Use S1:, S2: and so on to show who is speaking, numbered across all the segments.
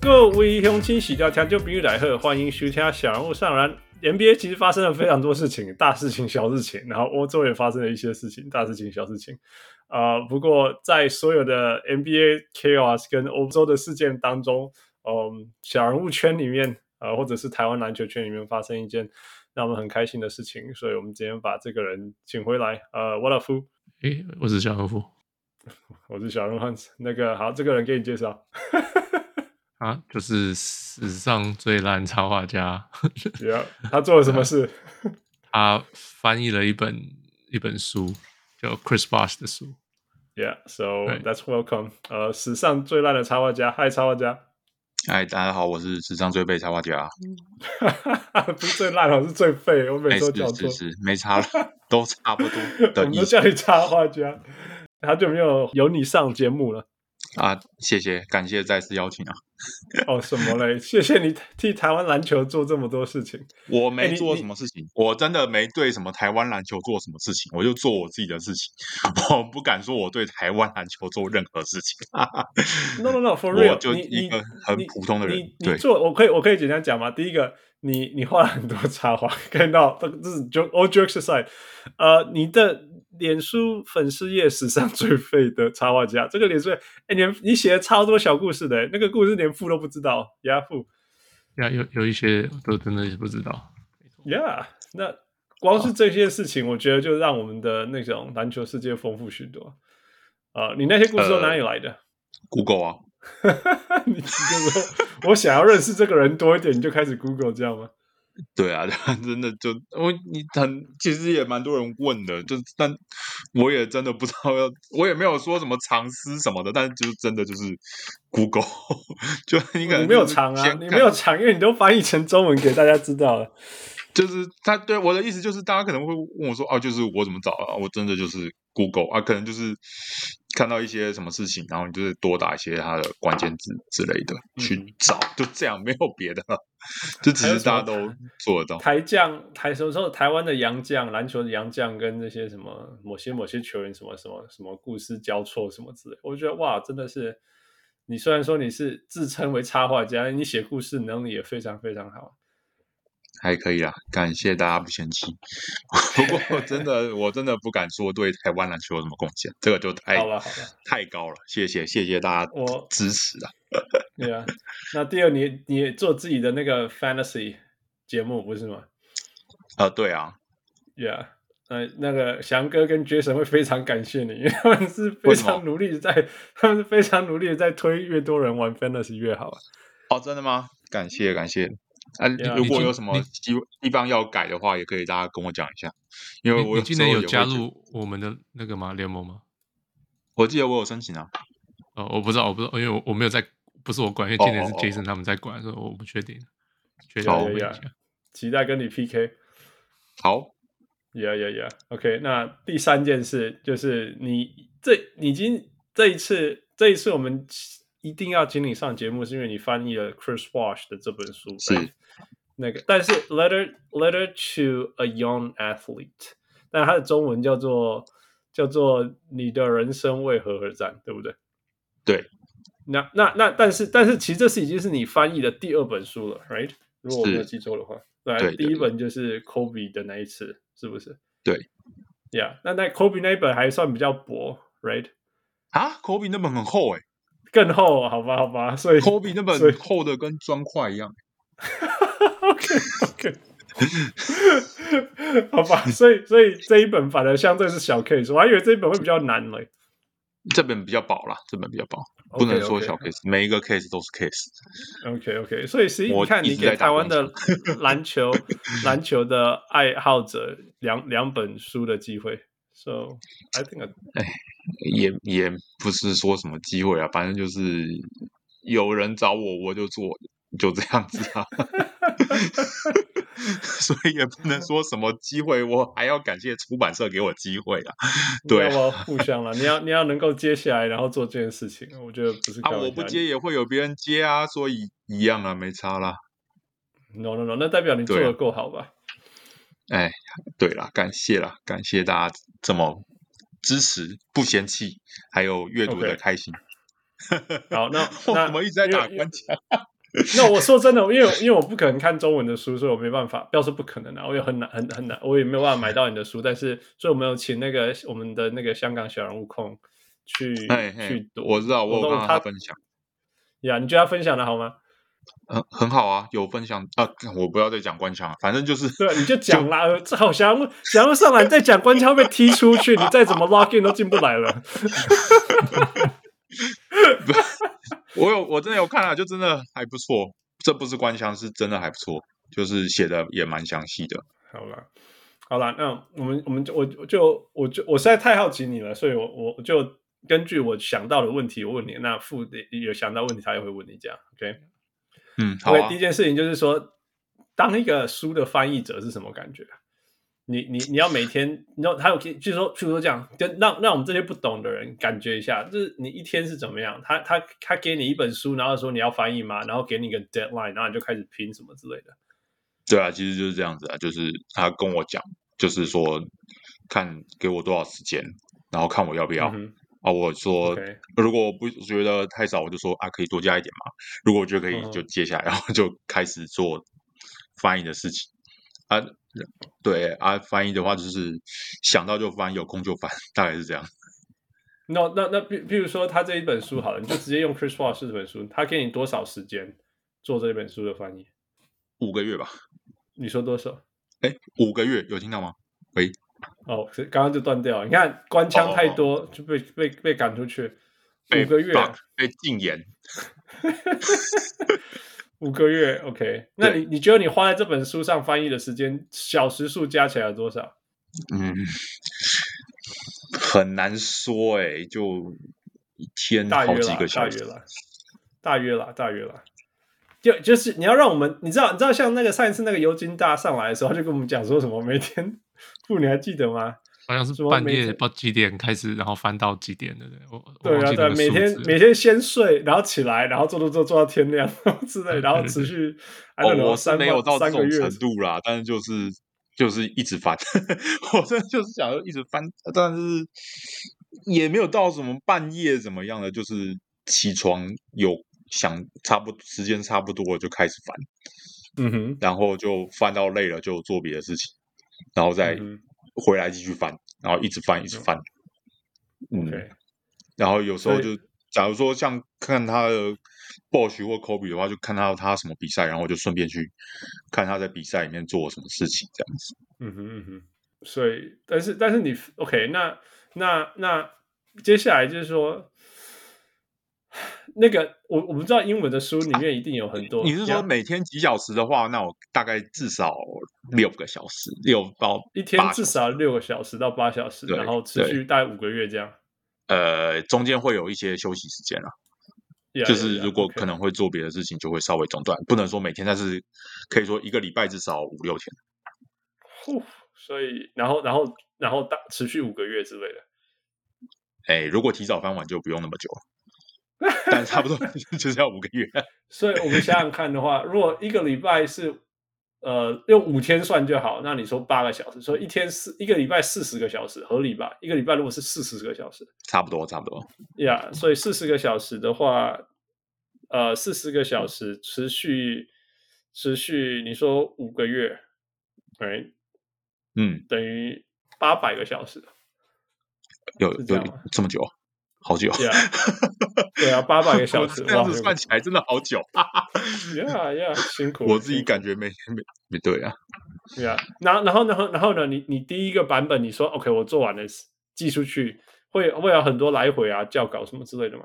S1: 各位乡亲喜到调就比喻来贺，欢迎收听小人物上篮。NBA 其实发生了非常多事情，大事情、小事情，然后欧洲也发生了一些事情，大事情、小事情。啊、不过在所有的 NBA chaos 跟欧洲的事件当中，嗯，小人物圈里面，呃，或者是台湾篮球圈里面发生一件让我们很开心的事情，所以我们今天把这个人请回来。呃，沃拉夫，
S2: 诶，我是小人物
S1: 我是小人物。那个好，这个人给你介绍。
S2: 啊，就是史上最烂插画家。
S1: yeah, 他做了什么事？
S2: 他翻译了一本一本书，叫 Chris Bosh 的书。
S1: Yeah, so
S2: 对
S1: that's welcome. 呃，史上最烂的插画家，嗨，插画家，
S3: 嗨，哎大家好，我是智商最被插画家。
S1: 不是最烂哦，是最废。我每
S3: 哎，
S1: 次都
S3: 是
S1: 讲错
S3: 是， 是，没差了， 都差不多
S1: 我
S3: 的
S1: 们
S3: 意
S1: 都
S3: 思
S1: 叫你插画家。好久没有有你上节目了
S3: 啊。谢谢，感谢再次邀请啊。
S1: 哦，什么嘞？谢谢你替台湾篮球做这么多事情。
S3: 我
S1: 哎
S3: 没
S1: 你
S3: 做
S1: 你
S3: 什么事情，我真的没对什么台湾篮球做什么事情，我就做我自己的事情。 我不敢说我对台湾篮球做任何事情， 哈哈
S1: No no no，for
S3: 我
S1: real，
S3: 就
S1: 你
S3: 一
S1: 你
S3: 个很
S1: 你
S3: 普通的人
S1: 你。你
S3: 对，
S1: 做，我可以我可以简单讲吗？第一个，你你画了很多插画，看到这这是 joke all jokes aside，呃，你的脸书粉丝页史上最废的插画家，这个脸书，哎，你你写了超多小故事的，欸那个故事连父都不知道，呀父
S2: 呀，有有一些我都真的是不知道。
S1: ，yeah，那光是这些事情，我觉得就让我们的那种篮球世界丰富许多。啊、你那些故事
S3: 呃
S1: 都哪里来的？
S3: Google 啊，
S1: 你就说我想要认识这个人多一点，你就开始 Google 这样吗？
S3: 对啊， 真的就我你很其实也蛮多人问的，就但我也真的不知道要，我也没有说什么藏私什么的，但是就是真的就是 Google，就 你可能
S1: 你没有
S3: 就是
S1: 藏啊，
S3: 先
S1: 你没
S3: 看
S1: 有藏，因为你都翻译成中文给大家知 道了。
S3: 就是他对我的意思就是，大家可能会问我说：“哦、就是我怎么找啊？我真的就是 Google 啊，可能就是看到一些什么事情，然后你就是多打一些它的关键字之类的去找，就这样，没有别的了，就
S1: 嗯
S3: 只
S1: 还有
S3: 是
S1: 什么
S3: 大家都做得到。
S1: 台将、台什么时候台湾的洋将、篮球的洋将跟那些什么某些某些球员什么什么什么故事交错什么之类，我觉得哇，真的是你虽然说你是自称为插画家，你写故事能力也非常非常好。
S3: 还可以啦，感谢大家不嫌弃。 不过我真的，我真的不敢说对台湾篮球有什么贡献，这个就太
S2: 啊
S1: 好了好了，
S3: 太高了。谢谢谢谢大家
S1: 我
S3: 支持啊！
S1: 对啊。那第二，你你也做自己的那个 fantasy 节目不是吗
S3: 啊、对啊，
S1: ？Yeah。呃，那个翔哥跟 Jason 会非常感谢你，因为他们是非
S3: 为什
S1: 常
S3: 么
S1: 努力地在，他们是非常努力地在推，越多人玩 Fantasy 越好啊。
S3: 哦，真的吗？感谢感谢。啊，你
S1: 啊
S3: 如
S1: 你
S3: 果
S2: 今
S3: 有什么
S2: 你
S3: 地地方要改的话，也可以大家跟我讲一下，因为
S2: 你
S3: 呃我
S2: 你
S3: 有
S2: 今
S3: 时
S2: 年
S3: 候
S2: 有
S3: 也会
S2: 加
S3: 觉得，
S2: 入我们的那个吗？联盟吗？
S3: 我记得我有申请啊。
S2: 哦，我不知道，我不知道，因为我我没有在，不是我管，因为今年
S3: 哦
S2: 是
S3: 哦哦
S2: Jason 他们在管，所以我不确定。确定
S3: 好
S2: 我问一
S1: 呀呀
S2: 下。
S1: 期待跟你 PK。
S3: 好，
S1: Yeah, yeah, yeah. OK，那第三件事就是你这你已经这一次这一次我们一定要请你上节目，是因为你翻译了 Chris Wash 的这本书。
S3: 是
S1: right？那个，但是 Letter Letter to a Young Athlete，但它的中文叫做叫做你的人生为何而战，对不对？
S3: 对。
S1: 那那那，但是但是，其实这是已经是你翻译的第二本书了，right？如果我没有
S3: 是
S1: 记错的话，对啊
S3: 对
S1: 第
S3: 对
S1: 一本就是 Kobe 的那一次，是不是？
S3: 对
S1: ，Yeah，那那 Kobe 那一本还算比较薄，right？
S3: 啊，科比那本很厚哎、
S1: 更厚，好吧，好吧，所以
S3: 科比那
S1: 所以
S3: 本厚的跟砖块一样。
S1: OK OK，好吧，所以所以这一本反而相对是小 case，我还以为这一本会比较难嘞。
S3: 这本比较薄啦，这本比较薄，不能说
S2: 嗯
S3: 小 case，每一个 case 都是 case。
S1: OK OK，所以实际
S3: 我
S1: 你看，
S3: 一
S1: 你
S3: 直
S1: 给
S3: 在打
S1: 台湾
S3: 工
S1: 的 篮球篮球的爱好者两两本书的机会，so I think I-
S3: 也也不是说什么机会啊，反正就是有人找我，我就做，就这样子啊。 所以也不能说什么机会，我还要感谢出版社给我机会 啊。对
S1: 要不要互相了？你要你要能够接下来，然后做这件事情，我觉得不是开
S3: 啊，
S1: 玩笑。
S3: 我不接也会有别人接啊，所以一样啊，没差啦。
S1: ，no no no，那代表你做
S3: 对啊
S1: 的够好吧？
S3: 哎，对啦，感谢啦，感谢大家这么支持，不嫌弃，还有阅读
S1: OK
S3: 的开心。
S1: 好，那
S3: 我
S1: 那
S3: 怎么一直在
S1: 因为
S3: 打官腔？
S1: 那我说真的，因为因为我不可能看中文的书，所以我没办法，不要说不可能啊，我也很难很很难，我也没有办法买到你的书。但是，所以我们有请那个我们的那个香港小人物控去
S3: 哎嘿嘿
S1: 去读。
S3: 我知道，我有
S1: 都
S3: 看到他分享，
S1: 呀你觉得他分享的好吗？
S3: 很很好啊，有分享啊，干我不要再讲官腔了，反正就是
S1: 对，你就讲啦，呃这好想想要上来，你再讲官腔被踢出去，你再怎么 lock in 都进不来了。
S3: 我有我真的有看啊，就真的还不错，这不是官腔，是真的还不错，就是写的也蛮详细的。
S1: 好啦，好啦，那我们我们就我我就我就我实在太好奇你了，所以我我我就根据我想到的问题我问你，那副的有想到问题他也会问你这样，OK？
S3: 嗯，好
S1: 因为
S3: 啊
S1: 第一，件事情就是说，当一个书的翻译者是什么感觉？啊你你你要每天，你要还有就是说，譬如说这样，跟让让我们这些不懂的人感觉一下，就是你一天是怎么样？他他他给你一本书，然后说你要翻译吗？然后给你一个 deadline，然后你就开始拼什么之类的。
S3: 对啊，其实就是这样子啊，就是他跟我讲，就是说看给我多少时间，然后看我要不要、
S1: 嗯
S3: 啊。我
S1: 哼
S3: 说
S1: ，OK，
S3: 如果我不觉得太少，我就说啊，可以多加一点嘛。如果我觉得可以，
S1: 嗯
S3: 就接下来，然后就开始做翻译的事情啊。对啊，翻译的话就是想到就翻，有空就翻，大概是这样。
S1: 那那那譬譬如说他这一本书好了，你就直接用 Chris Wallace 这本书，他给你多少时间做这本书的翻译？
S3: 五个月吧，
S1: 你说多少？
S3: 哎，五个月有听到吗？
S1: 哦，是刚刚就断掉了。你看官腔太多就被被被赶出去，
S3: 哦被
S1: 五个月，
S3: block，被禁言。
S1: 五个月，OK。那你你觉得你花在这本书上翻译的时间，小时数加起来有多少？
S3: 嗯，很难说哎、就一天
S1: 大
S3: 好
S1: 约
S3: 几
S1: 啦
S3: 个，
S1: 大
S3: 小
S1: 约
S3: 时。
S1: 啦，大约啦，大约啦。就就是你要让我们，你知道，你知道像那个上一次那个尤金大上来的时候，他就跟我们讲说什么每天， 不，你还记得吗？
S2: 好像是
S1: 什么
S2: 半
S1: 每
S2: 夜
S1: 天
S2: 不知道几点开始，然后翻到几点的，对我我
S1: 对
S2: 忘
S1: 啊，
S2: 记
S1: 对啊，
S2: 那个
S1: 每
S2: 数
S1: 天
S2: 字了
S1: 每天先睡，然后起来，然后做做做做到天亮 之类，然后 持续，I
S3: 哦
S1: don't，know，
S3: 我是
S1: 三
S3: 没有到这
S1: 三个
S3: 种
S1: 月
S3: 程度啦，但是就是就是一直翻， 我真的就是想要一直翻，但是也没有到什么半夜怎么样的，就是起床有想差不时间差不多了就开始翻，
S1: 嗯哼，
S3: 然后就翻到累了就做别的事情，然后再
S1: 嗯哼
S3: 回来继续翻，然后一直翻一直翻，嗯。
S1: ，OK，
S3: 然后有时候
S1: 所
S3: 就
S1: 以，
S3: 假如说像看他的 Bosch 或 Kobe 的话，就看到他什么比赛，然后我就顺便去看他在比赛里面做什么事情，这样子。
S1: 嗯哼嗯哼，所以，但是但是你 OK，那那那接下来就是说，那个我我不知道英文的书里面一定有很多，
S3: 你是说
S1: 呀
S3: 每天几小时的话，那我大概至少六个小时，六到
S1: 一天至少六个小时到八小时，
S3: 对
S1: 然后持续大概五个月这样，
S3: 呃中间会有一些休息时间啦，啊
S1: 呀
S3: 就是
S1: 呀
S3: 如果
S1: OK
S3: 可能会做别的事情，就会稍微中断，不能说每天，但是可以说一个礼拜至少五六天。
S1: 呼所以然后然后然后大持续五个月之类的。
S3: 哎，如果提早翻完就不用那么久了，但差不多 就是要五个月。
S1: 所以我们想想看的话，如果一个礼拜是呃用五天算就好，那你说八个小时，所以一天四一个礼拜四十个小时合理吧？一个礼拜如果是四十个小时，
S3: 差不多，差不多。
S1: 呀、所以四十个小时的话，呃，四十个小时持续持续，你说五个月，哎，
S3: 嗯，
S1: 等于八百个小时，
S3: 有
S1: 是这样
S3: 有
S1: 吗
S3: 这么久，好久。
S1: 呀、对啊，八百个小时，
S3: 我这样
S1: 哇
S3: 子算起来真的好久。
S1: 呀呀，辛苦了，
S3: 我自己
S1: 辛苦了
S3: 感觉没没没对啊，
S1: 对啊，然后然后然后然后呢？你你第一个版本你说 OK，我做完了，寄出去会会有很多来回啊、校稿什么之类的嘛？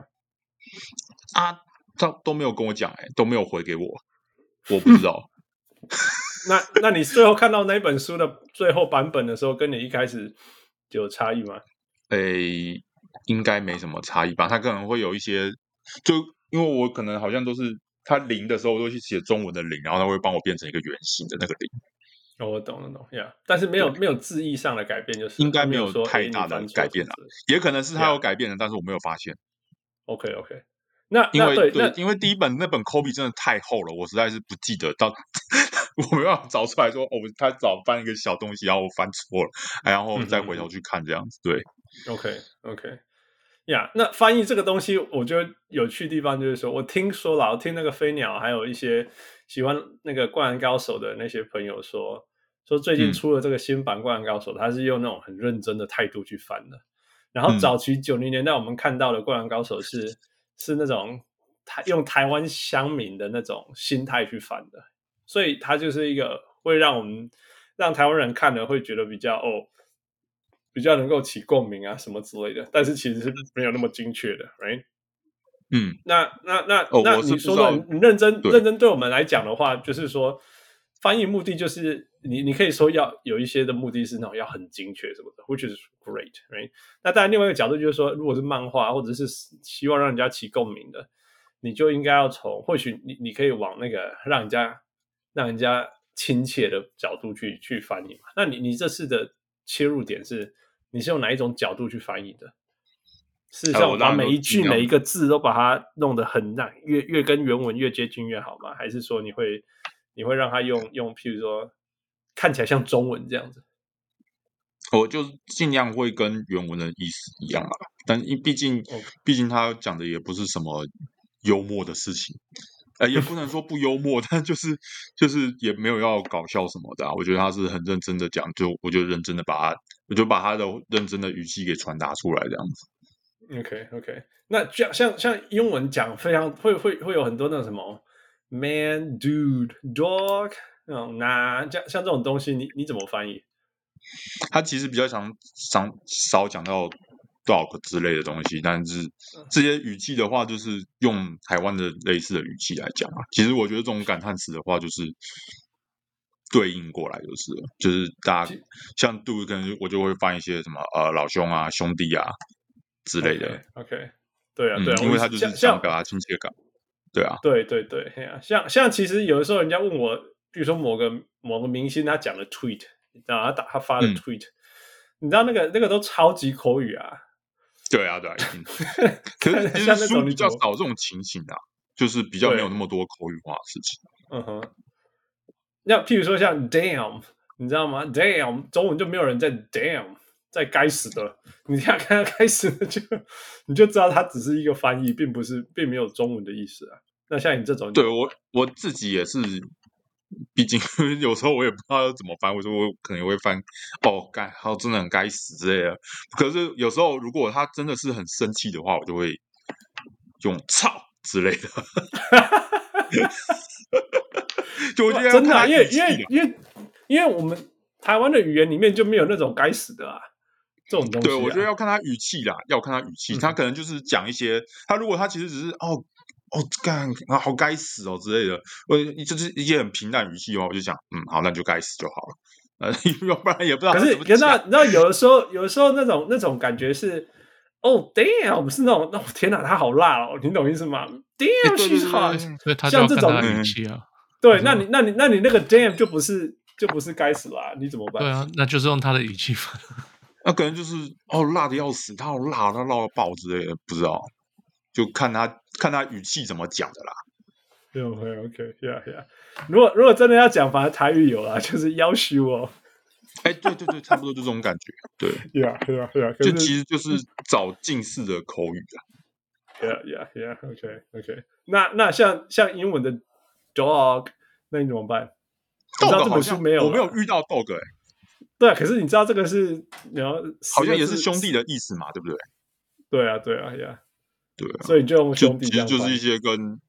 S3: 啊，他都没有跟我讲，哎，都没有回给我，我不知道。
S1: 那那你最后看到那一本书的最后版本的时候，跟你一开始有差异吗？
S3: 诶，哎应该没什么差异吧？他可能会有一些，就因为我可能好像都是他零的时候，我都去写中文的零，然后他会帮我变成一个圆形的那个零，
S1: 哦，我懂了懂呀但是没有没有字义上的改变，就是
S3: 应该
S1: 没
S3: 没有
S1: 说
S3: 太
S1: 诶你
S3: 大的
S1: 翻错
S3: 改
S1: 什么
S3: 变啊
S1: 之类的
S3: 也可能是他
S1: Yeah
S3: 有改变的，但是我没有发现。
S1: OK OK，那
S3: 因
S1: 那
S3: 为
S1: 对那
S3: 因为第一本那本 Kobe 真的太厚了，我实在是不记得到， 我没办法找出来说，哦，他找翻一个小
S1: 嗯
S3: 东西，然后我翻错了，哎然后再回头去看这样子。对，
S1: OK OK，呀那翻译这个东西，我觉得有趣的地方就是说，我听说了，我听那个飞鸟，还有一些喜欢那个《灌篮高手》的那些朋友说，说最近
S3: 嗯
S1: 出了这个新版《灌篮高手》，他是用那种很认真的态度去翻的。然后早期九零年代我们看到的《灌篮高手是》是那种台用台湾乡民的那种心态去翻的，所以它就是一个会让我们让台湾人看了会觉得比较哦，比较能够起共鸣啊什么之类的，但是其实是没有那么精确的，right？
S3: 嗯，
S1: 那那那、
S3: 哦
S1: 那
S3: 我是
S1: 你
S3: 不
S1: 说
S3: 知
S1: 的
S3: 道
S1: 你认真
S3: 对
S1: 认真对我们来讲的话，就是说翻译目的就是你你可以说要有一些的目的是那种要很精确什么的，which is great，right？那当然另外一个角度就是说，如果是漫画或者是希望让人家起共鸣的，你就应该要从或许你你可以往那个让人家让人家亲切的角度去去翻译嘛。那你你这次的切入点是你是用哪一种角度去翻译的？是
S3: 啊
S1: 像
S3: 我
S1: 把
S3: 当然
S1: 每
S3: 都
S1: 一句
S3: 尽量
S1: 每一个字都把它弄得很难，越越跟原文越接近越好吗？还是说你会你会让他用用，譬如说看起来像中文这样子？
S3: 我就尽量会跟原文的意思一样啊，但因毕竟
S1: OK
S3: 毕竟他讲的也不是什么幽默的事情，呃，也不能说不幽默，但就是就是也没有要搞笑什么的啊。我觉得他是很认真的讲，就我就认真的把他，我就把他的认真的语气给传达出来这样子。
S1: OK OK，那像像像英文讲非常会会会有很多那种什么 man dude dog 那种那像像这种东西，你你怎么翻译？
S3: 他其实比较常常少讲到 dog 之类的东西，但是
S1: 嗯
S3: 这些语气的话，就是用台湾的类似的语气来讲啊。其实我觉得这种感叹词的话，就是对应过来就是了就是大家
S1: 其
S3: 像 do 可能我就会翻一些什么呃老兄啊、兄弟啊之类的，
S1: OK，, o k 对啊
S3: 嗯
S1: 哦对啊，
S3: 因
S1: 我
S3: 为他就是
S1: 像
S3: 想
S1: 像
S3: 表达亲切感，对啊，
S1: 对对对，嘿啊，像像其实有的时候人家问我，比如说某个某个明星他讲的 tweet，你知道他打他发的
S3: 嗯
S1: tweet，、你知道那个那个都超级口语啊，
S3: 对啊，对啊，一定。 可是其
S1: 像
S3: 实
S1: 那
S3: 书
S1: 种
S3: 比
S1: 你
S3: 较
S1: 怎么
S3: 少这种情形啊，就是比较没有
S1: 对
S3: 那么多口语化的事情。
S1: 嗯哼，那譬如说像 damn，你知道吗？damn 中文就没有人在 damn，在该死的，你看看该死的就你就知道它只是一个翻译，并不是并没有中文的意思啊。那像你这种，
S3: 对我我自己也是，毕竟 有时候我也不知道要怎么翻，我说我可能也会翻哦，该好真的很该死之类的。可是有时候如果他真的是很生气的话，我就会用操之 类的。就我觉得
S1: 真的啊、因为
S3: 语气
S1: 因为因为因为我们台湾的语言里面就没有那种该死的啊这种东西、啊。嗯
S3: 对，我觉得要看他语气啦，要看他语气。他可能就是讲一些，他如果他其实只是哦哦干啊好该死哦之类的，我就是一些很平淡语气的话，我就想嗯好，那你就该死就好了。呃， 要不然也不知道
S1: 可
S3: 他
S1: 是，
S3: 怎么
S1: 可是那
S3: 讲。
S1: 你知道，有的时候，有的时候那种那种感觉是，哦，damn，是那种，哦，天哪，他好辣哦，你懂意思吗？Damn,
S3: 对对
S1: she's hot
S3: 对。
S2: 所以他就要
S1: 像这嗯
S2: 看他的
S3: 种
S2: 语气啊。
S1: 对，那你那你那你那个 damn 就不是就不是该死啦，你怎么办？
S2: 对啊，那就是用他的语气嘛。
S3: 那可能就是哦辣的要死，他好辣，他辣到爆之类的，不知道，就看他看他语气怎么讲的啦。
S1: 对，OK OK，yeah yeah。如果如果真的要讲，反正台语有啦，就是要求哦
S3: 哎，对对对，差不多就这种感觉。对，
S1: ，yeah yeah yeah。可
S3: 就是其实就是找近似的口语啊。
S1: Yeah, yeah, yeah. OK, OK. 那那像像英文的 dog，那你怎么办？你知道
S3: dog
S1: 这
S3: 好
S1: 本书
S3: 像
S1: 没有啊，
S3: 我没有遇到 dog 哎、
S1: 对啊，可是你知道这个是你要
S3: 好像也
S1: 十
S3: 是
S1: 个字
S3: 兄弟的意思嘛，对不对？
S1: 对啊，对啊，呀、
S3: 对啊，
S1: 所以你就用
S3: 就
S1: 兄弟
S3: 其
S1: 这
S3: 实
S1: 样
S3: 就是
S1: 翻
S3: 一些跟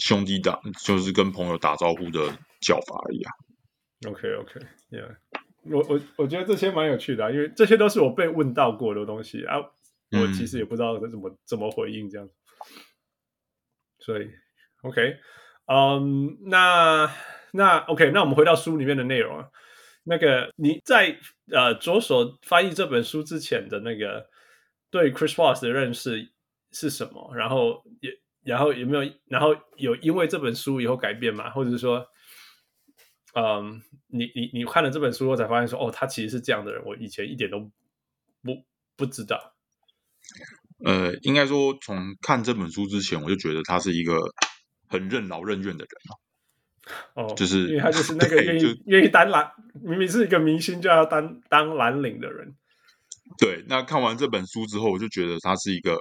S3: 兄弟打，就是跟朋友打招呼的叫法而已啊。
S1: OK OK yeah，我我我觉得这些蛮有趣的、啊，因为这些都是我被问到过的东西啊，我
S3: 嗯
S1: 其实也不知道怎么怎么回应这样，所以 OK，嗯，那那 OK，那我们回到书里面的内容啊，那个你在呃着手翻译这本书之前的那个对 Chris Voss 的认识是什么？然后也然后有没有然后有因为这本书以后改变吗？或者是说，嗯，你你你看了这本书后才发现说，哦，他其实是这样的人，我以前一点都不不知道。
S3: 呃，应该说从看这本书之前，我就觉得他是一个很任劳任怨的人。啊
S1: 哦，
S3: 就是
S1: 因为他就是那个
S3: 对
S1: 愿
S3: 就
S1: 意愿意当蓝，明明是一个明星就要当当蓝领的人。
S3: 对，那看完这本书之后，我就觉得他是一个，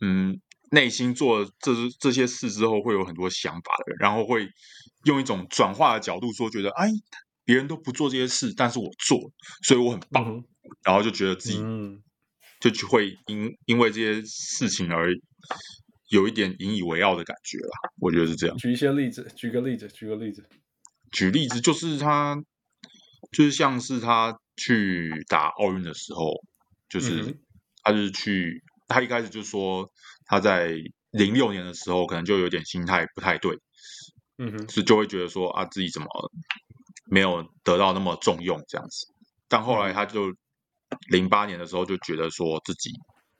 S3: 嗯，内心做这这些事之后会有很多想法的人，然后会用一种转化的角度说，觉得哎，别人都不做这些事，但是我做了，所以我很棒，
S1: 嗯
S3: 然后就觉得自己
S1: 嗯
S3: 就就会因因为这些事情而有一点引以为傲的感觉啦。我觉得是这样。
S1: 举一些例子，举个例子，举个例子。
S3: 举例子，就是他，就是像是他去打奥运的时候，就是、
S1: 嗯哼
S3: 他就是去，他一开始就说他在零六年的时候可能就有点心态不太对，
S1: 嗯哼，
S3: 是就会觉得说啊自己怎么没有得到那么重用这样子，但后
S1: 嗯
S3: 来他就零八年的时候就觉得说自己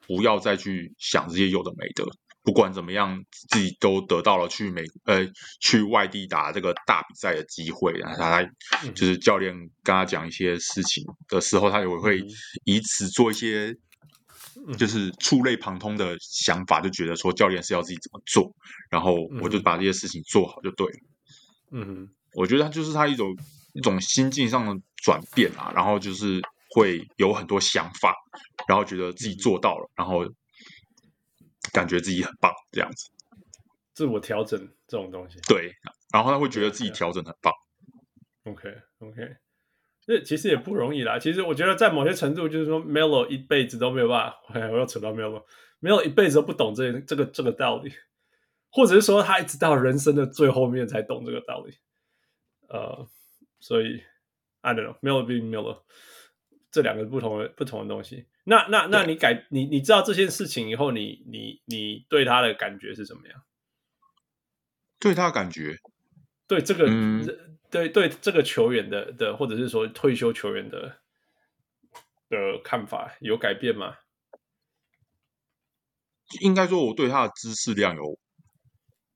S3: 不要再去想这些有的没的，不管怎么样自己都得到了去美呃去外地打这个大比赛的机会，然后他还
S1: 嗯
S3: 就是教练跟他讲一些事情的时候，他也会
S1: 嗯
S3: 以此做一些
S1: 嗯
S3: 就是触类旁通的想法，就觉得说教练是要自己怎么做，然后我就
S1: 嗯
S3: 把这些事情做好就对了。
S1: 嗯哼，
S3: 我觉得他就是他一种一种心境上的转变啊，然后就是会有很多想法，然后觉得自己做到了，然后感觉自己很棒这样子。
S1: 自我调整这种东西。
S3: 对，然后他会觉得自己
S1: 对啊
S3: 调整很棒。
S1: OK OK，这其实也不容易啦。其实我觉得在某些程度，就是说 Melo 一辈子都没有办法，哎，我又扯到 Melo，Melo 一辈子都不懂这这个这个道理，或者是说他一直到人生的最后面才懂这个道理。呃，所以 I don't know，Melo being Melo，这两个不同的不同的东西。那那那你改你你知道这件事情以后，你你你对他的感觉是怎么样？
S3: 对他的感觉，
S1: 对这个，
S3: 嗯
S1: 这对对这个球员的的，或者是说退休球员的的看法有改变吗？
S3: 应该说我对他的知识量有，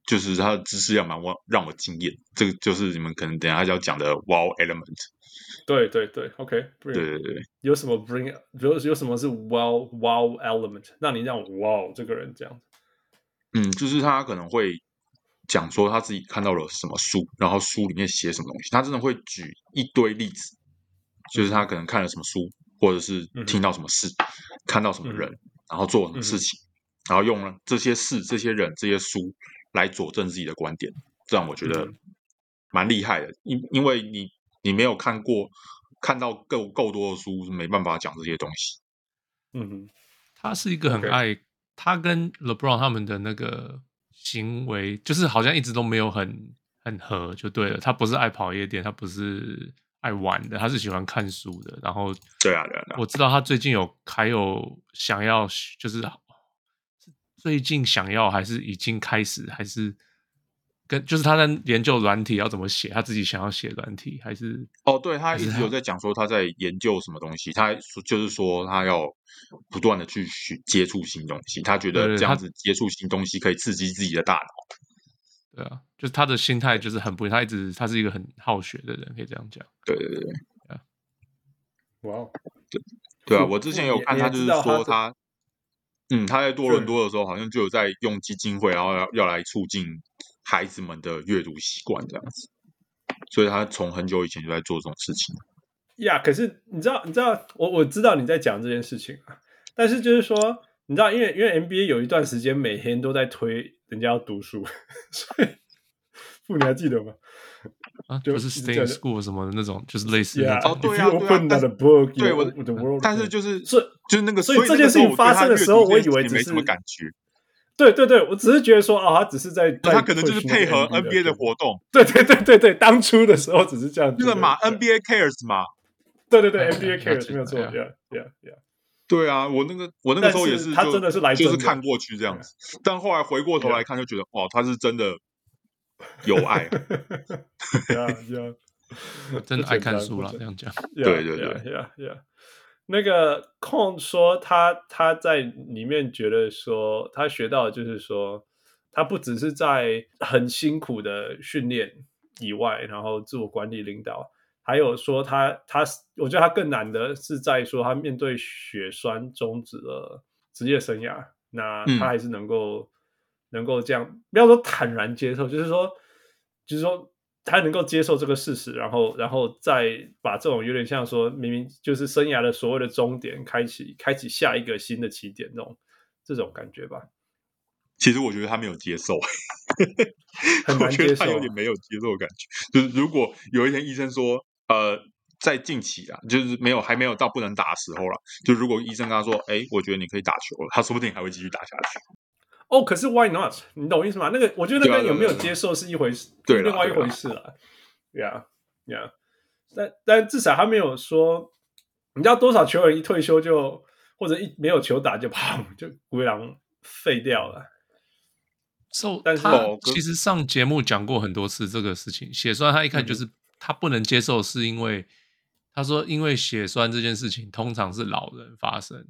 S3: 就是他的知识量蛮让让我惊艳。这个就是你们可能等一下要讲的 wow element。
S1: 对对对，OK，
S3: 对
S1: bring,
S3: 对对，
S1: 有什么 bring，有有什么是 wow wow element，让你让我 wow 这个人这样子？
S3: 嗯，就是他可能会讲说他自己看到了什么书，然后书里面写什么东西，他真的会举一堆例子，就是他可能看了什么书，或者是
S1: 嗯哼
S3: 听到什么事，看到什么
S1: 嗯哼
S3: 人，然后做了什么
S1: 嗯
S3: 事
S1: 哼
S3: 情，然后用了这些事、这些人、这些书来佐证自己的观点，这样我觉得
S1: 嗯
S3: 蛮厉害的，因因为你你没有看过。看到够够多的书，没办法讲这些东西。
S1: 嗯哼，
S2: 他是一个很
S1: OK
S2: 爱他跟 LeBron 他们的那个行为，就是好像一直都没有很很合就对了。他不是爱跑夜店，他不是爱玩的，他是喜欢看书的。然后
S3: 对啊，对啊，对啊
S2: 我知道他最近有还有想要，就是是最近想要还是已经开始，还是跟就是他在研究软体要怎么写，他自己想要写软体还是
S3: 哦，对，他
S2: 还
S3: 一
S2: 是
S3: 直
S2: 他
S3: 有在讲说他在研究什么东西，他说就是说他要不断的去去接触新东西，他觉
S2: 对
S3: 得
S2: 对
S3: 这样
S2: 他
S3: 子接触新东西可以刺激自己的大脑。
S2: 对啊，就是他的心态就是很不，他一直他是一个很好学的人，可以这样讲。
S3: 对对对，
S1: 哇、wow，
S3: 对啊，
S1: 嗯
S3: 我之前
S1: 嗯
S3: 有
S1: 也
S3: 看
S1: 也
S3: 他就是
S1: 知道他
S3: 说
S1: 的
S3: 他，嗯，他在多伦
S1: 对
S3: 多的时候好像就有在用基金会，然后要要来促进孩子们的阅读习惯这样子，所以他从很久以前就在做这种事情。
S1: 呀可是你知道，你知道，我我知道你在讲这件事情啊，但是就是说，你知道，因为因为 NBA 有一段时间每天都在推人家要读书， 所以不，你还记得吗？
S2: 啊，
S1: 就
S2: 不是
S1: 一直这
S2: stay
S1: 样
S2: in school 什么的那种，就是 类似那
S1: Yeah，
S2: 种。
S3: 哦对
S1: If
S3: 啊
S1: you
S3: 对啊
S1: open
S3: 但
S1: the book,
S3: 对
S1: you
S3: 我
S1: open the world.
S3: 但是就是
S1: 所以
S3: 就是那个，
S1: 所以
S3: 以
S1: 这
S3: 那
S1: 件
S3: 个
S1: 事情
S3: 我对
S1: 发
S3: 他
S1: 生的
S3: 阅
S1: 时
S3: 读
S1: 候
S3: 这
S1: 我
S3: 件
S1: 以
S3: 事
S1: 为
S3: 情
S1: 只
S3: 没什么
S1: 是
S3: 感觉，
S1: 对对对，我只是觉得说，哦，他只是在，在
S3: 他可能就是
S1: push 那个
S3: 配合
S1: NBA
S3: NBA 的
S1: 活，
S3: 活动。
S1: 对对对对对，当初的时候只是这样，
S3: 那个嘛
S1: 对对
S3: ，NBA cares 嘛，
S1: 对对对
S2: 哎
S1: ，NBA
S2: 了解
S1: cares 没有错
S2: 哎呀
S1: ，yeah yeah yeah，
S3: 对啊，我那个我那个
S1: 但
S3: 时候也
S1: 是
S3: 是
S1: 他
S3: 就
S1: 真的是来
S3: 就是
S1: 真的
S3: 看过去这样子，但后来回过头
S1: 对啊
S3: 来看，就觉得哇，他是真的有爱啊，
S1: yeah yeah，
S2: 真的爱看
S1: 不简单
S2: 书啦，
S1: 不
S2: 这样讲。
S3: 对对对
S1: ，yeah yeah。那个空说他他在里面觉得说他学到的就是说，他不只是在很辛苦的训练以外，然后自我管理领导，还有说他他我觉得他更难的是在说他面对血栓终止了职业生涯，那
S3: 嗯
S1: 他还是能够、能够这样，不要说坦然接受，就是说就是说他能够接受这个事实，然后然后再把这种有点像说明明就是生涯的所谓的终点，开启开启下一个新的起点那种这种感觉吧，
S3: 其实我觉得他没有接受，
S1: 很
S3: 我
S1: 难
S3: 觉
S1: 接
S3: 得
S1: 受
S3: 他
S1: 啊、
S3: 有点没有接受的感觉。就是如果有一天医生说，呃，在近期啊，就是没有还没有到不能打的时候了，就如果医生跟他说，哎，我觉得你可以打球了，他说不定还会继续打下去。
S1: 哦，可是 why not？你懂我意思吗？那个我觉得
S3: 对啊
S1: 那个有没有
S3: 对啊对啊
S1: 接受是一回事，
S3: 对啦
S1: 另外一回事了。Yeah, yeah。但但至少他没有说，你知道多少球员一退休就或者一没有球打就 啪就灰狼废掉了。
S2: So，
S1: 但是
S2: 他
S3: 哦跟
S2: 其实上节目讲过很多次这个事情，血栓他一看
S1: 嗯
S2: 就是他不能接受，是因为他说因为血栓这件事情通常是老人发生，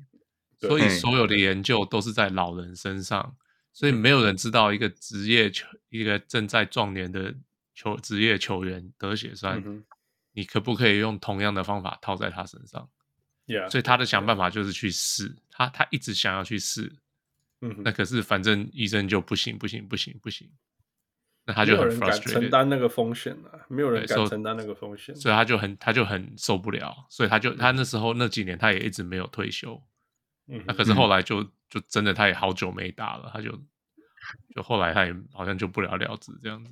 S1: 对
S2: 所以
S3: 嗯
S2: 所有的研究都是在老人身上，所以
S1: 嗯
S2: 没有人知道一个职业球一个正在壮年的球职业球员得血栓
S1: 嗯，哼
S2: 你可不可以用同样的方法套在他身上？
S1: ，Yeah，
S2: 所以他的想办法就是去试，他他一直想要去试，
S1: 嗯哼
S2: 那可是反正医生就不行不行不行不行，那他
S1: 没
S2: 就
S1: 有
S2: 很
S1: 人敢承
S2: frustrated，
S1: 担那个风险了、没有人
S2: 对
S1: 敢
S2: ，so-
S1: 承担那个风险。
S2: 所以他就很他就很受不了，所以他就他那时候那几年他也一直没有退休，
S1: 嗯
S2: 那
S1: 哼，
S2: 可是后来就就真的他也好久没打了，他就就后来他也好像就不了了之这样子。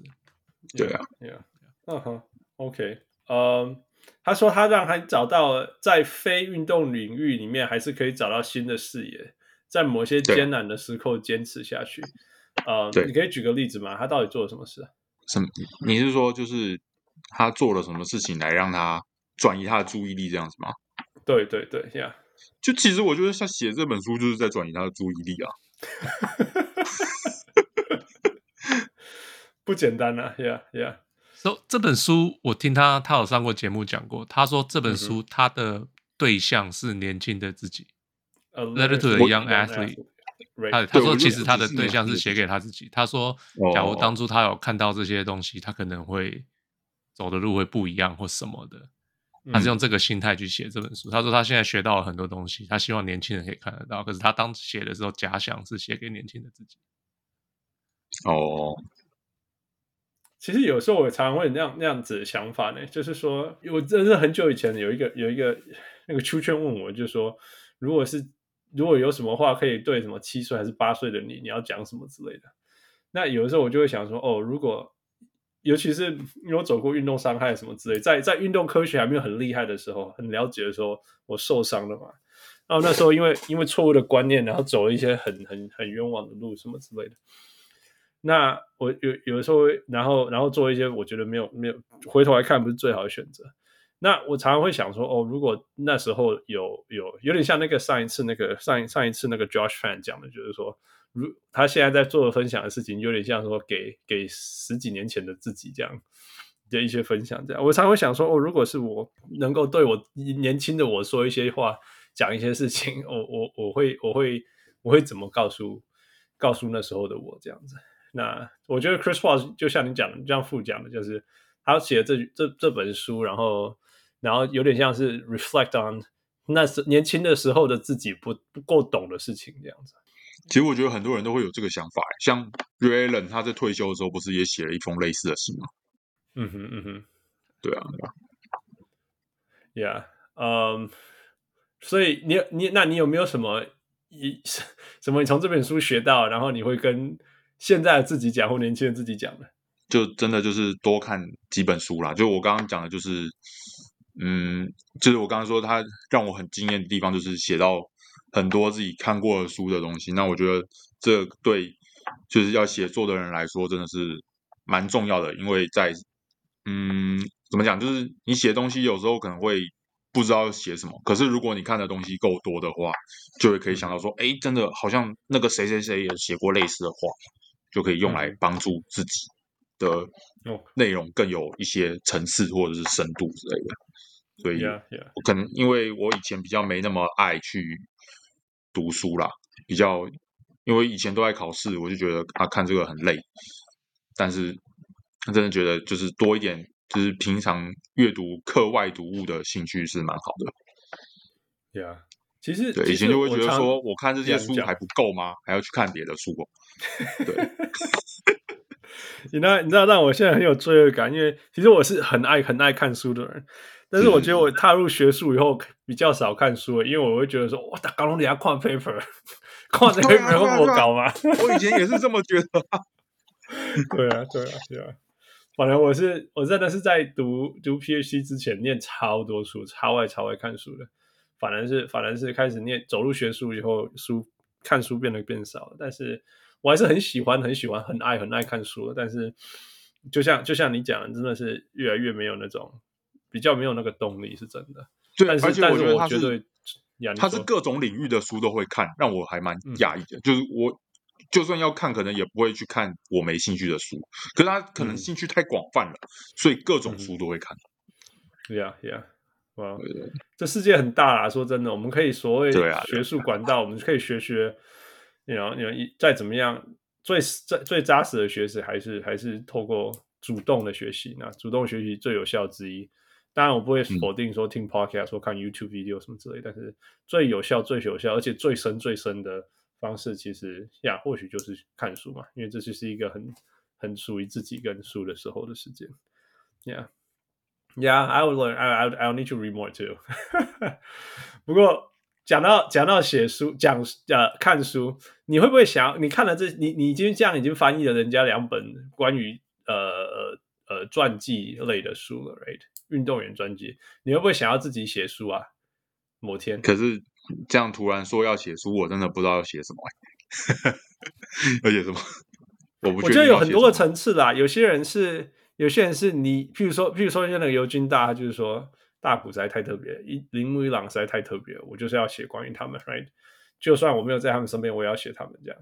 S3: 对啊，
S1: Yeah. 嗯哼，OK，嗯，他说他让他找到在非运动领域里面还是可以找到新的视野，在某些
S3: 对
S1: 艰难的时刻坚持下去。呃，
S3: 对
S1: 你可以举个例子吗？他到底做了什么事啊？
S3: 什么？你是说就是他做了什么事情来让他转移他的注意力这样子吗？
S1: 对对对，Yeah，
S3: 就其实我觉得像写这本书就是在转移他的注意力啊。
S1: 不简单啊，Yeah，Yeah，
S2: So 这本书我听他他有上过节目讲过，他说这
S1: 嗯
S2: 本书他的对象是年轻的自己，
S1: 呃
S2: Letter to a young athlete 他他
S3: 对我
S2: 说
S3: 就
S2: 其
S3: 想
S2: 实他
S3: 只
S2: 的
S3: 是
S2: 对
S3: 那
S2: 象是
S3: 个
S2: 写给他自己。他说，假如
S3: 哦
S2: 当初他有看到这些东西，他可能会走的路会不一样或什么的。他
S1: 嗯
S2: 是用这个心态去写这本书。他说他现在学到了很多东西，他希望年轻人可以看得到。可是他当时写的时候，假想是写给年轻的自己。
S3: 哦，
S1: 其实有时候我常常会有那样那样子的想法呢，就是说，我真的是很久以前有一个有一个那个出圈问我，就说，如果是如果有什么话可以对什么七岁还是八岁的你，你要讲什么之类的。那有的时候我就会想说，哦，如果尤其是因为我走过运动伤害什么之类，在在运动科学还没有很厉害的时候，很了解的时候，我受伤了嘛。然后那时候因为因为错误的观念，然后走了一些很很很冤枉的路什么之类的。那我有有的时候会，然后然后做一些我觉得没有没有回头来看不是最好的选择。那我常常会想说，哦，如果那时候有有有点像那个上一次那个上一上一次那个 Josh Fan 讲的，就是说，如他现在在做的分享的事情，有点像说给给十几年前的自己这样的一些分享。这样，我常常会想说，哦，如果是我能够对我年轻的我说一些话，讲一些事情，我我我会我会我会怎么告诉告诉那时候的我这样子。那我觉得 Chris Paul 就像你讲的，就像副讲的，就是他写这这这本书，然后然后有点像是 reflect on 那时年轻的时候的自己不不够懂的事情这样子。
S3: 其实我觉得很多人都会有这个想法，欸像 Ray Allen 他在退休的时候不是也写了一封类似的信吗？
S1: 嗯哼嗯哼
S3: 对啊，
S1: ，Yeah，嗯、所以你你那你有没有什么一 什么你从这本书学到，然后你会跟现在的自己讲或年轻的自己讲呢？
S3: 就真的就是多看几本书啦。就我刚刚讲的，就是嗯，就是我刚刚说他让我很惊艳的地方，就是写到很多自己看过的书的东西。那我觉得这对就是要写作的人来说，真的是蛮重要的，因为在嗯，怎么讲，就是你写东西有时候可能会。不知道写什么，可是如果你看的东西够多的话，就会可以想到说，哎，真的好像那个谁谁谁也写过类似的话，就可以用来
S1: 嗯
S3: 帮助自己的
S1: 哦
S3: 内容更有一些层次或者是深度之类的。所以，
S1: ，Yeah Yeah，
S3: 我可能因为我以前比较没那么爱去读书啦，比较因为以前都在考试，我就觉得啊看这个很累。但是真的觉得就是多一点，就是平常阅读课外读物的兴趣是蛮好的。
S1: Yeah，其实
S3: 对，
S1: 其
S3: 以前
S1: 实
S3: 就会觉
S1: 我
S3: 得
S1: 常
S3: 说，我看这
S1: 这
S3: 些
S1: 样
S3: 书
S1: 讲
S3: 还不够吗？还要去看别的书哦。对，
S1: 你那你知道让我现在很有罪恶感，因为其实我是很爱很爱看书的人，但是我觉得
S3: 嗯
S1: 我踏入学术以后比较少看书了，因为我会觉得说，我打高龙底下看 paper，看 这
S3: 对啊
S1: paper
S3: 对啊
S1: 会我
S3: 对啊
S1: 搞吗？
S3: 我以前也是这么觉得啊。
S1: 对啊，对啊，对啊。反正我是我真的是在读读 PhD 之前念超多书，超爱超爱看书的。反而是反而是开始念走入学术以后，书看书变得变少了。但是我还是很喜欢很喜欢很爱很爱看书的。但是就像就像你讲的，真的是越来越没有那种比较没有那个动力，是真的。
S3: 对，
S1: 但
S3: 而
S1: 是
S3: 且
S1: 但
S3: 觉
S1: 是
S3: 得
S1: 我
S3: 他
S1: 绝对
S3: 是，
S1: 呀你
S3: 他是
S1: 说
S3: 各种领域的书都会看，让我还蛮
S1: 嗯
S3: 讶异的。就是我就算要看，可能也不会去看我没兴趣的书，可是他可能
S1: 嗯
S3: 兴趣太广泛了，所以各种
S1: 嗯
S3: 书都会看。
S1: Yeah, yeah. 哇、
S3: 对对
S1: 这世界很大啦，说真的，我们可以所谓
S3: 对啊
S1: 学术管道，我们可以学学，你know，你 know，一再怎么样，最最最扎实的学识还是还是透过主动的学习，那主动学习最有效之一。当然，我不会否
S3: 嗯
S1: 定说听 podcast、说看 YouTube video 什么之类，但是最有效、最有效，而且最深、最深的方式，其实呀，或许就是看书嘛，因为这就是一个很很属于自己跟书的时候的时间。Yeah. Yeah, I would learn. I I would- I would need to read more too. 不过讲到讲到写书，讲呃看书，你会不会想要你看了这你你已经这样已经翻译了人家两本关于呃呃呃传记类的书了，right？运动员传记，你会不会想要自己写书啊？某天
S3: 可是这样突然说要写书，我真的不知道要写什么、欸， 要写什么？我不
S1: 我觉
S3: 确定
S1: 得有
S3: 要
S1: 很
S3: 写
S1: 多个
S3: 什么
S1: 层次啦，有些人是，有些人是你，譬如说，譬如说像那个尤金大，他就是说大埔实在太特别，一铃木一朗实在太特别，我就是要写关于他们，right？就算我没有在他们身边，我也要写他们这样。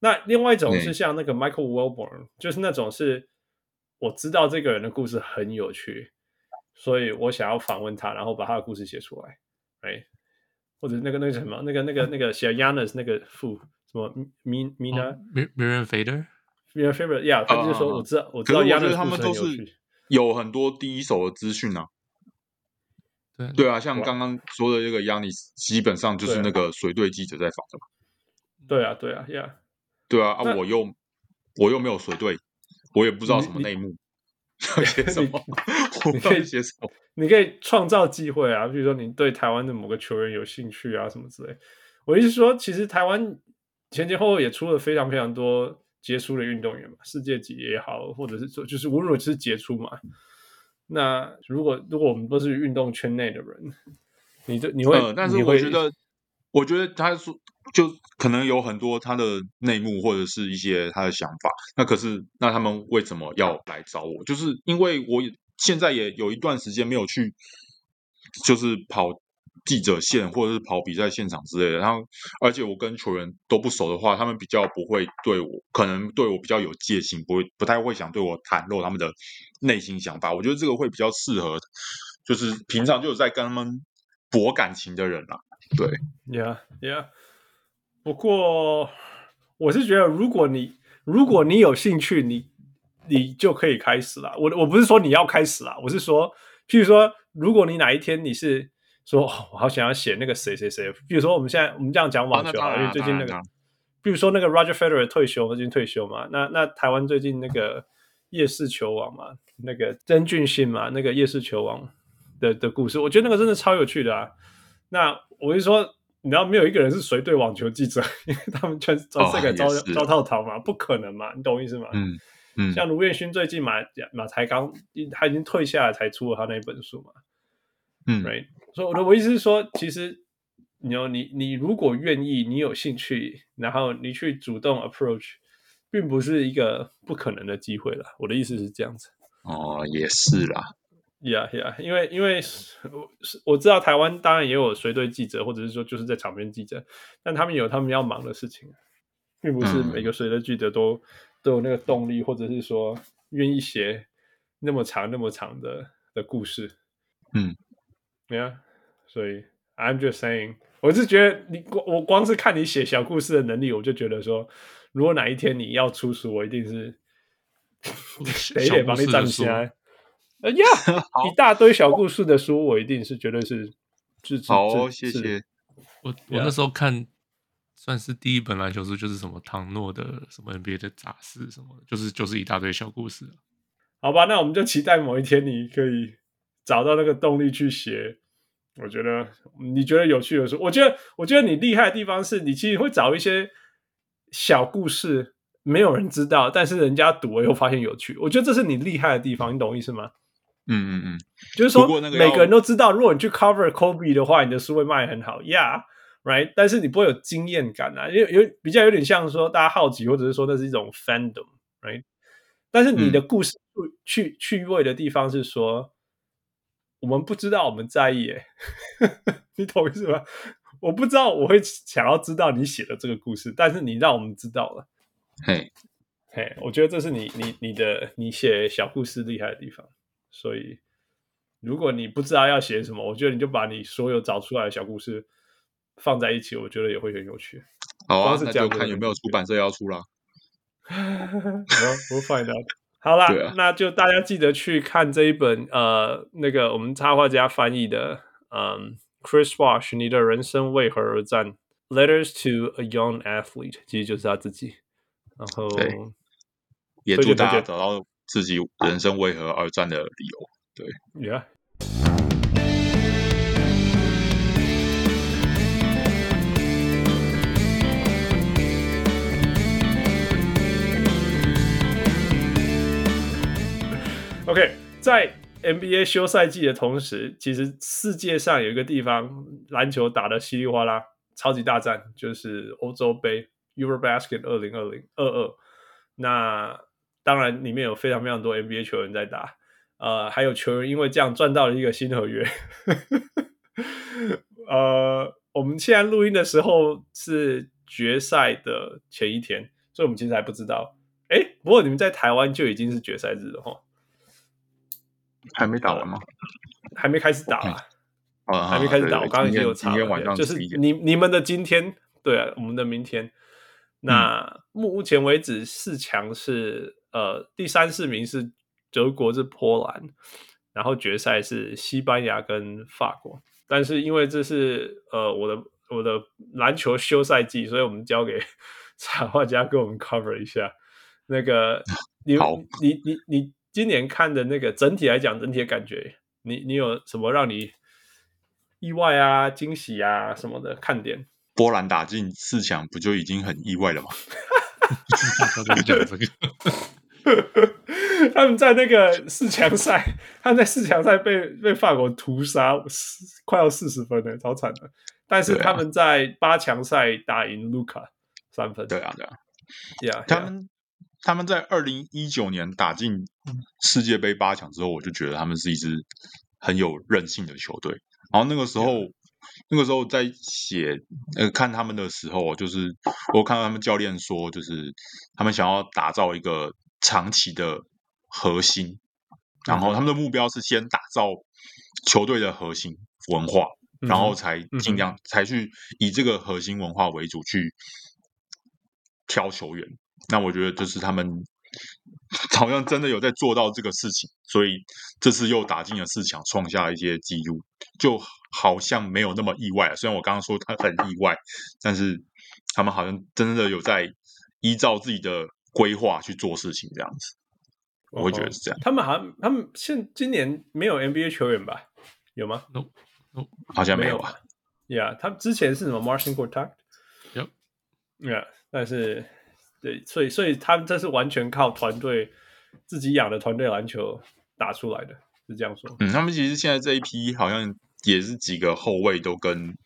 S1: 那另外一种是
S3: 嗯
S1: 像那个 Michael Wellborn，就是那种是我知道这个人的故事很有趣，所以我想要访问他，然后把他的故事写出来，right？或者那个那个什么，那个那个那个写 Yanis 那个副什么 Min Mina、
S2: m i r a n 哦 Fader，
S1: Your favorite, yeah，他就是
S3: 啊啊
S1: 说
S3: 啊
S1: 我知道，我知
S3: 可
S1: 道
S3: 是
S1: Yanis
S3: 我觉
S1: 故
S3: 得
S1: 事
S3: 他
S1: 很
S3: 们都
S1: 有
S3: 是嗯
S1: 趣。
S3: 有很多第一手的资讯啊。
S2: 对
S3: 对啊，像
S1: 哇
S3: 刚刚说的这个 Yanis，基本上就
S1: 对
S3: 是
S1: 啊
S3: 那个随队记者在访的嘛。
S1: 对啊，对啊，yeah，
S3: 对啊，啊
S1: 那
S3: 我又我又没有随队，我也不知道
S1: 你
S3: 什么
S1: 你
S3: 内幕，要写什么，我
S1: 你
S3: 不
S1: 可
S3: 知
S1: 以
S3: 道写什么。
S1: 你可以创造机会啊，比如说你对台湾的某个球员有兴趣啊，什么之类。我意思说，其实台湾前前后后也出了非常非常多杰出的运动员嘛，世界级也好，或者是说就是无论是杰出嘛。那如果如果我们都是运动圈内的人，你就你会，
S3: 呃，但是
S1: 你
S3: 我
S1: 会
S3: 觉得，我觉得他说就可能有很多他的内幕或者是一些他的想法。那可是那他们为什么要来找我？就是因为我也现在也有一段时间没有去，就是跑记者线或者是跑比赛现场之类的。然后而且我跟球员都不熟的话，他们比较不会对我，可能对我比较有戒心，不会不太会想对我袒露他们的内心想法。我觉得这个会比较适合，就是平常就有在跟他们博感情的人啦、
S1: Yeah, yeah。不过，我是觉得，如果你如果你有兴趣，你你就可以开始啦。我我不是说你要开始啦，我是说，譬如说，如果你哪一天你是说，哦、我好想要写那个谁谁谁，比如说我们现在我们这样讲网
S3: 啊那
S1: 球
S3: 当
S1: 啊，
S3: 然
S1: 因为最近那
S3: 当
S1: 个
S3: 然，
S1: 比如说那个 Roger Federer 退休，最近退休嘛，那那台湾最近那个夜市球王嘛，那个曾俊信嘛，那个夜市球王的的故事，我觉得那个真的超有趣的啊。那我就说，你知道没有一个人是谁对网球记者，因为他们全全世界
S3: 哦也
S1: 招、
S3: 是
S1: 招套逃嘛，不可能嘛，你懂我意思吗？
S3: 嗯嗯，
S1: 像卢彦勋最近嘛嘛才刚他已经退下来才出了他那一本书嘛，
S3: 嗯
S1: right？所以我的我意思是说，其实你有你你如果愿意，你有兴趣，然后你去主动 approach，并不是一个不可能的机会啦。我的意思是这样子。
S3: 哦，也是啦，
S1: Yeah, yeah，因为因为我我知道台湾当然也有随队记者，或者是说就是在场边记者，但他们有他们要忙的事情，并不是
S3: 嗯
S1: 每个随队记者都、都有那个动力，或者是说愿意写那么长那么长的的故事。
S3: 嗯
S1: ，Yeah，所以 I'm just saying，我是觉得你光我光是看你写小故事的能力，我就觉得说，如果哪一天你要出书，我一定是得
S2: 小
S1: 得
S2: 故
S1: 帮你
S2: 事的
S1: 站
S2: 书
S1: 起来。呃 呀一大堆小故事的书，我一定是绝对是支持。
S3: 好，哦
S1: 是
S3: 谢。
S1: 是
S3: 谢。
S2: 我我那时候看算是第一本篮球书，就是什么唐诺的什么 NBA 的杂事什么的，就是就是一大堆小 故事啊、
S1: 好吧，那我们就期待某一天你可以找到那个动力去写。我觉得你觉得有趣的书，我觉得我觉得你厉害的地方是你其实会找一些小故事，没有人知道，但是人家读了又发现有趣。我觉得这是你厉害的地方，你懂我意思吗？
S3: 嗯嗯嗯，
S1: 就是说
S3: 不过那个要
S1: 每个人都知道，如果你去 cover Kobe 的话，你的书会卖很好，Yeah，right？但是你不会有经验感啊，因为有比较有点像说大家好奇，或者是说那是一种 fandom，right？但是你的
S3: 嗯
S1: 故事趣、趣趣味的地方是说，我们不知道我们在意耶， 你懂我意思吗？我不知道我会想要知道你写的这个故事，但是你让我们知道了，
S3: 嘿，
S1: 嘿，我觉得这是你你你的你写小故事厉害的地方。所以，如果你不知道要写什么，我觉得你就把你所有找出来的小故事放在一起，我觉得也会很有趣。
S3: 好啊
S1: 光，是
S3: 那
S1: 这样
S3: 就
S1: 就
S3: 看有没有出版社要出啦。
S1: 我我 find out。好啦，
S3: 对啊
S1: 那就大家记得去看这一本呃，那个我们插画家翻译的，嗯，Chris Wash，你的人生为何而战？Letters to a Young Athlete，其实就是他自己。然后，
S3: 对也
S1: 推
S3: 祝
S1: 荐
S3: 大
S1: 推
S3: 家
S1: 荐
S3: 找到自己人生为何而战的理由。
S1: Yeah. OK，在 NBA 休赛季的同时，其实世界上有一个地方篮球打得稀里哗啦，超级大战就是欧洲杯 EuroBasket 二零二零二二。那当然里面有非常非常多 NBA 球员在打，呃，还有球员因为这样赚到了一个新合约。 呃，我们现在录音的时候是决赛的前一天，所以我们其实还不知道。哎，不过你们在台湾就已经是决赛日了哈，
S3: 还没打完吗？
S1: 还没开始打、
S3: 嗯啊，
S1: 还没开始
S3: 对
S1: 打。我刚刚已经
S3: 今天
S1: 有查
S3: 今
S1: 了，
S3: 天晚上
S1: 就是
S3: 11点
S1: 你你们的今天，对、啊，我们的明天。
S3: 嗯
S1: 那目前为止，四强是呃第三四名是德国是波兰，然后决赛是西班牙跟法国。但是因为这是呃我的我的篮球休赛季，所以我们交给 插画家给我们 cover 一下。那 个你
S3: 好
S1: 你你你今年看的那个整体来讲，整体的感觉，你你有什么让你意外啊、惊喜啊什么的看点？
S3: 波兰打进四强，不就已经很意外了吗？
S2: 大家讲这个，
S1: 他们在那个四强赛，他们在四强赛被被法国屠杀，四快要四十分了，超惨的。但是
S3: 对啊
S1: 他们在八强赛打赢卢卡三分，
S3: 对啊，对啊，
S1: 呀，
S3: 他们他们在二零一九年打进世界杯八强之后，我就觉得他们是一支很有韧性的球队。然后那个时候，那个时候在写呃看他们的时候，就是我看到他们教练说，就是他们想要打造一个长期的核心，然后他们的目标是先打造球队的核心文化，
S1: 嗯哼
S3: 然后才
S1: 嗯
S3: 尽
S1: 哼
S3: 量、才去以这个核心文化为主去挑球员。那我觉得就是他们好像真的有在做到这个事情，所以这次又打进了四强，创下一些纪录，就好像没有那么意外啊了。虽然我刚刚说他很意外，但是他们好像真的有在依照自己的规划去做事情，这样子，我会觉得是这样。
S1: 哦他们好像他们现今年没有 NBA 球员吧？有吗？
S3: 好像
S1: 没
S3: 没
S1: 有
S3: 有啊，
S1: Yeah，他们之前是什么 Martian Contact。
S2: Yep.
S1: Yeah，但是对，所以所以他们这是完全靠团队自己养的团队篮球打出来的，是这样说。
S3: 嗯，他们其实现在这一批好像也是几个后卫都跟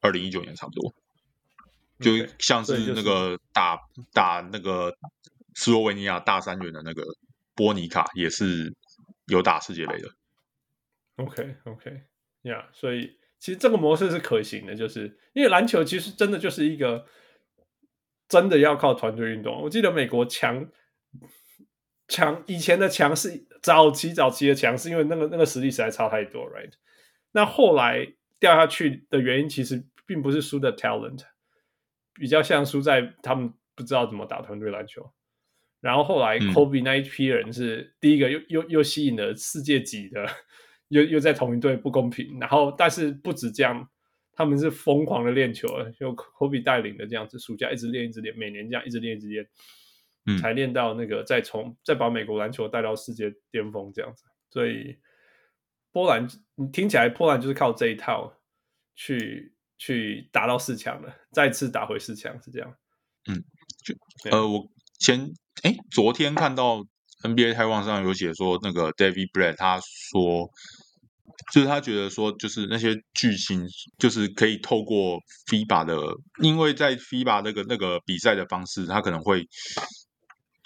S3: 二零一九年差不多，就
S1: OK，
S3: 像
S1: 嗯所以
S3: 是
S1: 就
S3: 那
S1: 是嗯
S3: 个打打那个斯洛维尼亚大三元的那个波尼卡也是有打世界杯的。
S1: OK OK，yeah,，所以其实这个模式是可行的，就是因为篮球其实真的就是一个真的要靠团队运动。我记得美国强强以前的强是早期早期的强，是因为那个那个实力实在差太多，right？那后来掉下去的原因其实并不是输的 talent，比较像输在他们不知道怎么打团队篮球。然后后来
S3: 嗯
S1: Kobe 那一批人是、第一个又又又吸引了世界级的，又又在同一队不公平。然后但是不止这样，他们是疯狂的练球了，就科比带领的这样子，暑假一直练，一直练，每年这样一直练，一直练，
S3: 嗯
S1: 才练到那个再从再把美国篮球带到世界巅峰这样子。所以波兰，你听起来波兰就是靠这一套去去打到四强的，再次打回四强是这样。对
S3: 呃，我前哎昨天看到 NBA 台网上有写说，那个 David Brad 他说，就是他觉得说，就是那些巨星，就是可以透过 FIBA 的，因为在 FIBA 那个那个比赛的方式，他可能会。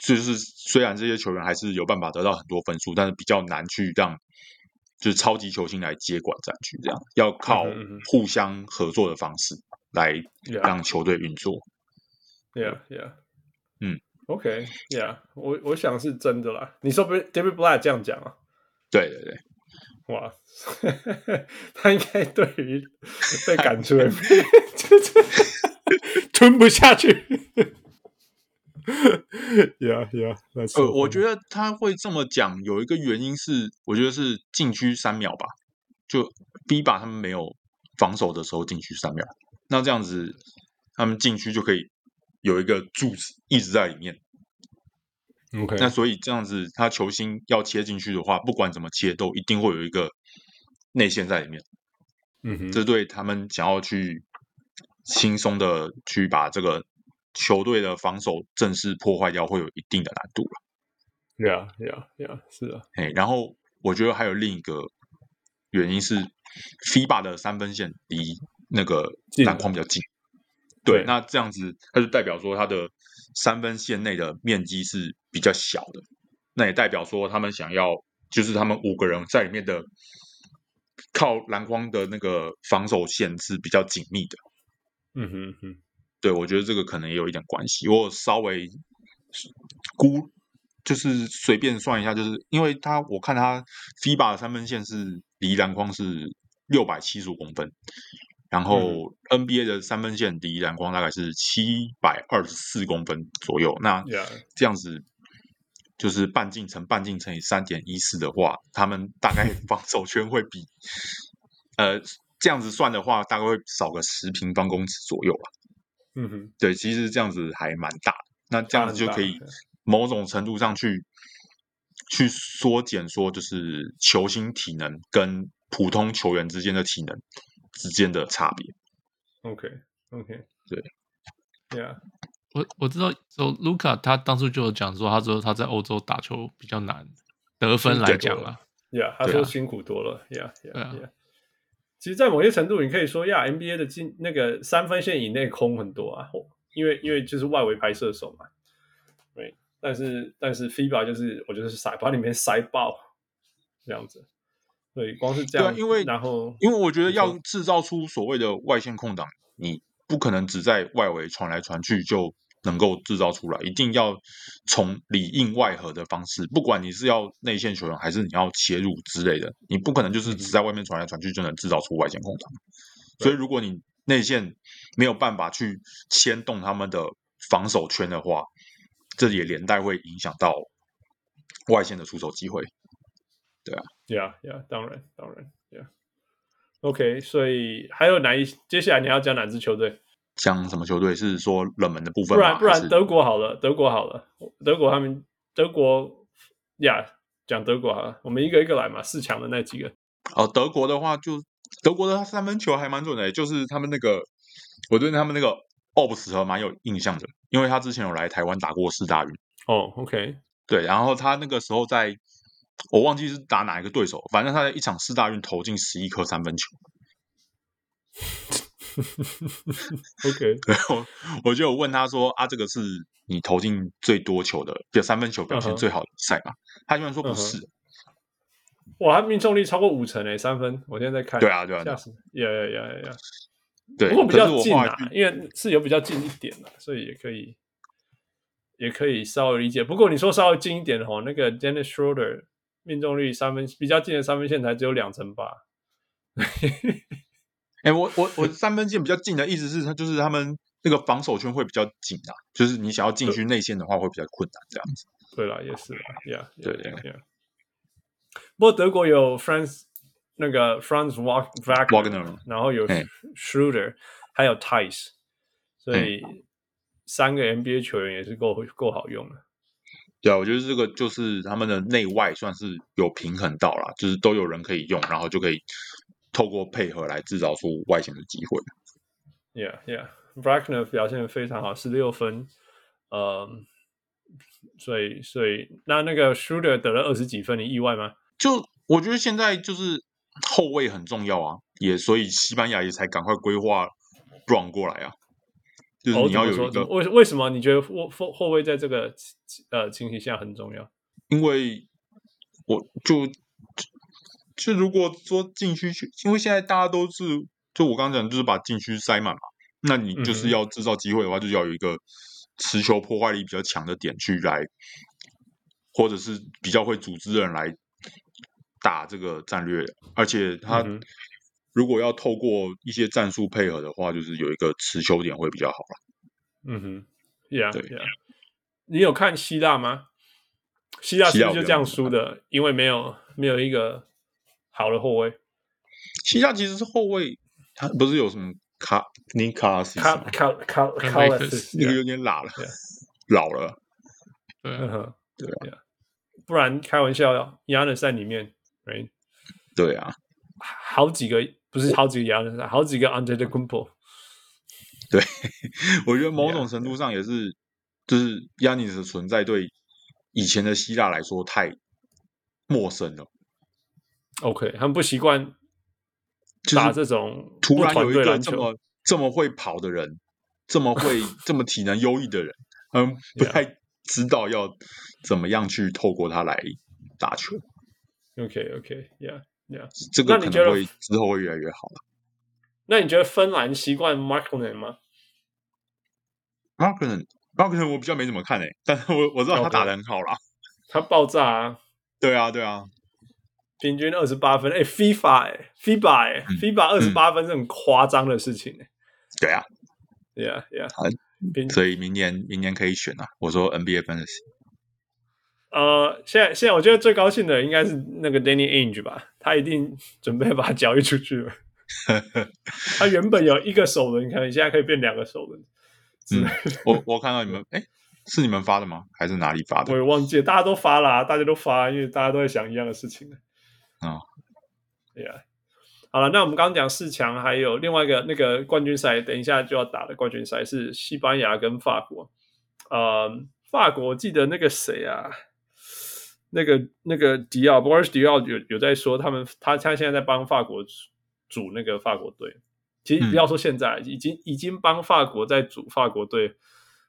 S3: 就是虽然这些球员还是有办法得到很多分数，但是比较难去让就是超级球星来接管战局，这样要靠
S1: 嗯哼嗯哼啊
S3: 互相合作的方式来
S1: Yeah,
S3: 让球队运作。
S1: yeah, yeah.
S3: 嗯
S1: ，OK，Yeah，、我我想是真的啦。你说不是 David Blatt 这样讲啊？
S3: 对对对，
S1: 哇， 他应该对于 被赶出 NBA 就是 吞不下去。yeah, yeah, that's so
S3: 呃，我
S1: funny.
S3: 觉得他会这么讲，有一个原因是，我觉得是禁区三秒吧，就 B 把他们没有防守的时候禁区三秒，那这样子他们禁区就可以有一个柱子一直在里面，
S1: OK，
S3: 那所以这样子他球星要切进去的话，不管怎么切都一定会有一个内线在里面，
S1: 嗯哼，
S3: 这对他们想要去轻松的去把这个球队的防守正式破坏掉，会有一定的难度。
S1: yeah, yeah, yeah，是啊，
S3: 哎，然后我觉得还有另一个原因是，FIBA 的三分线离那个
S1: 近
S3: 篮
S1: 的
S3: 筐比较近。
S1: 对
S3: 对，那这样子，它就代表说它的三分线内的面积是比较小的，那也代表说他们想要，就是他们五个人在里面的靠篮筐的那个防守线是比较紧密的。
S1: 嗯哼嗯哼，
S3: 对，我觉得这个可能也有一点关系。我有稍微估，就是随便算一下，就是因为他，我看他 FIBA 的三分线是离篮筐是六百七十五公分，然后 NBA 的三分线离篮筐大概是七百二十四公分左右。那
S1: Yeah
S3: 这样子就是半径乘半径乘以三点一四的话，他们大概防守圈会比呃这样子算的话，大概会少个十平方公尺左右。
S1: 嗯哼，
S3: 对，其实这样子还蛮大的。那这样子就可以
S1: 当然大
S3: 某种程度上去去缩减，说就是球星体能跟普通球员之间的体能之间的差别。
S1: OK OK，
S3: 对
S1: ，Yeah，
S2: 我我知道，就卢卡他当初就有讲说，他说他在欧洲打球比较难，得
S1: 嗯
S2: 分来讲啦，
S1: Yeah，他
S2: 对
S1: 说
S2: 啊
S1: 辛苦多了。Yeah,
S2: 对
S1: yeah,
S2: 啊
S1: yeah。其实，在某些程度，你可以说呀，NBA 的进那个三分线以内空很多啊，因为因为就是外围拍射手嘛。对，但是但是 FIBA 就是我就是塞把里面塞爆这样子，对，光是这
S3: 对啊
S1: 样，
S3: 因为
S1: 然后
S3: 因为我觉得
S1: 没错
S3: 要制造出所谓的外线空档，你不可能只在外围传来传去就能够制造出来，一定要从里应外合的方式，不管你是要内线球员还是你要切入之类的，你不可能
S1: 嗯
S3: 就是只在外面传来传去就能制造出外线空档。所以如果你内线没有办法去牵动他们的防守圈的话，这也连带会影响到外线的出手机会。
S1: Yeah, yeah，当然，当然，Yeah。OK，所以还有哪一？接下来你要讲哪支球队？
S3: 像什么球队是说冷门的部分
S1: 不
S3: 吗？
S1: 然不
S3: 还
S1: 然
S3: 是
S1: 德国好了，德国好了，德国他们德国呀，讲德国好了，我们一个一个来嘛，四强的那几个。
S3: 哦，德国的话就德国的三分球还蛮准的，欸就是他们那个，我对他们那个 OBS 和蛮有印象的，因为他之前有来台湾打过四大运，
S1: 哦，OK，
S3: 对，然后他那个时候在，我忘记是打哪一个对手，反正他在一场四大运投进十一颗三分球，
S1: OK，
S3: 然后我就有问他说啊，这个是你投进最多球的，就三分球表
S1: 嗯
S3: 现
S1: 哼
S3: 最好的比赛嘛？他居然说
S1: 嗯
S3: 不
S1: 哼
S3: 是，
S1: 哇，他命中率超过五成诶，三分，我现在在看。
S3: 对啊对啊对
S1: 吓
S3: 啊
S1: 死！呀呀呀呀呀！
S3: 对，
S1: 不过比
S3: 可是
S1: 较
S3: 我
S1: 近
S3: 后来
S1: 啊，因为是有比较近一点的、所以也可以，也可以稍微理解。不过你说稍微近一点哦，那个 Dennis Schroeder 命中率三分比较近的三分线才只有两成八。
S3: 哎、我我 我三分线比较近的意思是，他就是他们那个防守圈会比较紧啊，就是你想要进去内线的话会比较困难这样子。
S1: 对啦，也是啦，Yeah，
S3: 啊对对
S1: yeah, yeah. 不过德国有 France 那个 Franz Wag- Wagner，
S3: Wagner
S1: 然后有
S3: 嘿
S1: Schroeder，还有 Tice，所以三个 NBA 球员也是够够好用的。
S3: 对啊，我觉得这个就是他们的内外算是有平衡到啦，就是都有人可以用，然后就可以透过配合来制造出外线的机会。
S1: Yeah, yeah. Brackner 表现得非常好，十六分，呃，所以所以那那个 Shooter 得了二十几分，你意外吗？
S3: 就我觉得现在就是后卫很重要啊，也所以西班牙也才赶快规划 Brown 过来啊，就是
S1: 哦
S3: 你要
S1: 怎么
S3: 有
S1: 说
S3: 一
S1: 怎
S3: 个，
S1: 么为为什么你觉得后后后卫在这个呃情形下很重要？
S3: 因为我就就如果说禁区去，因为现在大家都是就我刚刚讲，就是把禁区塞满嘛，那你就
S1: 嗯
S3: 是
S1: 哼
S3: 要制造机会的话，就要有一个持球破坏力比较强的点去来，或者是比较会组织的人来打这个战略，而且他
S1: 嗯哼
S3: 如果要透过一些战术配合的话，就是有一个持球点会比较好啦。
S1: 嗯哼，Yeah,
S3: 对
S1: yeah. 你有看希腊吗？希腊是
S3: 希
S1: 不
S3: 腊
S1: 是就
S3: 我
S1: 这样
S3: 没有
S1: 输的？因为没有没有一个好的后卫。
S3: 西亚其实是后卫，他不是有什么卡尼卡拉斯
S1: 卡
S3: 吗
S1: 卡卡
S2: 跟
S1: 卡拉
S2: Lakers
S1: 斯，
S3: 那个有点老了
S1: Yeah.，
S3: 老了。
S2: 对啊
S1: 嗯哼，
S3: 对
S1: 对啊，不然开玩笑，亚历在里面，right？
S3: 对啊，
S1: 好几个不是好几个亚历山，好几个 Under the g u m p o
S3: 我觉得某种程度上也是，就是亚尼斯的存在对以前的希腊来说太陌生了，
S1: OK，他们不习惯
S3: 就是
S1: 打这种
S3: 突
S1: 不
S3: 然
S1: 团
S3: 有一
S1: 队
S3: 个
S1: 篮
S3: 这
S1: 球。
S3: 么这么会跑的人，这么会这么体能优异的人， 嗯，不
S1: Yeah
S3: 太知道要怎么样去透过他来打球，
S1: OK OK，Yeah。
S3: 这
S1: 那
S3: 个
S1: 你
S3: 可
S1: 觉得
S3: 能会之后会越来越好了。
S1: 那你觉得芬兰习惯 Markman 吗？
S3: m a r k e n m a r k e n 我比较没怎么看诶、但是我我知道他
S1: OK
S3: 打的很好啦。
S1: 他爆炸啊，
S3: 对啊，对啊，
S1: 平均二十八分。哎，FIFA 哎，FIBA 哎
S3: 嗯
S1: ，FIBA 二十八分是很夸张的事情哎。
S3: 对啊，
S1: Yeah Yeah，
S3: 好
S1: 平
S3: 所以明年明年可以选啊。我说 NBA Fantasy，
S1: 呃，现在现在我觉得最高兴的应该是那个 Danny Ainge 吧，他一定准备把他交易出去 了。他原本有一个首轮，可能现在可以变两个首轮，之类的
S3: 我我看到你们，哎，是你们发的吗？还是哪里发
S1: 我
S3: 的？
S1: 也忘记了，大家都发啦、大家都发，因为大家都在想一样的事情
S3: 哦，
S1: 对呀。好了，那我们刚刚讲四强，还有另外一个那个冠军赛，等一下就要打的冠军赛是西班牙跟法国。呃，法国记得那个谁啊，那个那个迪奥 b o r i s 迪奥有有在说他们，他他现在在帮法国组组那个法国队。其实
S3: 嗯
S1: 不要说现在，已经已经帮法国在组法国队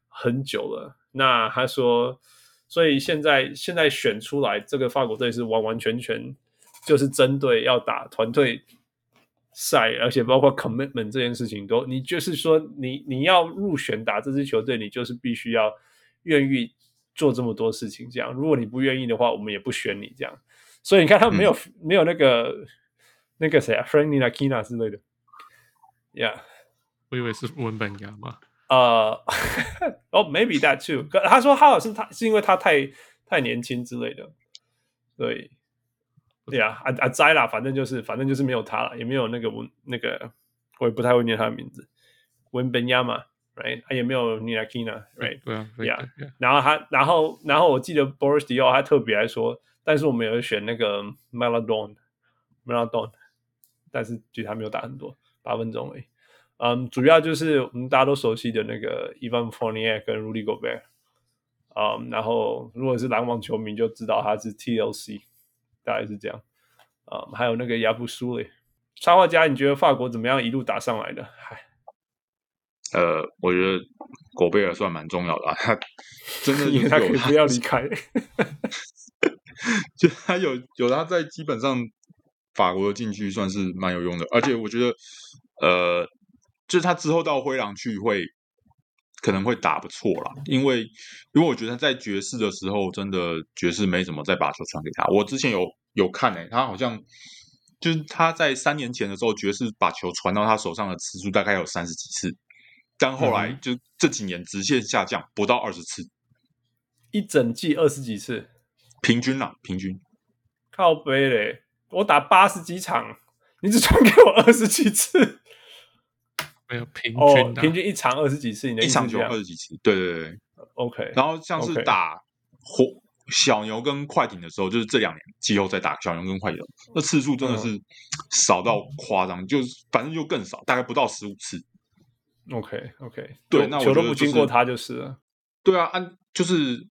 S1: 很久了。那他说，所以现在现在选出来这个法国队是完完全全就是针对要打团队赛，而且包括 commitment 这件事情都，你就是说你你要入选打这支球队，你就是必须要愿意做这么多事情。这样，如果你不愿意的话，我们也不选你这样。所以你看，他们没有、没有那个那个谁啊，Frankie Nakina 之类的，Yeah。
S2: 我以为是文本牙嘛，
S1: 呃，哦，maybe that too。可他说他好像是他是因为他太太年轻之类的，对，对啊，啊啊摘啦，反正就是反正就是没有他了，也没有那个文那个，我也不太会念他的名字，文本亚嘛，right，啊也没有 n i a k i n a right，
S2: 对啊，对
S1: Yeah
S2: 啊，对啊
S1: 然后他，然后，然后我记得 Boris d i o 他特别还说，但是我们有选那个 Melodon，Melodon，但是其实他没有打很多，八分钟而已。嗯，主要就是我们大家都熟悉的那个 Ivan f o r n i e r 跟 Rudy Gobert。嗯，然后如果是篮网球迷就知道他是 TLC，大概是这样。嗯，还有那个亚布苏嘞，插画家，你觉得法国怎么样一路打上来的？ 嗨
S3: 呃，我觉得狗贝尔算蛮重要的、啊，他 真的
S1: 因为他可以
S3: 有
S1: 不要离开。
S3: 就他有有他在基本上法国的禁区算是蛮有用的，而且我觉得呃，就是他之后到灰狼去会可能会打不错啦，因为因为我觉得他在爵士的时候，真的爵士没怎么再把球传给他。我之前有有看诶、他好像就是他在三年前的时候，爵士把球传到他手上的次数大概有三十几次，但后来
S1: 嗯哼
S3: 就这几年直线下降，不到二十次，
S1: 一整季二十几次，
S3: 平均啦，平均。
S1: 靠背嘞，我打八十几场，你只传给我二十几次，
S2: 没有平
S1: 哦
S2: 均，啊的、
S1: 平均一场二十几次，你的
S3: 一
S1: 意思
S3: 场
S1: 是
S3: 球
S1: 这样
S3: 二十几次，对对对。
S1: ？OK，
S3: 然后像是
S1: OK
S3: 打火小牛跟快艇的时候，就是这两年季后赛打小牛跟
S1: 嗯
S3: 快艇，那次数真的是少到夸张，就是反正就更少，大概不到十五次。
S1: OK OK，
S3: 对那我
S1: 球都
S3: 觉得
S1: 不
S3: 就
S1: 经过
S3: 是
S1: 他就是了。
S3: 对啊，按就是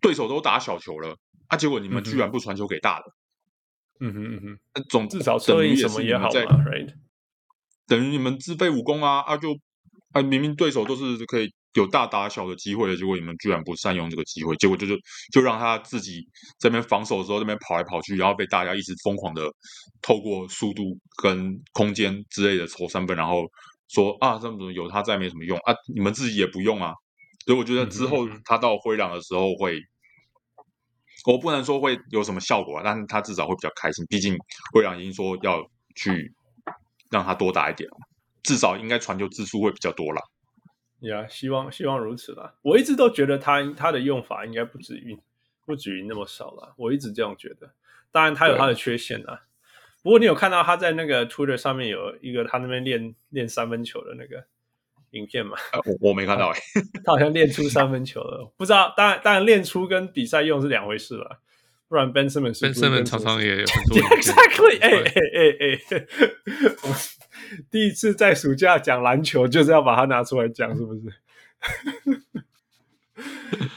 S3: 对手都打小球了，啊，结果你们
S1: 嗯哼
S3: 居然不传球给大的，
S1: 嗯哼嗯哼，
S3: 那总
S1: 至少
S3: 等
S1: 策
S3: 于
S1: 应
S3: 也
S1: 什
S3: 是
S1: 么
S3: 你
S1: 也
S3: 们
S1: 好
S3: 在
S1: 嘛，right？
S3: 等于你们自废武功啊啊就啊明明对手都是可以有大打小的机会的，结果你们居然不善用这个机会，结果就是就让他自己这边防守的时候这边跑来跑去，然后被大家一直疯狂的透过速度跟空间之类的投三分，然后说啊这么有他在没什么用啊，你们自己也不用啊，所以我觉得之后
S1: 嗯嗯嗯
S3: 他到灰狼的时候会。我不能说会有什么效果啊，但是他至少会比较开心。毕竟灰狼已经说要去让他多打一点了，至少应该传球次数会比较多啦。
S1: 呀、yeah,，希望希望如此啦。我一直都觉得他他的用法应该不止于不止于那么少啦，我一直这样觉得。当然，他有他的缺陷啦。不过你有看到他在那个 Twitter 上面有一个他那边练练三分球的那个影片嘛？
S3: 呃我我没看
S1: 啊
S3: 到哎、
S1: 他好像练出三分球了，不知道。当然，当然练出跟比赛用是两回事啦。不然 Ben Simmons
S2: 本
S1: 是不是
S2: 身们
S1: Ben
S2: 常
S1: Simmons
S2: 常也有很多影片
S1: Exactly，哎
S2: 对
S1: 哎哎哎， 我第一次在暑假讲篮球，就是要把它拿出来讲，是不是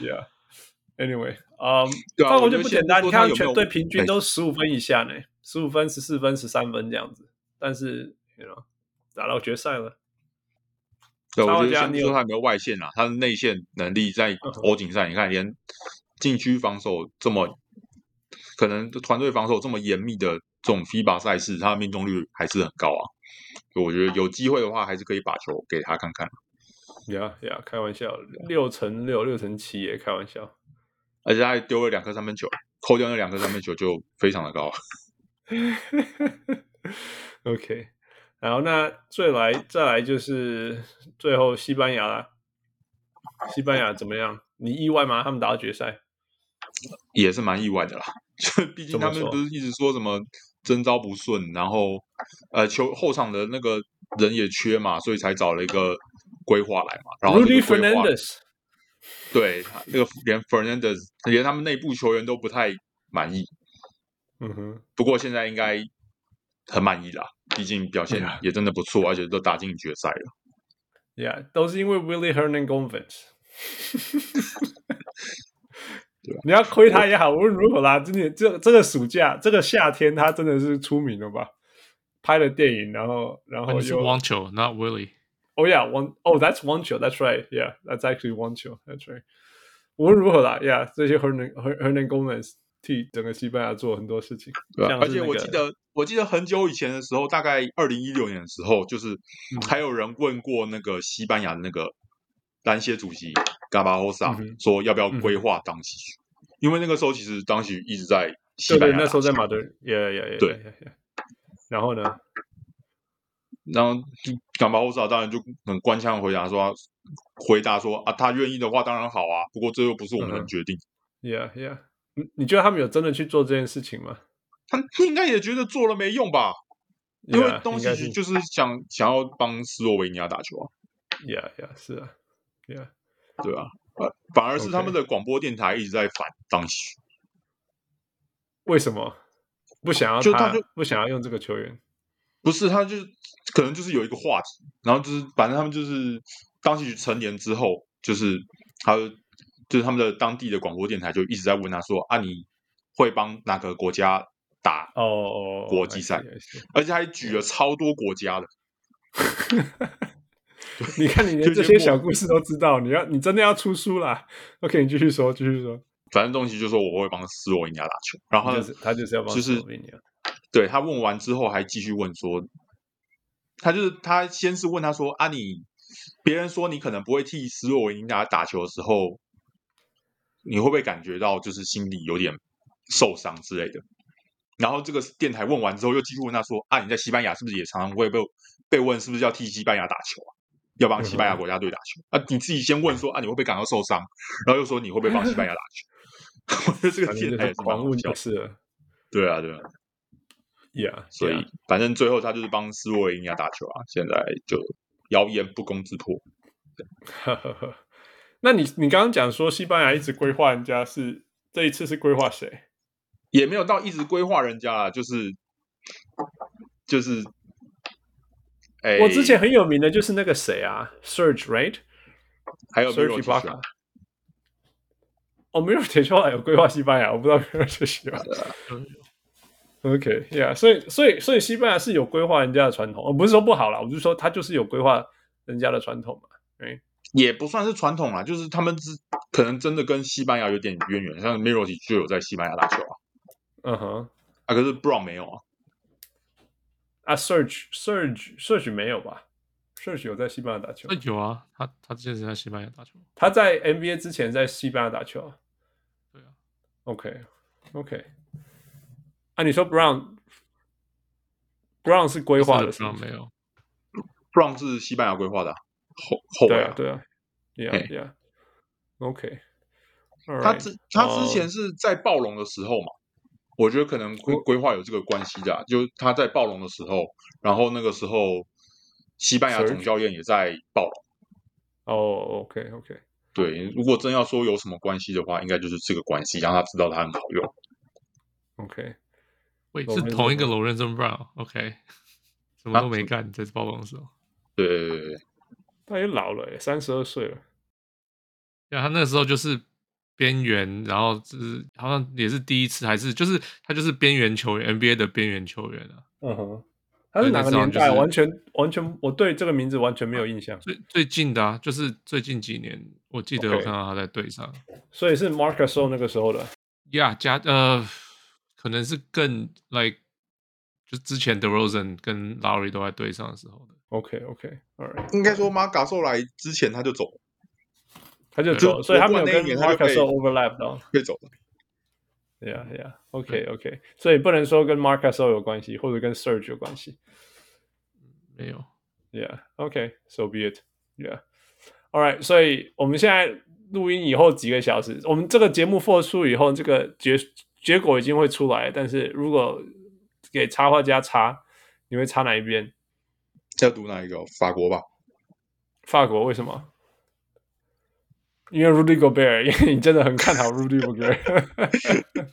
S1: ？Yeah. Anyway，嗯、
S3: 对啊
S1: 放
S3: 我
S1: 过就
S3: 觉得
S1: 不
S3: 先
S1: 简单。
S3: 说
S1: 你
S3: 他
S1: 看
S3: 有没
S1: 全
S3: 有
S1: 队平均
S3: 哎
S1: 都十五分以下呢，十五分、十四分、十三分这样子。但是，you know，打到决赛了，
S3: 对，我
S1: 超
S3: 觉得
S1: 加
S3: 先
S1: 你
S3: 说
S1: 有嗯
S3: 他有没有外线啊，他的内线能力在欧锦赛，你看连禁区防守这么可能团队防守这么严密的这种 FIBA 赛事，他的命中率还是很高啊。所以我觉得有机会的话，还是可以把球给他看看。
S1: 呀呀，开玩笑，六乘六、六乘七也开玩笑。
S3: 而且他还丢了两颗三分球，扣掉那两颗三分球就非常的高。啊
S1: OK，然后那最来再来就是最后西班牙啦，西班牙怎么样？你意外吗？他们打到决赛？
S3: 也是蛮意外的啦。 就毕竟
S1: 怎么
S3: 他们
S1: 说
S3: 不是一直说什么征招不顺，然后呃球后场的那个人也缺嘛，所以才找了一个规划来嘛。然后
S1: Rudy
S3: 这个规划
S1: Fernandez
S3: 对他那个连 Fernandez 连他们内部球员都不太满意，
S1: 嗯哼，
S3: 不过现在应该很满意啦，毕竟表现
S1: Yeah
S3: 也真的不错，而且都打进决赛了。
S1: ，Yeah，都是因为 Willie Hernan Gomez。你
S3: 啊
S1: 要亏他也好，无论如何啦，今年这这个暑假、这个夏天，他真的是出名了吧？拍了电影，然后然
S2: 啊
S1: 后
S2: 你是
S1: 又
S2: 网球，not Willie。
S1: Oh yeah, one oh that's one chill. That's right. Yeah, that's actually one chill. That's right. 无论如何啦，Yeah，这些 Hernan Her- Hernan Gomez 替整个西班牙做很多事情，
S3: 对啊
S1: 像
S3: 而
S1: 是
S3: 且
S1: 那
S3: 我
S1: 个
S3: 记得，我记得很久以前的时候，大概二零一六年的时候，就是
S1: 嗯
S3: 还有人问过那个西班牙的那个篮协主席嘎巴霍萨
S1: 嗯哼
S3: 说要不要
S1: 嗯哼
S3: 规划当期，因为那个时候其实当期一直在
S1: 对
S3: 西班
S1: 对，
S3: 牙
S1: 那时候
S3: 打
S1: 在马德里，Yeah Yeah Yeah，
S3: 对
S1: yeah, yeah. 然后呢？
S3: 然后就嘎巴霍萨当然就很官腔地回答说，啊回答说啊，他愿意的话当然好啊，不过这又不是我
S1: 嗯
S3: 们能
S1: 哼
S3: 决定。
S1: Yeah Yeah，你你觉得他们有真的去做这件事情吗？
S3: 他应该也觉得做了没用吧，因为
S1: Yeah，
S3: 东
S1: 应
S3: 契
S1: 该
S3: 奇
S1: 是
S3: 就是想想要帮斯洛维尼亚打球啊。
S1: Yeah Yeah 是啊，Yeah
S3: 对啊，呃反而是
S1: OK
S3: 他们的广播电台一直在反当时，
S1: 为什么不想要
S3: 就他
S1: 他
S3: 就
S1: 不想要用这个球员？
S3: 不是他就是可能就是有一个话题，然后就是反正他们就是当时成年之后，就是他就就是他们的当地的广播电台就一直在问他说啊，你会帮哪个国家打？
S1: 哦哦，哦
S3: 国际赛
S1: I see, I see
S3: 而且他还举
S1: 嗯
S3: 了超多国家的，
S1: 你看，你连
S3: 就
S1: 这
S3: 是
S1: 些
S3: 莫
S1: 小故事都知道，你要你真的要出书啦？OK，你继续说，继续说。
S3: 反正东西就说我会帮斯洛文尼亚打球，然后
S1: 他
S3: 呢
S1: 就是他就是要帮
S3: 哦就是
S1: 斯洛文尼亚
S3: 对他问完之后还继续问说，他就是他先是问他说啊你别人说你可能不会替斯洛文尼亚打球的时候，你会不会感觉到就是心里有点受伤之类的？然后这个电台问完之后又继续问他说啊你在西班牙是不是也常常会被被问是不是要替西班牙打球啊？要帮西
S1: 嗯
S3: 班牙国家队打球啊？你自己先问说啊你会不会感到受伤，然后又说你会不会帮西班牙打球？我觉得这个
S1: 反正
S3: 电
S1: 就
S3: 台也
S1: 是
S3: 是蛮
S1: 狂
S3: 好
S1: 问就
S3: 笑的。
S1: 是了。
S3: 对啊，对啊，
S1: ，Yeah，
S3: 所以
S1: yeah.
S3: 反正最后他就是帮斯洛维尼亚打球啊，现在就谣言不攻自破。
S1: 呵呵
S3: 啊
S1: 呵， 那你你刚刚讲说西班牙一直规划人家是这一次是规划谁？
S3: 也没有到一直规划人家啦，就是就是，哎、
S1: 我之前很有名的就是那个谁啊，Surge Right，
S3: 还有
S1: Serge
S3: Mirotic
S1: Ibaka
S3: 啊
S1: 哦，没有铁球有规划西班牙，我不知道没有这喜欢。OK，Yeah，、所以所以所以西班牙是有规划人家的传统，哦我不是说不好啦，我是说他就是有规划人家的传统嘛。
S3: 也不算是传统啦，就是他们之可能真的跟西班牙有点渊源，像 Mirotic 就有在西班牙打球啊，
S1: 嗯哼，
S3: 啊，可是 Brown 没有啊，
S1: 啊，Surge Surge Surge 没有吧？Surge 有在西班牙打球
S2: 那，有啊，他他之前是在西班牙打球，
S1: 他在 NBA 之前在西班牙打球啊。
S2: 对啊，
S1: OK OK，啊，你说 Brown Brown 是规划的
S2: 不知
S1: 是
S2: 道
S1: 吗？
S2: 没有。
S3: ，Brown 是西班牙规划的啊、后后
S1: 对
S3: 卫
S1: 啊，
S3: 啊，
S1: 对啊，Yeah Yeah。OK，
S3: 他之他之
S1: 哦
S3: 前是在暴龙的时候嘛，我觉得可能
S1: 嗯
S3: 会规划有这个关系的啊、就他在暴龙的时候，然后那个时候西班牙
S1: Serge
S3: 总教练也在暴龙。
S1: 哦，OK OK，
S3: 对，如果真要说有什么关系的话，应该就是这个关系，让他知道它很好用。
S1: OK，
S2: 喂，
S1: Lorenzo
S2: 是同一个
S1: Brown
S2: Lorenzo Brown，OK，、什
S1: 啊
S2: 么
S3: 啊
S2: 都
S3: 什
S2: 没
S3: 么
S2: 干，在暴龙的时候，
S3: 对对对对，
S1: 他也老了耶，三十二岁了。
S2: 然后他那个时候就是边缘，然后就是好像也是第一次，还是就是他就是边缘球员，NBA 的边缘球员啊，
S1: 嗯哼，他是哪个
S2: 对那时候
S1: 年代？啊
S2: 就是
S1: 完全完全，我对这个名字完全没有印象，
S2: 最最近的啊，就是最近几年，我记得
S1: OK
S2: 我看到他在队上，
S1: 所以是 Marcus o 那个时候的。
S2: 呀、加呃，可能是更 like 就之前 d e r o s e n 跟 Lowry 都在队上的时候的，
S1: OK OK，All right，
S3: 应该说马嘎索来之前他就走，
S1: 他就
S2: 对
S1: 走了，所以他没有
S3: 夺冠
S1: 跟
S3: 那一年他就
S1: Marcus
S3: 被
S1: o overlap 到。
S3: 被走了。
S1: Yeah, yeah. OK, OK. 所以不能说跟 Marcus O 有关系，或者跟 Surge 有关系。
S2: 没有
S1: Yeah, OK. So be it. Yeah. All right. 所以我们现在录音以后几个小时，我们这个节目播出以后，这个结结果已经会出来。但是如果给插画家插，你会插哪一边？
S3: 要读哪一个？法国吧？
S1: 法国为什么？因为 Rudy Gobert，因 为你真的很看好 Rudy Gobert。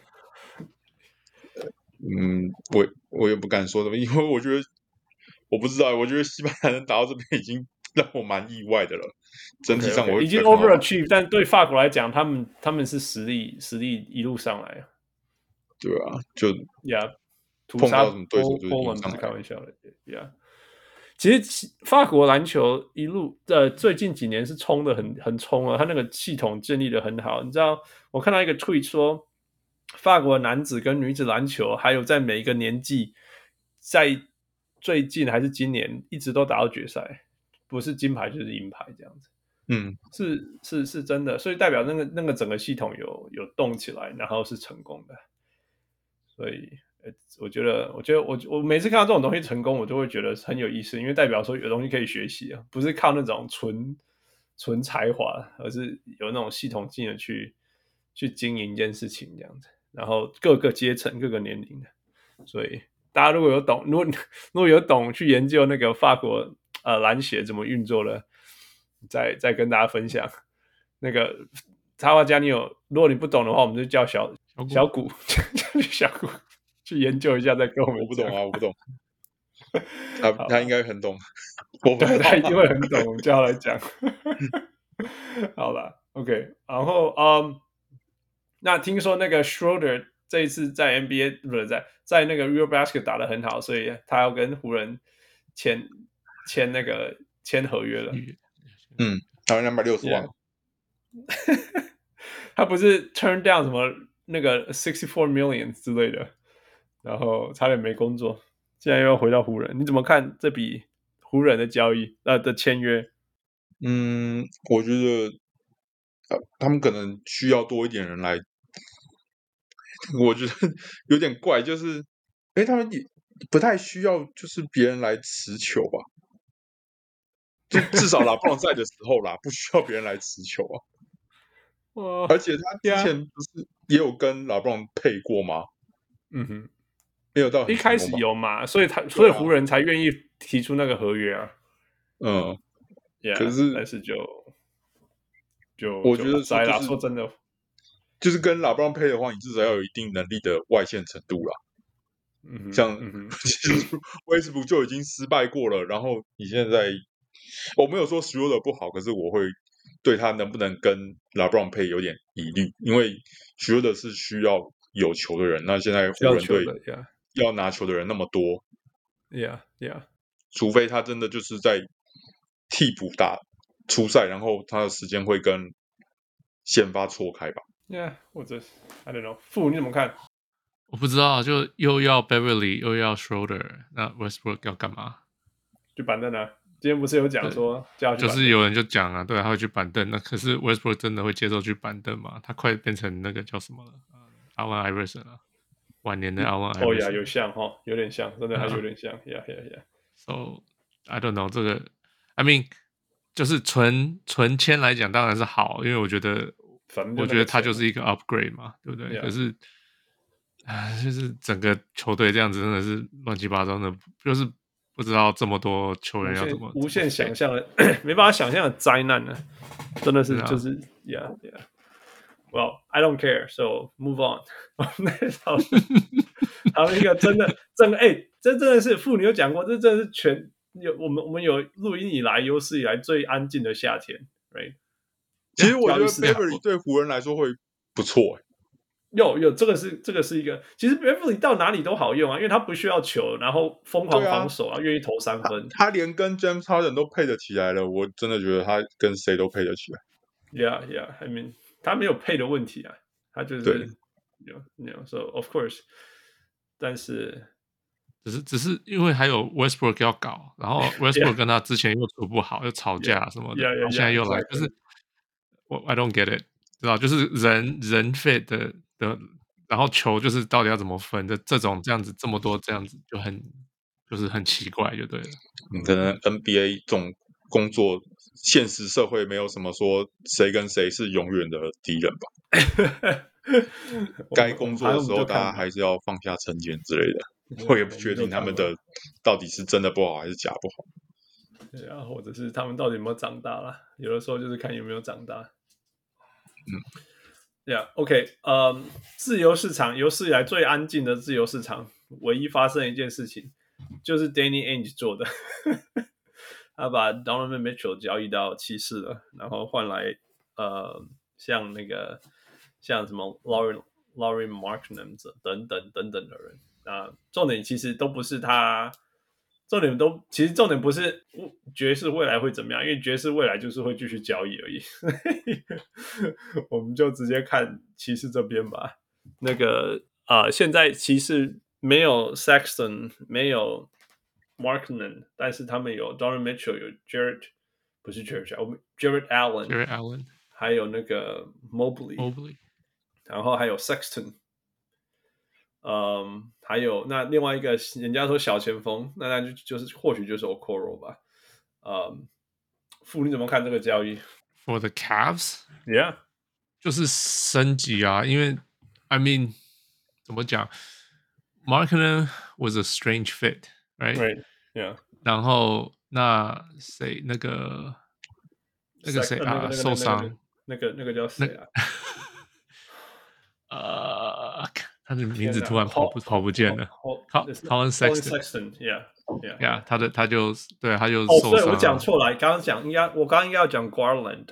S3: 嗯，我我也不敢说什么，因为我觉得我不知道，我觉得西班牙能打到这边已经 让我蛮意外的了。整体上我
S1: OK，OK，
S3: 会
S1: 已经
S3: 觉得很好玩
S1: overachieve，但对法国来讲，他们他们是实力实力一路上来
S3: 对啊，就
S1: ，Yeah，屠
S3: 碰
S1: 杀
S3: 到什么对手
S1: 波
S3: 就是
S1: 波
S3: 赢
S1: 文
S3: 上
S1: 不是
S3: 来
S1: 开玩笑的，Yeah。其实其法国篮球一路呃最近几年是冲的很很冲啊，他那个系统建立的很好。你知道，我看到一个 tweet 说，法国男子跟女子篮球还有在每一个年纪，在最近还是今年一直都打到决赛，不是金牌就是银牌这样子。
S3: 嗯，
S1: 是是是真的，所以代表那个那个整个系统有有动起来，然后是成功的。所以，呃，我觉得，我觉得我我每次看到这种东西成功，我就会觉得很有意思，因为代表说有东西可以学习啊，不是靠那种纯纯才华，而是有那种系统性的去去经营一件事情这样子，然后各个阶层、各个年龄的。所以大家如果有懂，如果 如果有懂去研究那个法国呃篮协怎么运作的，再再跟大家分享。那个插画家，你有如果你不懂的话，我们就叫小
S2: 小谷
S1: 小谷， 叫小谷去研究一下，再跟我们
S3: 我不懂
S1: 讲，
S3: 啊，我 不懂。他
S1: 好
S3: 他应该很懂，我不
S1: 对
S3: 知道
S1: 他一定会很懂，我们叫他来讲。 好了，OK，然后嗯，那听说那个 Schroeder 这一次在 NBA 不是在在那个 Real Basket 打得很好，所以他要跟湖人签签那个签合约了。
S3: 嗯台湾两百六十万
S1: Yeah 他不是 turn down 什么那个 sixty four million 之类的，然后差点没工作，现在又要回到湖人，你怎么看这笔湖人的交易呃的签约？
S3: 嗯，我觉得呃他们可能需要多一点人来，我觉得有点怪，就是，诶，他们也不太需要，就是别人来持球吧，就至少拉布朗在的时候啦，不需要别人来持球啊。
S1: 哇
S3: 而且他
S1: 对啊
S3: 之前不是也有跟拉布朗配过吗？
S1: 嗯哼，
S3: 没有到很
S1: 一开始
S3: 成功吧，
S1: 有嘛，所以他
S3: 啊
S1: 所以湖人才愿意提出那个合约啊。
S3: 嗯，
S1: y
S3: 可是
S1: 但是就就
S3: 我觉得
S1: 就塞啦，
S3: 就是
S1: 说真的，
S3: 就是跟拉布朗配的话，你至少要有一定能力的外线程度啦。
S1: 嗯哼，
S3: 这样
S1: 嗯哼，
S3: 其实威斯布就已经失败过了，然后你现在我没有说 s c h r o d e r 不好，可是我会对他能不能跟 LeBron 配有点疑虑，因为 s c h r o d e r 是需要有球的人，那现在湖
S1: 要
S3: 人
S1: 求
S3: 队
S1: 的，Yeah
S3: 要拿球的人那么多，
S1: Yeah Yeah，
S3: 除非他真的就是在替补打初赛，然后他的时间会跟先发错开吧。
S1: Yeah，或者 I don't know，傅你怎么看？
S2: 我不知道，就又要 Beverly 又要 Schroeder，那 Westbrook 要干嘛？
S1: 就板凳啊，今天不是有讲说叫他去
S2: 就
S1: 板凳
S2: 是有人就讲啊，对啊，他会去板凳。那可是 Westbrook 真的会接受去板凳吗？他快变成那个叫什么了？阿万艾瑞森啊，晚年的阿万艾
S1: 哦
S2: 瑞
S1: 呀，
S2: 森。
S1: 有像哈，有点像，真的还
S2: 嗯
S3: 啊
S1: 有点像，Yeah Yeah Yeah，
S2: So I don't know 这个，I mean 就是纯纯签来讲当然是好，因为我觉得
S1: 反正就那
S2: 我觉
S1: 个
S2: 得他
S1: 钱
S2: 就
S1: 嘛
S2: 是一个 upgrade 嘛，对不对
S1: Yeah
S2: 可是啊，就是整个球队这样子真的是乱七八糟的，就是不知道这么多球
S1: 无
S2: 员要
S1: 限
S2: 怎么
S1: 无限
S2: 怎么
S1: 想象的，没办法想象的灾难呢、真的是
S2: 对啊
S1: 就是、yeah yeah。Well, I don't care, so move on 我们再讨论。讨论一个真的，真的，哎、这真的是妇女有讲过，这真的是全有我们我们有录音以来有史以来最安静的夏天，right？
S3: 其实我觉
S1: 交
S3: 得
S1: 易市场
S3: Beverly 对湖人来说会不错、欸，
S1: 有有，这个是这个是一个，其实 Beverly 到哪里都好用啊，因为他不需要球，然后疯狂
S3: 对啊
S1: 防守啊，愿意投三分。
S3: 他连跟 James Harden 都配得起来了，我真的觉得他跟谁都配得起来。
S1: Yeah, yeah. I mean，他没有配的问题啊，他就是
S3: 对
S1: you know, you know, so of course，但是
S2: 只是只是因为还有 Westbrook 要搞，然后 Westbrook 跟他之前又处不好，又吵架什么的
S1: yeah, yeah,
S2: 然后现在又来
S1: exactly.
S2: 就是我 I don't get it，知道就是人人费的的，然后球就是到底要怎么分的这种这样子这么多这样子就很就是很奇怪就对了，
S3: 嗯，可能 NBA 这种工作，现实社会没有什么说谁跟谁是永远的敌人吧。
S1: 我
S3: 该
S1: 们
S3: 工作的时候，
S1: 我们反正我们就
S3: 大家。
S1: 看吧
S3: 还是要放下成见之类的。
S1: 对
S3: 我也
S1: 我
S3: 不
S1: 们
S3: 确
S1: 就
S3: 定他
S1: 看
S3: 们
S1: 吧
S3: 的到底是真的不好还是假不好。
S1: 对啊，或者是他们到底有没有长大啦？有的时候就是看有没有长大。嗯，Yeah，OK，、呃、自由市场有史以来最安静的自由市场，唯一发生的一件事情就是 Danny Ainge 做的， 他把 Donovan Mitchell 交易到骑士了，然后换来呃像那个像什么 Lauren Lauren Marknam 等等等等的人。啊，重点其实都不是他，重点都其实重点不是爵士未来会怎么样，因为爵士未来就是会继续交易而已。 我们就直接看骑士这边吧。那个啊、呃现在骑士没有 Sexton，没有 Markman，但是他们有 Donovan Mitchell，有 Jared，不是 Jared，我们 Jared Allen，
S2: j e r r y Allen、
S1: 还有那个 Mobley，
S2: Mobley
S1: 然后还有 Sexton，嗯，还有那另外一个人家说小前锋，那那就就是或许就是 Okoro 吧，嗯，傅你怎么看这个交易
S2: for the Cavs。
S1: ？Yeah，
S2: 就是升级啊，因为 I mean 怎么讲，Mark 呢 was a strange fit，right？
S1: right，yeah，
S2: 然后那谁那个那个谁
S1: Sexton，
S2: 啊
S1: 呃那个那个
S2: 受伤，
S1: 那个那个叫谁啊？
S2: 呃， 他的名
S1: 天
S2: 字
S1: 哪
S2: 突然跑不
S1: Paul-
S2: 跑不见了
S1: Paul-
S2: Co-
S1: Paul-
S2: Colin Sexton
S1: Sexton，yeah，yeah。
S2: 呀，他的他就对他就
S1: 哦，
S2: 受
S1: 所以
S2: 伤
S1: 我
S2: 了
S1: 讲错了，刚刚讲应该我刚刚应该要讲 Garland，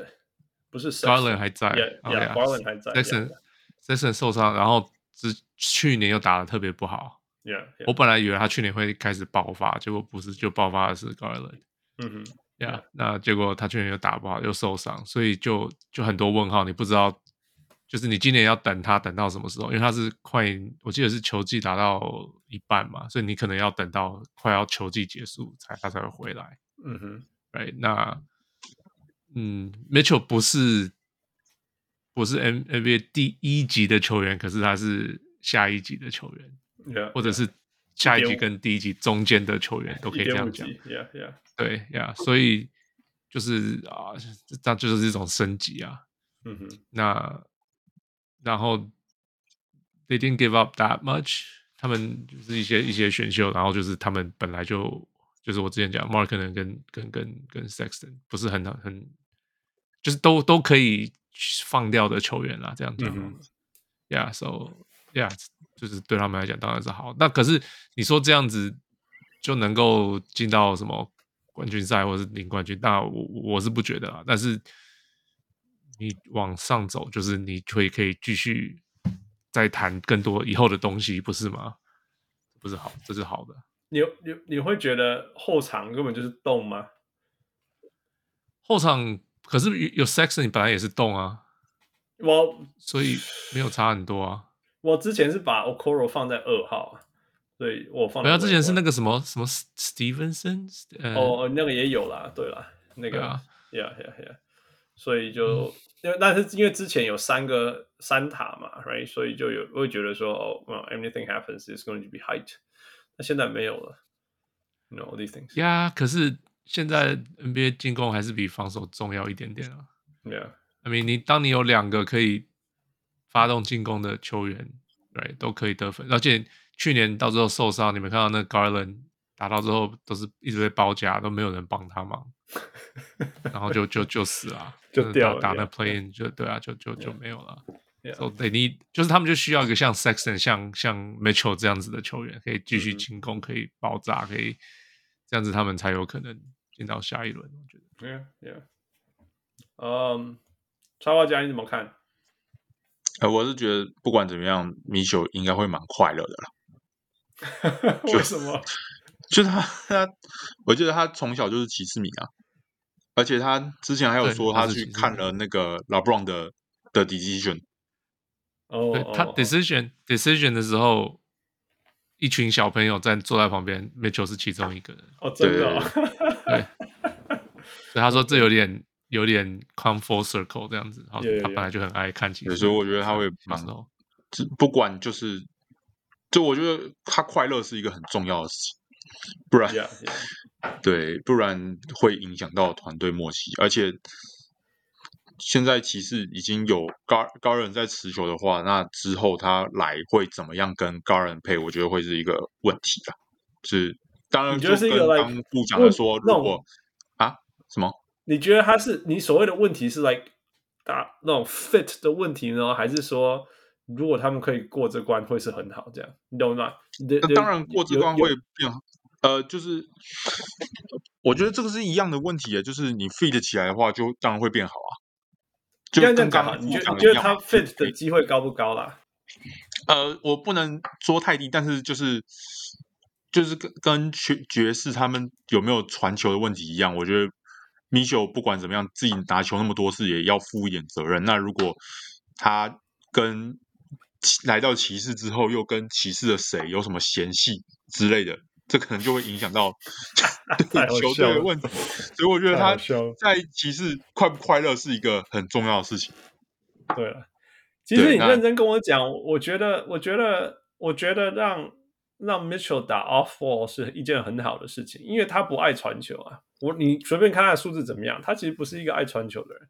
S1: 不是
S2: Garland 还在 OK 啊
S1: Sexton，yeah，yeah，Garland 还在
S2: Sexton Sexton 受伤，然后之去年又打的特别不好，
S1: ，yeah，yeah，
S2: 我本来以为他去年会开始爆发，结果不是，就爆发的是 Garland。
S1: 嗯哼。
S2: 呀
S1: Yeah.，
S2: 那结果他去年又打不好，又受伤，所以就就很多问号，你不知道，就是你今年要等他等到什么时候？因为他是快，我记得是球季打到一半嘛，所以你可能要等到快要球季结束才他才会回来。
S1: 嗯哼，
S2: right？那嗯，Mitchell 不是不是 N NBA 第一级的球员，可是他是下一级的球员，
S1: Yeah,
S2: 或者是下一级
S1: 1.5
S2: 跟第一级中间的球员，都可以这样讲。
S1: Yeah, yeah.
S2: 对呀所以就是啊，这这就是一种升级啊。
S1: 嗯哼
S2: 那然后 they didn't give up that much，他他们就是一些一些选秀，然后就是他们本来就就是我之前讲 Mark 可能跟跟跟跟 Sexton 不是很很就是都都可以放掉的球员啦，这样讲好了。
S1: 嗯
S2: Yeah，so yeah，就是对他们来讲当然是好。那可是你说这样子就能够进到什么冠军赛或是领冠军，那我我是不觉得啦。但是你往上走，就是你会可以继续再谈更多以后的东西，不是吗？不是好，这是好的。
S1: 你你你会觉得后场根本就是洞吗？
S2: 后场可是有有 Sex，你本来也是动啊，
S1: 我
S2: 所以没有差很多啊。
S1: 我之前是把 Okoro 放在二号啊，所以我放
S2: 没有，之前是那
S1: 个
S2: 个什么什么 Stevenson，呃，
S1: 哦，哦那个也有啦，对啦，那个
S2: 对啊嗯
S1: yeah yeah yeah，所以就因为但是因为之前有三个三塔嘛，right，所以就有会觉得说哦、w e l l anything happens is going to be height，那现在没有了，you know these things，yeah
S2: 呀，可是现在 NBA 进攻还是比防守重要一点点啊。I mean，你当你有两个可以发动进攻的球员，对，都可以得分。而且去年到最后受伤，你们看到那 Garland 打到之后都是一直被包夹，都没有人帮 他忙，然后就就就死了啊，
S1: 就
S2: 那
S1: 掉了
S2: 打打那
S1: yeah
S2: play in 就对啊，就就就没有了。
S1: yeah，
S2: So they need 就是他们就需要一个像 Sexton、像像 Mitchell 这样子的球员，可以继续
S1: 嗯
S2: 进攻，可以爆炸，可以这样子，他们才有可能进到下一轮。我觉得
S1: Yeah, yeah. 嗯，插画家你怎么 看？
S3: 呃，我是觉得不管怎么样，米修应该会蛮快乐的啦。
S1: 为什么？
S3: 就是他他，我记得他从小就是骑士迷啊，而且他之前还有
S2: 对
S3: 说
S2: 他
S3: 他
S2: 是
S3: 去
S2: 骑士
S3: 看
S2: 迷
S3: 了那个 LeBron 的的 decision，
S1: 哦
S2: 对
S1: 哦
S2: 他
S1: 哦
S2: decision decision 的时候，一群小朋友在坐在旁边，Mitchell 是其中一个人，
S1: 哦，真的哦，
S2: 对，所以他说这有点有点 come full circle 这样子。好
S1: Yeah, yeah,
S2: 他本来就很爱看骑
S3: 对
S2: 士，
S3: 所以我觉得他会蛮
S2: 时候，
S3: 这不管就是，就我觉得他快乐是一个很重要的事情，不然
S1: Yeah, yeah.
S3: 对，不然会影响到团队默契。而且现在骑士已经有高高人在持球的话，那之后他来会怎么样跟高人配，我觉得会是一个问题啊。就是当然
S1: 你觉
S3: 就
S1: 得
S3: 跟
S1: 是一个
S3: 刚
S1: like-
S3: 刚部讲的
S1: 问
S3: 说，
S1: 那
S3: 如
S1: 种
S3: 果啊什么
S1: 你觉得他是你所谓的问题是 like 打那种 fit 的问题呢，还是说如果他们可以过这关会是很好？这样你懂吗？那
S3: 那当然过这关会变好，呃，就是 我觉得这个是一样的问题啊，就是你 feed 起来的话，就当然会变好啊。就
S1: 这样
S3: 跟
S1: 这样
S3: 刚
S1: 讲
S3: 刚
S1: 好，你觉
S3: 我
S1: 得
S3: 讲
S1: 你
S3: 的
S1: 觉
S3: 一
S1: 得
S3: 样
S1: 他
S3: 嘛
S1: fit 的机会高不高啦？
S3: 呃，我不能说太低，但是就是就是跟跟爵爵士他们有没有传球的问题一样，我觉得米修不管怎么样，自己拿球那么多次也要负一点责任。那如果他跟骑来到骑士之后，又跟骑士的谁有什么嫌隙之类的，这可能就会影响到
S1: 太
S3: 对
S1: 好
S3: 球
S1: 笑
S3: 队的
S1: 了
S3: 问题。所以我觉得
S1: 太好
S3: 他
S1: 笑了
S3: 在骑士快不快乐是一个很重要的事情。
S1: 对了，其实你
S3: 那
S1: 认真跟我讲，我觉得，我觉得，我觉得让让 Mitchell 打 off ball 是一件很好的事情，因为他不爱传球啊。我你随便看他的数字怎么样，他其实不是一个爱传球的人。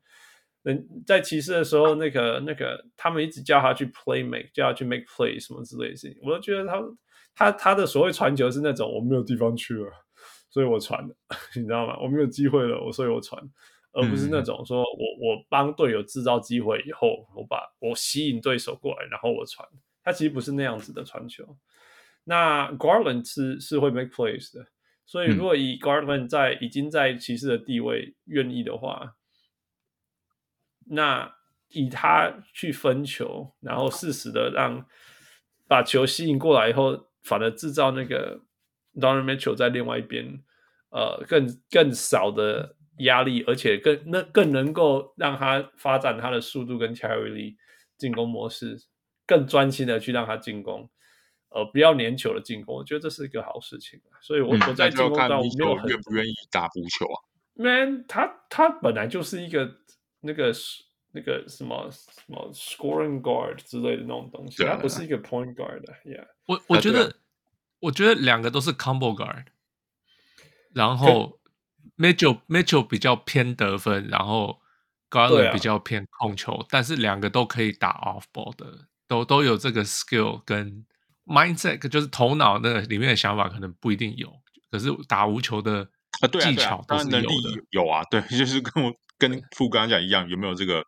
S1: 嗯，在骑士的时候，那个那个他们一直叫他去 play make，叫他去 make play 什么之类的事情，我就觉得他他他的所谓传球是那种我没有地方去了，所以我传的， 你知道吗？我没有机会了，我所以我传。而不是那
S3: 嗯
S1: 种说我我帮队友制造机会以后，我把我吸引对手过来，然后我传。他其实不是那样子的传球。那 Garland 是是会 make plays 的，所以如果以 Garland 在已经在骑士的地位愿意的话，那以他去分球，然后适时的让把球吸引过来以后，反而制造那个 Donovan Mitchell 在另外一边，呃，更更少的压力，而且更那更能够让他发展他的速度跟 carry 力，进攻模式，更专心的去让他进攻，呃，不要粘球的进攻，我觉得这是一个好事情啊。所以我，我、
S3: 嗯
S1: 在
S3: 那就
S1: 进
S3: 要
S1: 攻
S3: 看
S1: 端我
S3: 米
S1: 没有
S3: 修
S1: 很
S3: 愿不愿意打补球啊。
S1: man，他他本来就是一个那个是那个什么什么 scoring guard 之类的那种东西，
S3: 对啊
S1: 他不是一个 point guard 的，yeah。
S2: 我我
S3: 啊
S2: 觉
S3: 对啊
S2: 得，我觉得两个都是 combo guard，然后 Mitchell Mitchell 比较偏得分，然后
S1: 对啊
S2: Garland 比较偏控球，但是两个都可以打 off ball 的，都都有这个 skill 跟 mindset 就是头脑那个里面的想法可能不一定有，可是打无球的
S3: 啊，对啊，
S2: 技
S3: 对啊
S2: 巧都
S3: 当
S2: 是
S3: 然
S2: 有
S3: 能
S2: 的。
S3: 力有啊，对， 就是跟我跟富刚刚讲一样，有没有这个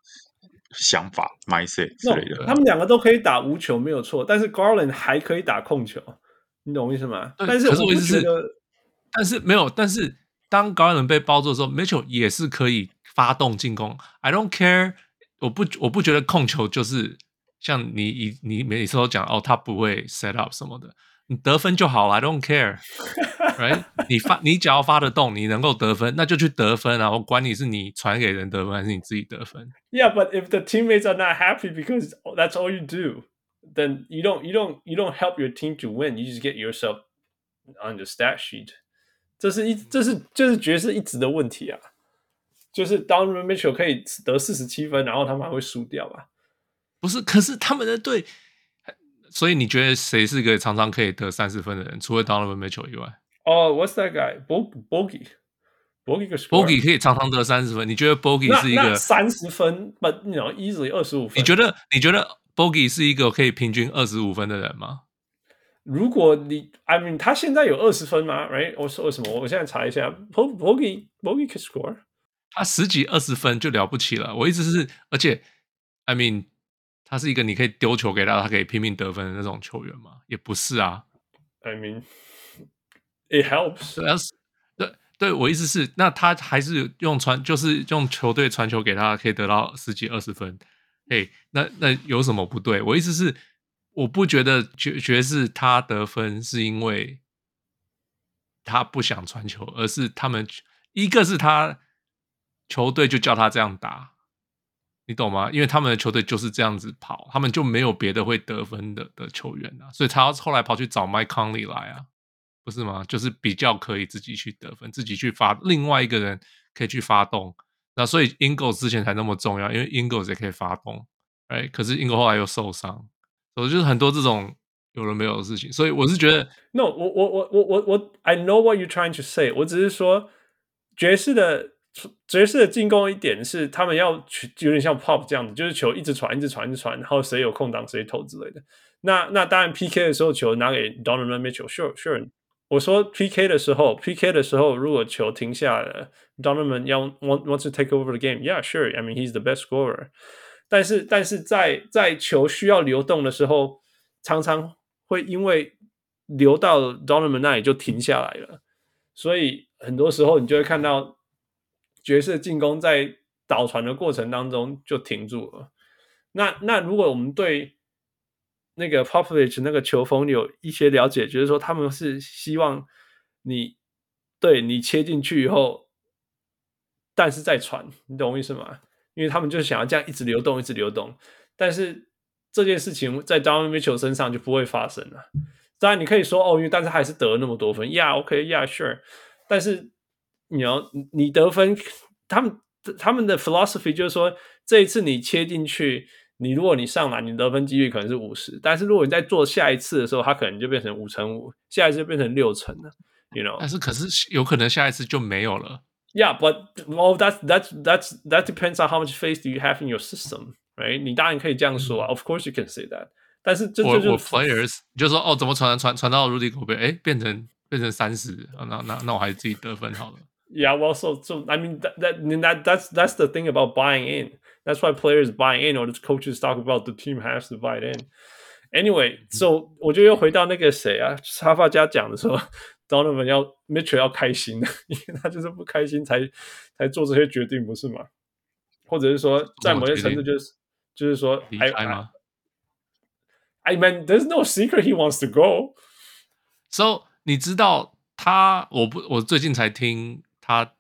S3: 想法 mindset 之
S1: 那
S3: 类的？
S1: 他们两个都可以打无球，没有错。但是 Garland 还可以打控球，你懂我意思吗？
S2: 对
S1: 但是
S2: 可是我
S1: 就
S2: 意思
S1: 觉
S2: 是
S1: 得，
S2: 但是没有，但是当高人被包住的时候，Mitchell 也是可以发动进攻。I don't care，我不我不觉得控球就是像你你你每次都讲哦，他不会 set up 什么的，你得分就好了。I don't care，right？你发你只要发得动，你能够得分，那就去得分啊！我管你是你传给人得分还是你自己得分。
S1: Yeah, but if the teammates are not happy because that's all you do, then you don't you don't you don't help your team to win. You just get yourself on the stat sheet. 这是一这是这是爵士一直的问题啊，就是当 Mitchell 可以得四十七分，然后他们还会输掉吧？
S2: 不是，可是他们的队，所以你觉得谁是个常常可以得三十分的人？除了 Donovan Mitchell 以外？
S1: 哦、w h a t s that guy? Bo Bogey Bogey 个
S2: Bogey 可以常常得三十分，你觉得 Bogey 是一个？
S1: 三十分，but you know easily 二十五分。
S2: 你觉得你觉得 Bogey 是一个可以平均二十五分的人吗？
S1: 如果你，I mean，他现在有二十分吗？Right？我说什么？我现在查一下，Bo Bogey Bogey can score。
S2: 他十几二十分就了不起了。我一直是，而且，I mean，他是一个你可以丢球给他，他可以拼命得分的那种球员吗？也不是啊。
S1: I mean, it helps.
S2: 对啊，是对对，我意思是，那他还是用传，就是用球队传球给他，可以得到十几二十分。嘿，那那有什么不对？我意思是，我不觉得爵爵士他得分是因为他不想传球，而是他们一个是他球队就叫他这样打，你懂吗？因为他们的球队就是这样子跑，他们就没有别的会得分的的球员啊，所以他要后来跑去找 Mike Conley 来啊，不是吗？就是比较可以自己去得分，自己去发，另外一个人可以去发动。那所以 Ingles 之前才那么重要，因为 Ingles 也可以发动，哎，可是 Ingles 后来又受伤，所以就是很多这种有了没有的事情。所以我是觉得
S1: No，我我我我我我，I know what you're trying to say。我只是说，爵士的爵士的进攻一点是他们要去有点像 pop 这样子，就是球一直传，一直传，一直传，然后谁有空档谁投之类的。那那当然 PK 的时候球拿给 Donovan Mitchell，sure sure。我说 PK 的时候，PK 的时候如果球停下了，Donovan 要 want want to take over the game，yeah sure，I mean he's the best scorer。但是但是在在球需要流动的时候，常常会因为流到 Donovan 那里就停下来了，所以很多时候你就会看到爵士进攻在倒传的过程当中就停住了。那那如果我们对那个 Popovich 那个球风有一些了解，就是说他们是希望你对你切进去以后，但是再传，你懂我意思吗？因为他们就是想要这样一直流动，一直流动。但是这件事情在 Donovan Mitchell 身上就不会发生了。当然，你可以说哦，因为但是还是得了那么多分，Yeah，OK，Yeah，Sure、但是你要你你得分，他们他们的 philosophy 就是说，这一次你切进去，你如果你上篮，你得分几率可能是五十，但是如果你在做下一次的时候，它可能就变成五乘五，下一次就变成六乘了，You know。
S2: 但是可是有可能下一次就没有了。
S1: Yeah, but well, that's that's that's that depends on how much faith do you have in your system, right? 你当然可以这样说啊，Of course you can say that. 但是这
S2: 我
S1: 这
S2: 我
S1: 就
S2: players 你就说哦，怎么传传传到 Rudy Gobert，哎，变成变成三十，啊那那那我还是自己得分好了。
S1: yeah, well, so so I mean that that that that's that's the thing about buying in. That's why players buy in, or the coaches talk about the team has to buy it in. Anyway,
S2: Mm-hmm.
S1: so 我就又回到那个谁啊，沙发家讲的说，Donovan 要 Mitchell 要开心， 因为他就是不开心才才做这些决定，不是吗？或者是说，在某些程度就是就是说
S2: 离
S1: ，I
S2: 开
S1: I,
S2: 吗
S1: I mean, there's no secret he wants to go.
S2: ？So 你知道他，我不，我最近才听他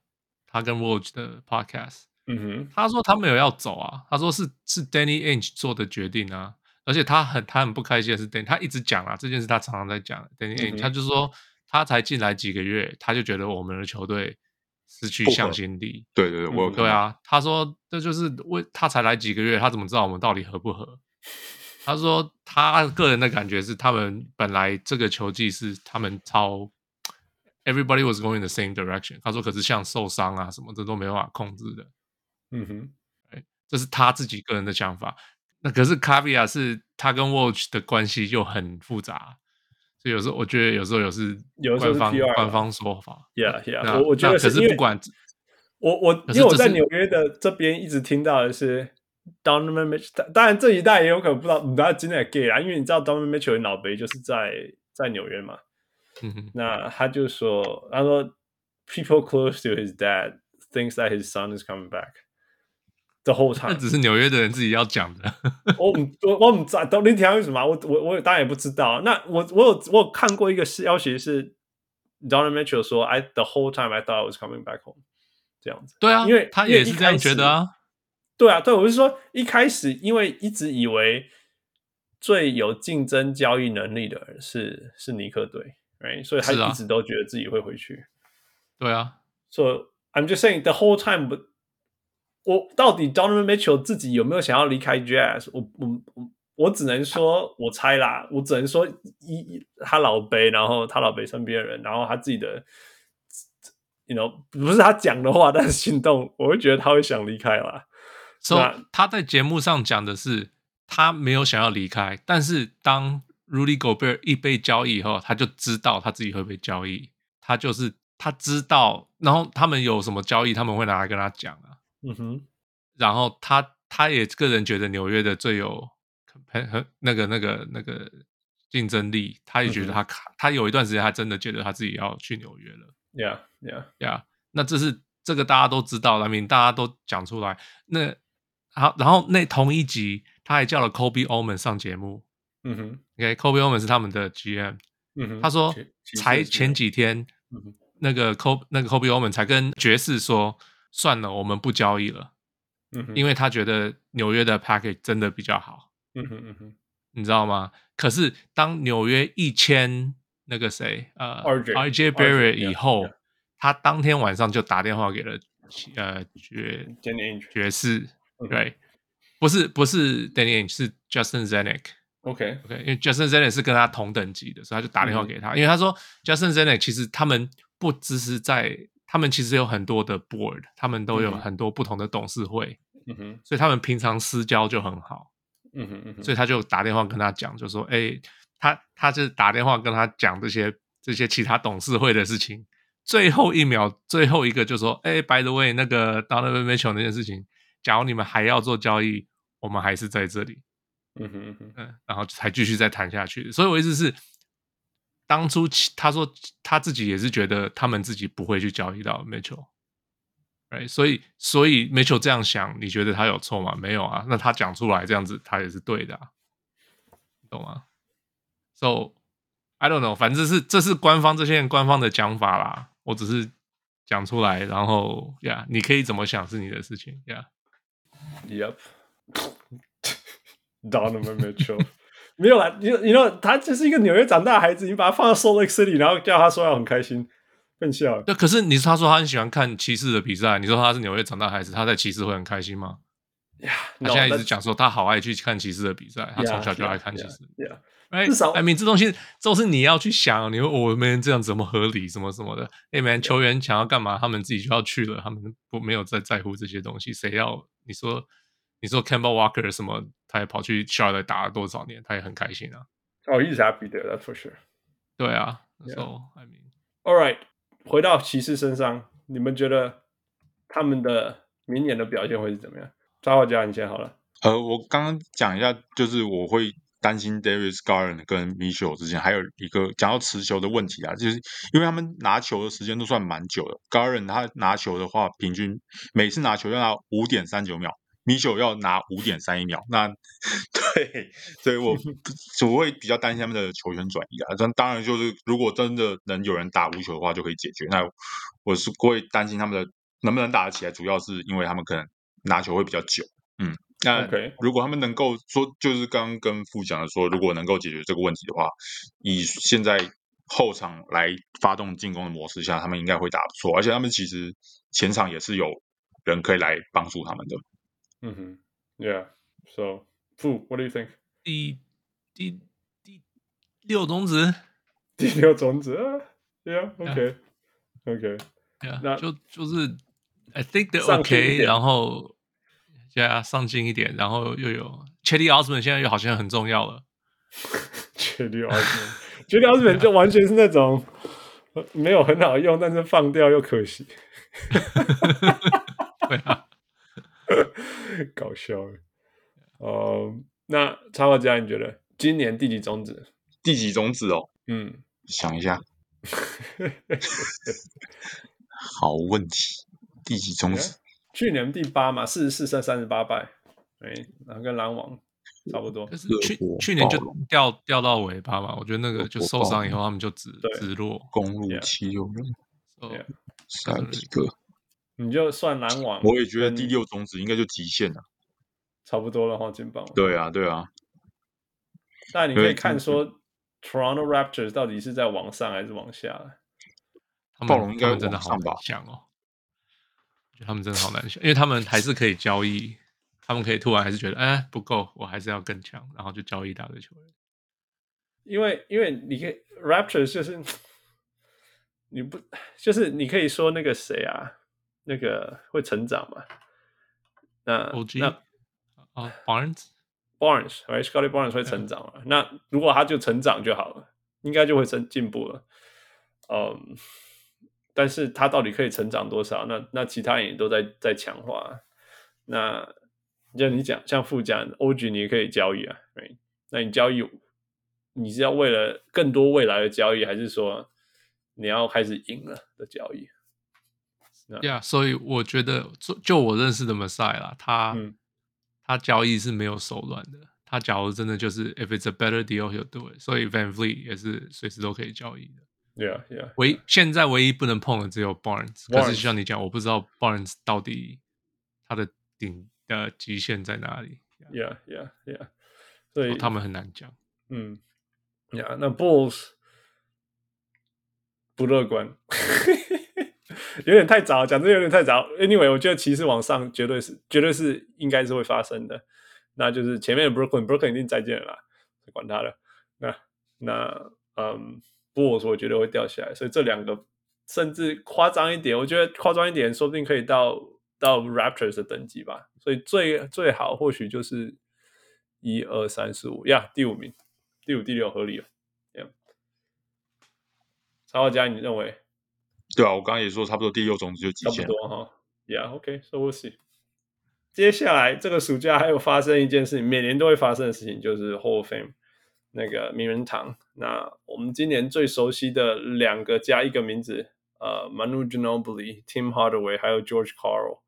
S2: 他跟 Woj 的 podcast，
S1: 嗯
S2: 他说他没有要走啊，他说是是 Danny Ainge 做的决定啊，而且他很他很不开心的是 Danny，他一直讲啊这件事，他常常在讲啊 Danny
S1: 嗯
S2: Ainge，、
S1: 哼
S2: 他就说他才进来几个月，他就觉得我们的球队失去
S3: 不合
S2: 向心力，
S3: 对对对，我有
S1: 嗯
S3: 看
S2: 对
S3: 到，
S2: 啊，他说这就是为他才来几个月，他怎么知道我们到底合不合？他说他个人的感觉是，他们本来这个球季是他们超 everybody was going in the same direction。他说，可是像受伤啊什么，这都没办法控制的，
S1: 哼，嗯哼，
S2: 这是他自己个人的想法。那可是卡比亚是他跟 Watch 的关系又很复杂，所以有时候我觉得有时候有是
S1: 有时候
S2: 官
S1: 是
S2: 方
S1: PR
S2: 官方说法。
S1: Yeah, yeah，
S2: 那
S1: 啊我我觉得
S2: 那可
S1: 是因为
S2: 不管
S1: 我我
S2: 可
S1: 因
S2: 是
S1: 为我
S2: 这
S1: 在
S2: 是
S1: 纽约的这边一直听到的是 Donovan Mitchell，当然这一代也有可能不知道，不知道今天的 gay 啊，因为你知道 Donovan Mitchell 的老辈就是在在纽约嘛，
S2: 嗯哼
S1: 那他就说，他说 people close to his dad thinks that his son is coming back the whole
S2: 那
S1: time
S2: 只是纽约的人自己要讲的。
S1: 我唔我我唔知道你听为什么，啊我我我当然也不知道。啊那我我有我有看过一个消息是 Donovan Mitchell 说，I the whole time I thought I was coming back home，这样子。
S2: 对啊，
S1: 因为
S2: 他
S1: 因为
S2: 也
S1: 一
S2: 是这样
S1: 开
S2: 觉
S1: 始
S2: 得啊。
S1: 对啊，对，我是说一开始因为一直以为最有竞争交易能力的人是是尼克队，right？所以他
S2: 是啊
S1: 一直都觉得自己会回去。
S2: 对啊，
S1: So I'm just saying the whole time，不我到底 Donovan Mitchell 自己有没有想要离开 Jazz？我我我我只能说，我猜啦，我只能说一一他老贝，然后他老贝身边的人，然后他自己的，you know，不是他讲的话，但是行动，我会觉得他会想离开啦。
S2: 所以
S1: 那
S2: 他在节目上讲的是他没有想要离开，但是当 Rudy Gobert 一被交易以后，他就知道他自己会被交易，他就是他知道，然后他们有什么交易，他们会拿来跟他讲啊。
S1: 嗯哼，
S2: 然后他他也个人觉得纽约的最有 compa- 那个那个那个竞争力，他也觉得他、他有一段时间他真的觉得他自己要去纽约了。
S1: ，Yeah Yeah，
S2: 呀那这是这个大家都知道，I mean 大家都讲出来。那好，然后那同一集他还叫了 Kobe Oman 上节目
S1: 嗯哼，
S2: ，OK，Kobe、Oman 是他们的 GM，
S1: 嗯哼，
S2: 他说
S1: 其其实
S2: 才
S1: 是
S2: 前几天
S1: 嗯哼
S2: 那个 Kobe 那个 Kobe Oman 才跟爵士说，算了，我们不交易了，
S1: 嗯哼，
S2: 因
S1: 为
S2: 为他觉得纽约的 package 真的比较好，
S1: 嗯哼嗯哼
S2: 你知道吗？可是当纽约一签那个谁呃
S1: RJ
S2: RJ Barrett
S1: yeah，
S2: 以后
S1: yeah
S2: 他当天晚上就打电话给了呃爵
S1: ，Danny Ainge，
S2: 爵士，
S1: 嗯
S2: 对，不是不是 Danny Ainge 是 Justin Zanuck。
S1: ，OK，
S2: OK，因为 Justin Zanuck 是跟他同等级的，所以他就打电
S1: 嗯
S2: 话给他，因为他说 Justin Zanuck 其实他们不只是在，他们其实有很多的 board，他们都
S1: 嗯
S2: 有
S1: 哼
S2: 很多不同的董事会，
S1: 嗯哼，
S2: 所以他们平常私交就很好，
S1: 嗯哼嗯哼，
S2: 所以他就打电话跟他讲，就说，哎、他他是打电话跟他讲这些这些其他董事会的事情，最后一秒最后一个就说，哎、b y the way，那个 Donovan Mitchell 那件事情，假如你们还要做交易，我们还是在这里，
S1: 嗯哼嗯哼。
S2: 嗯，然后才继续再谈下去。所以我意思是，当初其他说他自己也是觉得他们自己不会去交易到 Mitchell，right？所以所以 Mitchell 这样想，你觉得他有错吗？没有啊，那他讲出来这样子，他也是对的、啊，你懂吗？So I don't know，反正是这是官方这些人官方的讲法啦，我只是讲出来，然后呀你可以怎么想是你的事情呀
S1: Yep. Donovan Mitchell 没有啦，你你知道他就是一个纽约长大的孩子，你把他放到 Salt Lake City，然后叫他说要很开心，更笑了。
S2: 对，可是你他说他很喜欢看骑士的比赛，你说他是纽约长大孩子，他在骑士会很开心吗？他现在一直讲说他好爱去看骑士的比赛，他从小就爱看骑士。
S1: Yeah,
S2: 哎，
S1: 至少
S2: 哎，明这东西都是你要去想，你说我们这样怎么合理，什么什么的。哎，man，球员想要干嘛，他们自己就要去了，他们不没有在在乎这些东西。谁要你说你说 Campbell Walker 什么，他也跑去 Charlotte 打了多少年，他也很开心啊。
S1: oh, he's happy there, that's for sure.
S2: 对啊
S1: Yeah
S2: ，so I mean。
S1: All right，回到骑士身上，你们觉得他们的明年的表现会是怎么样？扎画家，你先好了。
S3: 呃，我刚刚讲一下，就是我会担心 Darius Garland 跟 Mitchell 之间还有一个讲到持球的问题啊，就是因为他们拿球的时间都算蛮久的。Garland 他拿球的话，平均每次拿球要拿五点三九秒，Mitchell 要拿五点三一秒。那 对，所以我我会比较担心他们的球权转移啊。但当然就是，如果真的能有人打无球的话，就可以解决。那我是会担心他们的能不能打得起来，主要是因为他们可能拿球会比较久。嗯，那
S1: OK，
S3: 如果他们能够说，就是刚刚跟副讲的说，如果能够解决这个问题的话，以现在后场来发动进攻的模式下，他们应该会打得不错，而且他们其实前场也是有人可以来帮助他们的。
S1: 嗯哼，Yeah，So，Fu, what do you think？
S2: 第第第六种子，
S1: 第六种子啊，Yeah，OK，OK，
S2: 对啊
S1: 那
S2: 就就是，I think they
S1: 上进一
S2: OK，
S1: 点
S2: 然后对啊，上进一点，然后又有 Chetty Osman 现在又好像很重要了，
S1: 确定 a r g u m 绝地奥斯本就完全是那种呃没有很好用，但是放掉又可惜，
S2: 对啊，
S1: 搞笑了。哦、那插画家你觉得今年第几种子？
S3: 第几种子哦？
S1: 嗯，
S3: 想一下，好问题，第几种子？
S1: 去年第八嘛，四十四胜三十八败，哎，然后跟狼王差不 多
S2: 可。是
S3: 热
S2: 去
S3: 火
S2: 去年就
S3: 暴龙
S2: 掉掉到尾巴嘛，我觉得那个就
S3: 热火
S2: 受
S3: 暴
S2: 伤以
S3: 龙
S2: 后他们就直
S1: 对啊
S2: 直落，
S3: 公路
S1: Yeah
S3: 七六人，
S2: 哦
S1: Yeah
S3: 塞比克，
S1: 你就算篮网，
S3: 我也觉得第六种子应该就极限了。
S1: 差不多了哈，金棒。，
S3: 对啊，对啊，
S1: 但你可以
S3: 对
S1: 看说 Toronto Raptors 到底是在往上还是往下。
S2: 他
S3: 暴
S2: 们
S3: 龙应
S2: 他
S3: 该
S2: 们真的
S3: 往
S2: 好
S3: 上
S2: 难
S3: 吧
S2: 想哦，我觉得他们真的好难想，因为他们还是可以交易，他们可以突然还是觉得哎不够，我还是要更强，然后就交易打个球员。
S1: 因为因为你可以 Raptors 就是 你不就是你可以说那个谁啊，那个会成长嘛？那
S2: OG
S1: 那
S2: 啊，Barnes
S1: Barnes 哎 Scotty Barnes 会成长嘛？那如果他就成长就好了，应该就会成进步了。嗯，但是他到底可以成长多少？那那其他人也都在在强化。啊那就你讲像副讲 OG 你也可以交易啊，right？那你交易，你是要为了更多未来的交易，还是说你要开始赢了的交易？
S2: Yeah，所以我觉得，就就我认识的 Masai 啦，他、
S1: 嗯
S2: 他交易是没有手软的。他假如真的就是 if it's a better deal he'll do it，所以 Van Vliet 也是随时都可以交易的。
S1: Yeah, yeah.
S2: 唯现在唯一不能碰的只有 Barnes，可
S1: Barnes
S2: 是就像你讲，我不知道 Barnes 到底他的顶的极限在哪里
S1: Yeah, yeah, yeah. 所以、
S2: 哦他们很难讲。
S1: 嗯，呀，那 Bulls 不乐观， 有点太早，讲真的有点太早。Anyway，我觉得骑士往上绝对是，绝对是应该是会发生的。那就是前面的 Brooklyn，Brooklyn 已经再见了啦，管他的。那那嗯，Bulls 我觉得会掉下来，所以这两个甚至夸张一点，我觉得夸张一点，说不定可以到到 Raptors 的等级吧。所以最最好或许就是一二三四五呀，第五名，第五第六合理哦。这样，插画家你认为
S3: 对啊，我刚刚也说差不多第六种子就极
S1: 差不
S3: 限了。
S1: 多哈？Yeah，OK，so、we'll see。接下来这个暑假还有发生一件事情，每年都会发生的事情，就是 Hall of Fame 那个名人堂。那我们今年最熟悉的两个加一个名字，呃，Manu Ginobili、Tim Hardaway 还有 George Carl，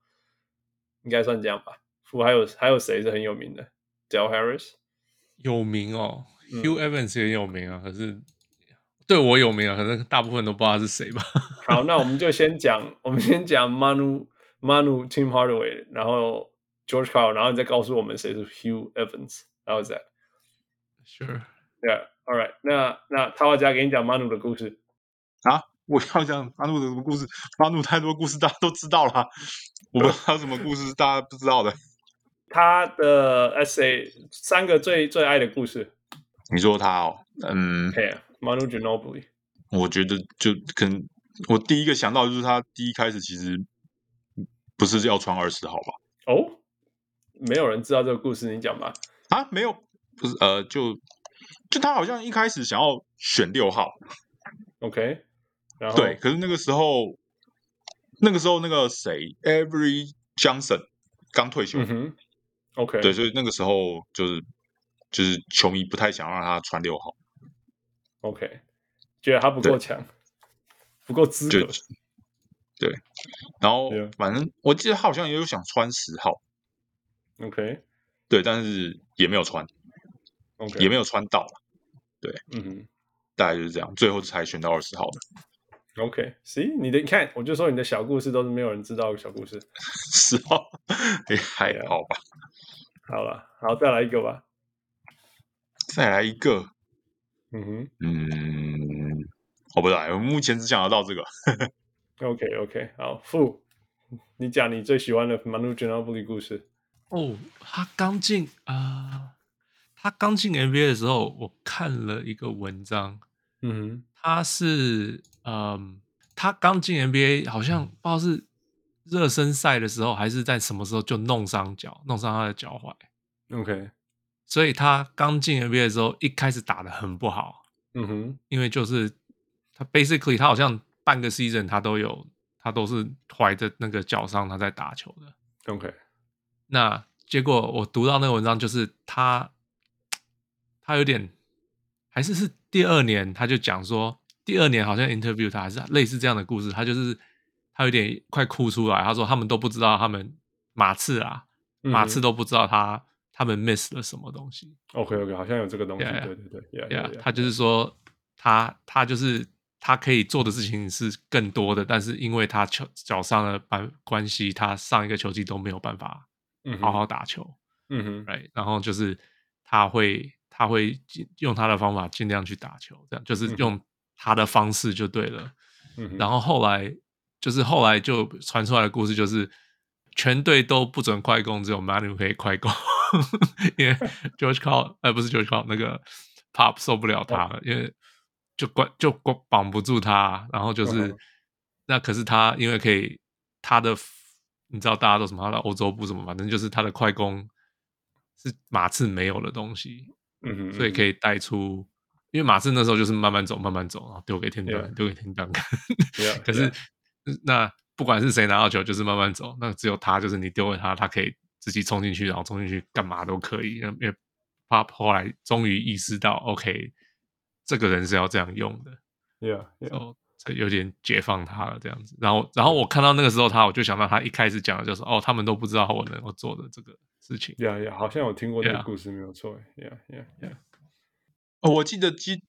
S1: 应该算这样吧。附还有还有谁是很有名的？Del Harris，
S2: 有名哦、
S1: 嗯
S2: h u g h Evans 也有名啊，可是对我有名啊，可能大部分都不知道他是谁吧。
S1: 好，那我们就先讲， 我们先讲 Manu Manu Tim Hardaway，然后 George Carl，然后你再告诉我们谁是 Hugh Evans。How's that?
S2: Sure，
S1: Yeah, all right 那。那那插画家给你讲 Manu 的故事。
S3: 啊我要讲发怒的什么故事？发怒太多故事，大家都知道啦。我不知道什么故事是大家不知道的。
S1: 他的 essay 三个最最爱的故事。
S3: 你说他哦，嗯，
S1: 嘿、yeah,，Manu Ginobili。
S3: 我觉得就可能我第一个想到就是他第一开始其实不是要穿二十号吧？
S1: 哦，没有人知道这个故事，你讲吧。
S3: 啊，没有，不是呃，就就他好像一开始想要选六号，
S1: OK，然后
S3: 对，可是那个时候那个时候那个谁，Every Johnson 刚退休，
S1: 嗯哼，OK，
S3: 对，所以那个时候就是就是球迷不太想让他穿六号，
S1: ，OK，觉得他不够
S3: 对
S1: 强，不够资
S3: 就
S1: 格。
S3: 对，然后
S1: Yeah
S3: 反正我记得他好像也有想穿十号，
S1: OK，OK，、
S3: 对，但是也没有穿，
S1: 啊
S3: 也没有穿到，
S1: 嗯哼。
S3: 大概就是这样，最后才选到二十号的。
S1: OK，行，你的你看，我就说你的小故事都是没有人知道的小故事。
S3: 十号也还好吧。
S1: 好了，好，再来一个吧。
S3: 再来一个，
S1: 嗯
S3: 嗯，我不知道，我目前只想得到这个。
S1: 哼，OK OK，好，傅， 你讲你最喜欢的 Manu Ginobili 故事。
S2: 哦，他刚进啊、他刚进 NBA 的时候，我看了一个文章，
S1: 嗯
S2: 他是嗯，他刚进 NBA 好像不知道是热身赛的时候，还是在什么时候就弄伤脚，弄伤他的脚踝，
S1: 哼，OK，
S2: 所以他刚进 NBA 的时候，一开始打的很不好，
S1: 嗯哼，
S2: 因为就是他 basically 他好像半个 season 他都有，他都是怀着那个脚伤他在打球的。
S1: ，OK，
S2: 那结果我读到那个文章，就是他他有点还是是第二年，他就讲说，第二年好像 interview 他还是类似这样的故事，他就是他有点快哭出来，他说他们都不知道他们马刺啊，
S1: 嗯
S2: 马刺都不知道他他们 miss 了什么东西。
S1: OK OK，好像有这个东西
S2: Yeah, yeah.
S1: 对对对，Yeah
S2: 呀
S1: Yeah，，
S2: 他就是说他他就是他可以做的事情是更多的，但是因为他球脚上的关关系，他上一个球季都没有办法
S1: 嗯
S2: 好
S1: 哼，
S2: 好打球，
S1: 嗯哼，
S2: right？然后就是他会他会尽用他的方法尽量去打球，这样就是
S1: 嗯哼
S2: 用他的方式就对了。
S1: 嗯哼，
S2: 然
S1: 后
S2: 后后来就是后来就传出来的故事就是。全队都不准快攻，只有 Manu 可以快攻， 因为 George Call 呃不是 George Call 那个 Pop 受不
S1: 哦
S2: 了他了，因为就关就关绑不住他，啊然后就是、
S1: 嗯哼
S2: 那可是他因为可以他的你知道大家都什么他的欧洲步什么，反正就是他的快攻是马刺没有的东西，
S1: 嗯哼，
S2: 所以可
S1: 以
S2: 以带出，因为马刺那时候就是慢慢走，慢慢走，然后丢给天
S1: Yeah.
S2: 当，丢给天当。
S1: Yeah,
S2: 可是那不管是谁拿到球，就是慢慢走。那只有他，就是你丢给他，他可以自己冲进去，然后冲进去干嘛都可以。那因为 Pop 后来终于意识到，OK，这个人是要这样用的，
S1: Yeah Yeah，
S2: 哦，才有点解放他了这样子。然后，然后我看到那个时候他，我就想到他一开始讲的就是，哦，他们都不知道我能够做的这个事情。
S1: 呀呀，好像有听过这个
S2: Yeah.
S1: 故事，没有错。呀呀呀，
S3: 哦，我记得基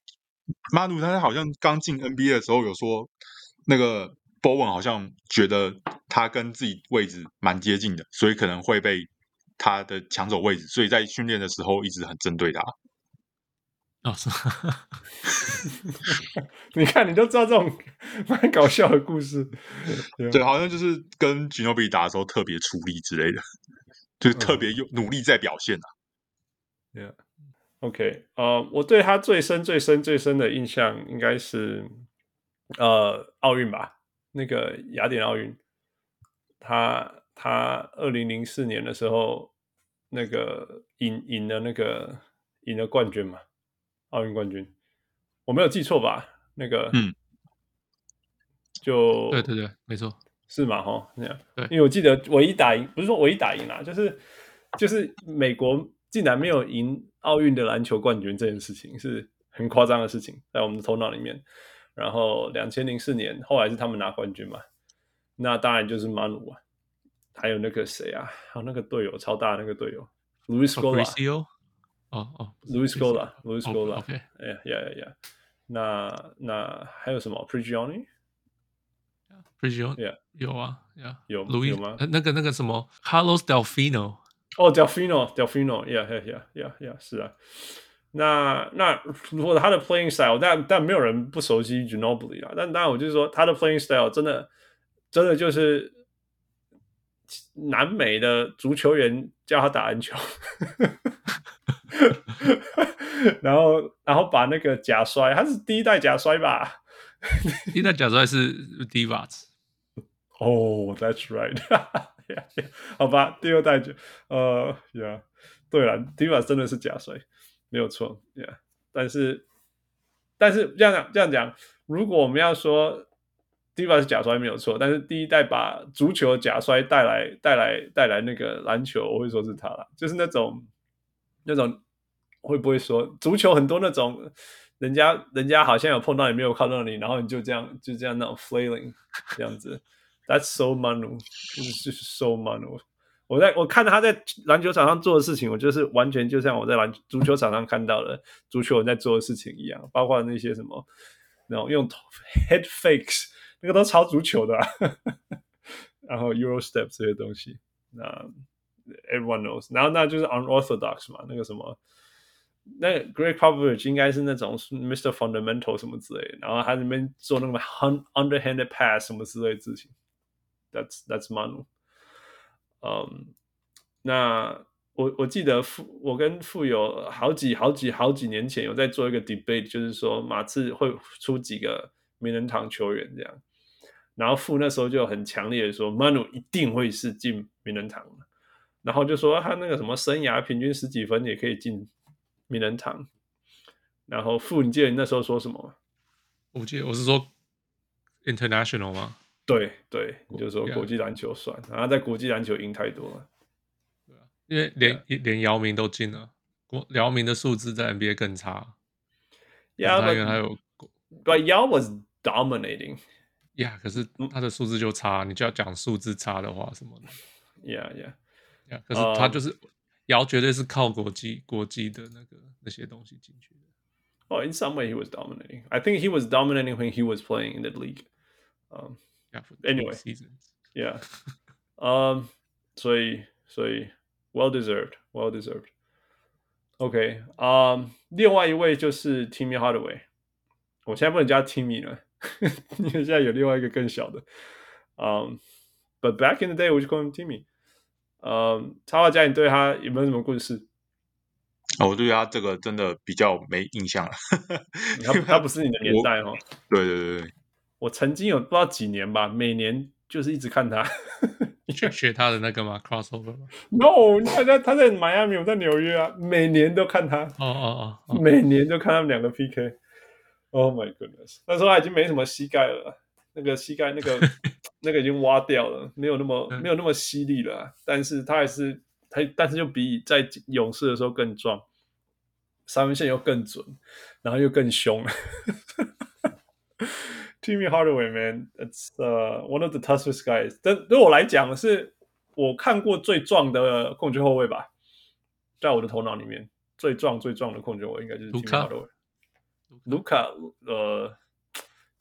S3: 马努他好像刚进 NBA 的时候有说，那个 Bowen 好像觉得他跟自己位置蛮接近的，所以可能会被他的抢走位置，所以在训练的时候一直很针对他。
S2: 哦， 是吗？
S1: 你看，你都知道这种 蛮搞笑的故事。Yeah.
S3: 对，好像就是跟 g i n o b i 打的时候特别出力之类的， 就是特别用努力在表现啊。
S1: OK，呃，我对他最深、最深、最深的印象应该是，呃，奥运吧，那个雅典奥运，他他二零零四年的时候，那个赢赢了那个赢了冠军嘛，奥运冠军，我没有记错吧？那个，
S3: 嗯，
S1: 就
S2: 对对对，没错。
S1: 是嘛？哈，那样
S2: 对
S1: 因为我记得唯一打赢，不是说唯一打赢啦，就是就是美国竟然没有赢奥运的篮球冠军这件事情是很夸张的事情，在我们的头脑里面。然后两千零四年后来是他们拿冠军嘛，那当然就是马努啊，还有那个谁啊，还有那个队友超大的那个队友 Luis
S2: 哦
S1: Gola，Luis
S2: Fabricio？哦哦不是
S1: Gola，Luis
S2: Fabricio
S1: Gola，
S2: 哦，OK，
S1: 哎呀呀呀呀，那那还有什么 Prigioni？
S2: p r i g i o
S1: Yeah
S2: 有啊，yeah
S1: 有
S2: Louis
S1: 有吗
S2: 呃那个那个什么 Carlos Delfino，
S1: 哦，Delfino，Delfino，yeah，yeah，yeah，yeah，yeah，是啊。那那如果他的 playing style，但但没有人不熟悉 Ginobili 啊。但当然，我就是说他的 playing style 真的真的就是南美的足球员叫他打篮球， 然后然后把那个假摔，他是第一代假摔吧？
S2: 一代假摔是 Divas，
S1: 哦、t h a t s right 好吧，第二代就呃，Yeah，对了，Diva 真的是假摔，没有错，Yeah。但是，但是这样讲，这样讲，如果我们要说 Diva 是假摔没有错，但是第一代把足球假摔带来、带来、带来那个篮球，我会说是他啦，就是那种那种会不会说足球很多那种。人家人家好像有碰到你，没有靠到你，然后你就这样就这样那种 flailing 这样子，That's so manu，就是就是 so manu。我在我看他在篮球场上做的事情，我就是完全就像我在篮足球场上看到的足球人在做的事情一样，包括那些什么那种用头 head fakes，那个都超足球的、啊， 然后 Euro step 这些东西，那 everyone knows，然后那就是 unorthodox 嘛，那个什么。那 Greg Popovich 应该是那种 Mr. Fundamental 什么之类的，然后他那边做那个 hun- underhanded pass 什么之类的事情。That's that's Manu。嗯，那我我记得富，我跟富有好几好几好几年前有在做一个 debate，就是说马刺会出几个名人堂球员这样，然后富那时候就很强烈的说，Manu 一定会是进名人堂的，然后就说他那个什么生涯平均十几分也可以进名人堂，然后傅，你记得你那时候说什么吗？
S2: 我记得我是说 international 吗？
S1: 对对，你就说
S2: Yeah
S1: 国际篮球算，然后在国际篮球赢太多了。
S2: 因为连连姚明都进了，国姚明的数字在 NBA 更差。
S1: Yeah,
S2: 他因为他
S1: but
S2: 有
S1: but Yao was dominating.
S2: Yeah，可是
S1: 嗯
S2: 他的数字就差，你就要讲数字差的话什么的。
S1: Yeah, yeah.
S2: Yeah, 可是他
S1: 呃
S2: 就是姚，绝对是靠国际国际的那个那些东西进去的。
S1: Well, Oh, in some way, he was dominating. I think he was dominating when he was playing in the league. Um,
S2: Yeah, for
S1: Anyway.
S2: two seasons.
S1: yeah. Um, 所以所以 well deserved, well deserved. OK，嗯、另外一位就是 Timmy Hardaway，我现在不能叫他 Timmy 了， 因为现在有另外一个更小的。嗯、b u t back in the day，我就 call him Timmy。嗯，插画家，你对他有没有什么故事？
S3: 啊我对他这个真的比较没印象了。
S1: 他他不是你的年代哦。
S3: 对对对对，
S1: 我曾经有不知道几年吧，每年就是一直看他。
S2: 你去学他的那个吗？Crossover 吗？
S1: no，他在他在迈阿密，我在纽约啊，每年都看他。
S2: 哦哦哦哦，
S1: 每年都看他们两个 PK。Oh my goodness！那时候他已经没什么膝盖了，那个膝盖那个那个已经挖掉了，没有那么
S2: 嗯
S1: 没有那么犀利了啊。但是他还是他，但是就比在勇士的时候更壮，三分线又更准，然后又更凶。Timmy Hardaway man，it's、uh, one of the toughest guys。但对我来讲，是我看过最壮的控球后卫吧，在我的头脑里面，最壮最壮的控球后卫应该就是 Timmy
S2: Luka
S1: Hardaway。Luca，呃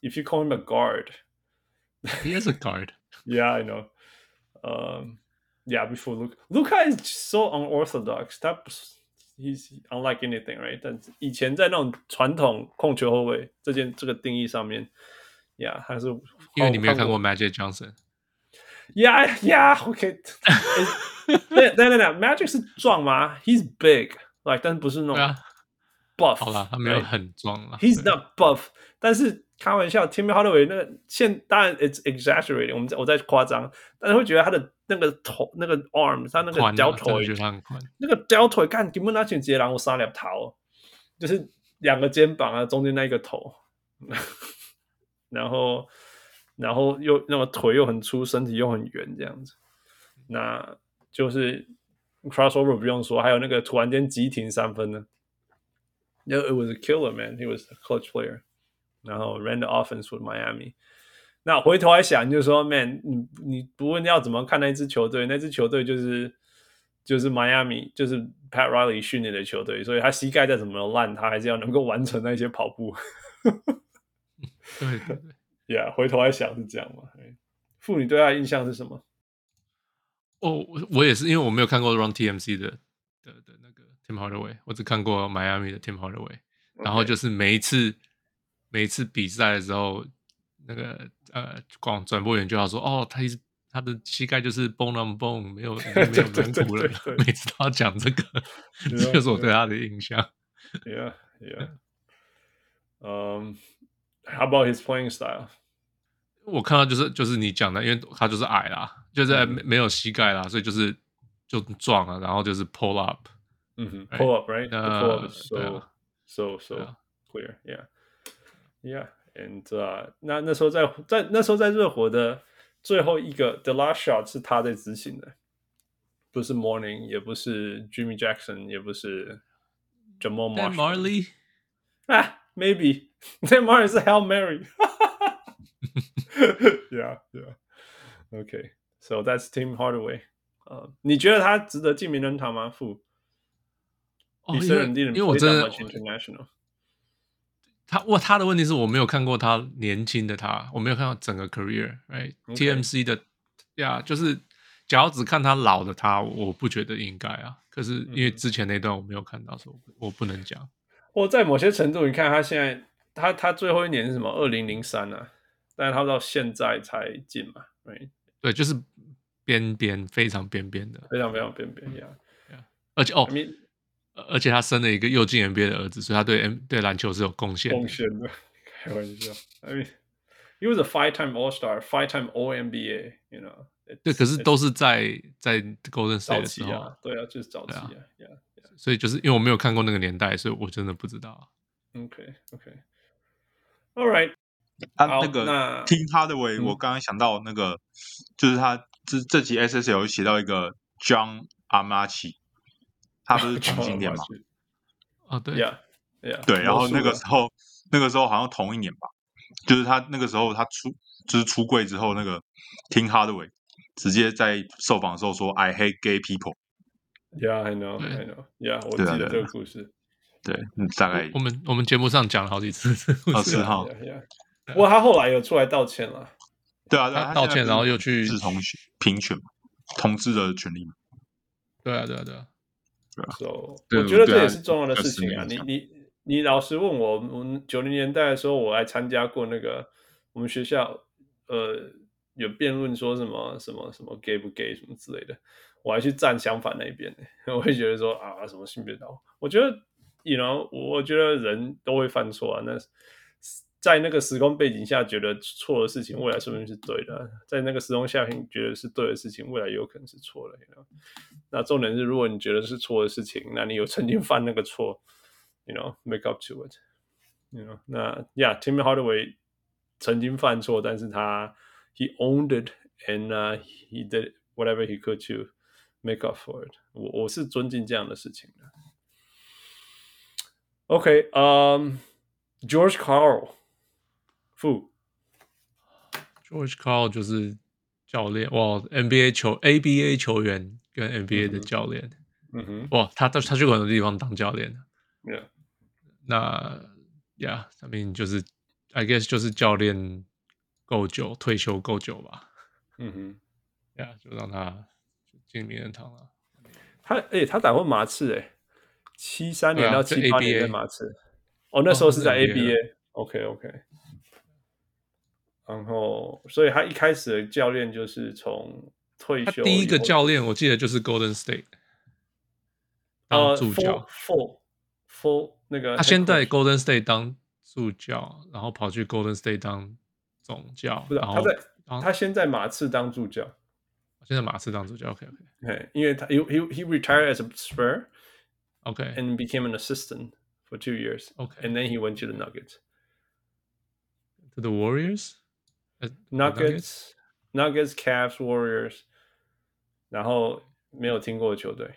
S1: ，if you call him a guard，yeah
S2: he is a guard.
S1: I know，um, yeah before Luca Luca is so unorthodox，他不是 he's unlike anything right？但以前在那种传统控球后卫这件这个定义上面，yeah 还是
S2: 因为你没
S1: 哦
S2: 有看过 Magic Johnson。
S1: Yeah, yeah, okay. Is- 对对对对，Magic 是壮吗？He's big, like 但是不是那种
S2: 对啊，
S1: buff、
S2: 好啦，他没有
S1: right？
S2: 很壮啦。
S1: He's
S2: 对
S1: not buff，但是开玩笑，Timmy Hardaway 那个现当然 it's exaggerating，我们在我在夸张，但是会觉得他的那个头那个 arm，他那个
S2: 宽啊，
S1: 脚
S2: 真的
S1: 腿
S2: 觉得他很宽。
S1: 那个交腿干，根本拿起直接然后杀两头，就是两个肩膀啊，中间那一个头，然后然后又那么腿又很粗，身体又很圆这样子，那就是 crossover 不用说，还有那个突然间急停三分呢，那 it was a killer man, he was a clutch player，然后 ran the offense with Miami。那回头来想，就是说，man，你你不问要怎么看那支球队，那支球队就是就是 Miami，就是 Pat Riley 训练的球队，所以他膝盖再怎么烂，他还是要能够完成那些跑步。
S2: 对对对，
S1: yeah，回头来想是这样嘛？哎妇女对他的印象是什么？
S2: 哦，我我也是，因为我没有看过 Run TMC 的的的那个 Tim Hardaway，我只看过 Miami 的 Tim Hardaway。然后就是每一次每一次比赛的时候，那个呃广转播员就要说，哦，他一直他的膝盖就是 bone on bone，没有已经没有
S1: 对对
S2: 软
S1: 对
S2: 骨了
S1: 对对，
S2: 每次都要讲这个，
S1: 对啊
S2: 这就是我
S1: 对
S2: 对他的印象。
S1: Yeah, yeah. Um, how about his playing style?
S2: 我看到就是就是你讲的，因为他就是矮啦，
S1: 嗯
S2: 就是没没有膝盖啦，所以就是就撞了，然后就是 pull up，
S1: Mhm.
S2: Right.
S1: Pull up, right? The pull up
S2: Uh,
S1: is so,
S2: yeah.
S1: so, so
S2: Yeah.
S1: clear. Yeah, yeah. And uh, 那那时候在在那时候在热火的最后一个 the last shot 是他在执行的，不是 Morning，也不是 Jimmy Jackson，也不是 Jamal
S2: Dan
S1: Marshall。
S2: Marley
S1: 啊，maybe Dan Marley 是 Hail Mary。yeah, yeah. Okay, so that's Tim Hardaway. 呃、你觉得他值得进名人堂吗？傅？
S2: 哦，
S1: He
S2: 因
S1: certainly
S2: 为
S1: didn't
S2: 因为我
S1: play
S2: 真
S1: that
S2: 的
S1: much international.
S2: 他我他的问题是我没有看过他年轻的他，我没有看到整个
S1: OK
S2: career，right？TMC 的呀就是假如只看他老的他，我不觉得应该啊。可是因为
S1: 嗯哼
S2: 之前那段我没有看到，所以我不我不能讲。
S1: 或在某些程度，你看他现在，他他最后一年是什么？二零零三啊，但是他到现在才进嘛，right？
S2: 对，就是边边非常边边的，
S1: 非常非常边边呀。
S2: 而且哦
S1: I，mean，
S2: 呃而且他生了一个又进 NBA 的儿子，所以他对 N 对篮球是有贡献的。
S1: 贡献的，开玩笑。I mean，he was a five-time All-Star, five-time All-NBA. You know，
S2: 对，可是
S1: it's-
S2: 都是在在 Golden
S1: 早
S2: State 的
S1: 期
S2: 时候啊，
S1: 啊，对啊，就是早期啊
S2: 对
S1: ，yeah，
S2: 所以就是因为我没有看过那个年代，所以我真的不知道啊。
S1: OK OK。All right，
S3: 他
S1: 好
S3: 啊那个
S1: 那
S3: 听他的为，
S1: 嗯
S3: 我刚刚想到那个，就是他这这集 SSL 写到一个 John Amachi，他不是同性恋嘛？
S2: 哦，对
S1: ？Yeah Yeah。
S3: 对，然后那个
S1: 魔术啊
S3: 时候，那个时候好像同一年吧，就是他那个时候他出就是出柜之后，那个听他的为直接在受访的时候说 I hate gay people，
S1: Yeah I know I
S2: 对
S1: know Yeah 我
S3: 对啊
S1: 记得
S3: 对
S1: 这
S3: 啊
S1: 个故事。
S3: 对，嗯大概
S2: 我们我们节目上讲了好几次这个故
S3: 二
S2: 事
S3: 十号，
S1: Yeah, yeah. 不过他后来有出来道歉了。
S3: 对啊，对啊
S2: 他道歉，然后又
S3: 去
S2: 去
S3: 是同平权嘛，同志的权利嘛，
S2: 对啊对啊对啊，
S1: So，
S3: 对
S1: 我觉得
S3: 对
S1: 这
S3: 啊
S1: 也是重要的
S3: 二
S1: 事
S3: 十
S1: 情
S3: 年
S1: 啊。你
S3: 前
S1: 你你老实问我，我们九零年代的时候，我还参加过那个我们学校呃有辩论说什么什么什么 gay 不 gay 什么之类的，我还去站相反那一边 呢，我会觉得说啊什么性别导，我觉得你 you know，我我觉得人都会犯错啊，那。在那个时空背景下，觉得错的事情，未来说不定是对的；啊在那个时空下，你觉得是对的事情，未来有可能是错的。You know? 那重点是，如果你觉得是错的事情，那你有曾经犯那个错，you know make up to it。You know，那 Yeah，Timmy Hardaway 曾经犯错，但是他 he owned it and、he uh, did whatever he could to make up for it 我。我是尊敬这样的事情的。OK，嗯、g e o r g e Carl，负
S2: George Carl 就是教练哇，NBA 球 ABA 球员跟 NBA 的
S1: 嗯哼
S2: 教练、
S1: 嗯哼
S2: 哇，他到他去过很多地方当教练，啊
S1: ，Yeah，
S2: 那呀，I mean 就是 I guess 就是教练够久，退休够久吧，
S1: 嗯哼，
S2: 呀、就让他进名人堂了。
S1: 他哎、他打过马刺哎、七三
S2: 对啊
S1: 年到
S2: 就
S1: 七八年
S2: ABA
S1: 在马刺，哦，那时候是在
S2: 哦是 ABA
S1: ABA，OK、OK，然后所以他一开始的教练就是从退
S2: 他
S1: 休
S2: 第一个
S1: 以后
S2: 教练我记得就是 Golden State 当
S1: 呃
S2: 助教，
S1: ，Full Full 那个
S2: 他先
S1: head
S2: 在
S1: coach
S2: Golden State 当助教，然后跑去 Golden State 当总教，
S1: 不是
S2: 然
S1: 他
S2: 后
S1: 在
S2: 然后
S1: 他先在马刺当助教，
S2: 现在马刺当助教，OK
S1: 嘿，因为他 he he he retired as a Spur
S2: OK OK
S1: and became an assistant for two years
S2: OK
S1: and then he went to the Nuggets。
S2: to the Warriors，呃
S1: Nuggets、Nuggets、Cavs、Warriors，然后没有听过的球队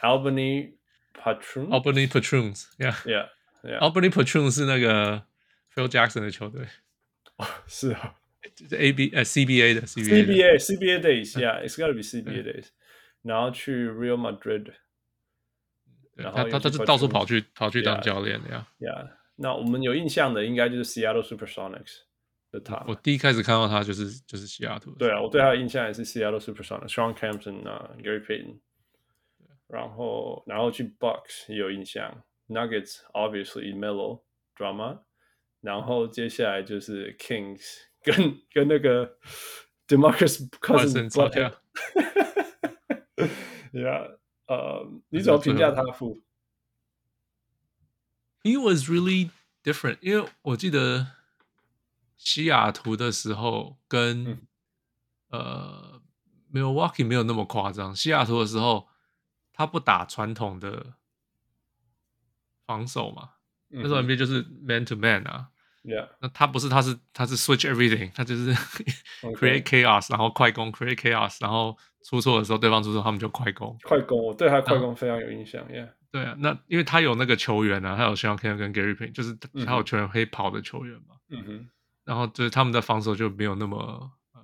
S1: ，Albany Patrun。
S2: Albany Patrons，Yeah，Albany
S1: yeah 嗯 yeah，
S2: Patrons 是那个 Phil Jackson 的球队，
S1: 是 啊
S2: 就是 AB 呃 CBA 的 CBA 的
S1: ，CBA CBA days，yeah，it's gotta be CBA days。然后去 Real Madrid，yeah。
S2: 对
S1: 然
S2: 他
S1: 后
S2: 他
S1: 又
S2: 他
S1: 去
S2: 是到处
S1: Patrons
S2: 跑去跑去当
S1: Yeah
S2: 教练的呀。
S1: 那我们有印象的应该就是 Seattle SuperSonics 的他嘛。
S2: 我第一开始看到他就是就是西雅图的，
S1: 啊对啊，我对他的印象也是 Seattle SuperSonics，Sean Campson 啊，Gary Payton，然后然后去 Bucks 也有印象，Nuggets obviously Melo Drama，然后接下来就是 Kings 跟跟那个 Demarcus Cousins
S2: Cousins，
S1: Blockhead。yeah，呃，你怎么评价他的负？
S2: He was really different，因为我记得西雅图的时候跟、
S1: 嗯
S2: 呃 Milwaukee 没有那么夸张。西雅图的时候，他不打传统的防守嘛，
S1: 那
S2: 那时候 NBA 就是 man to man 啊。那他不是，他是他是 switch everything，他就是
S1: ，Yeah，create
S2: create chaos，然后快攻 create chaos，然后出错的时候对方出错，他们就快攻。
S1: 快攻，我对他的
S2: 啊
S1: 快攻非常有印象，Yeah，
S2: 对啊，那因为他有那个球员啊，他有 Sean Kemp 跟 Gary Payne，就是他
S1: 嗯哼
S2: 他有球员可以跑的球员嘛。
S1: 嗯哼，
S2: 然后就是他们的防守就没有那么，呃，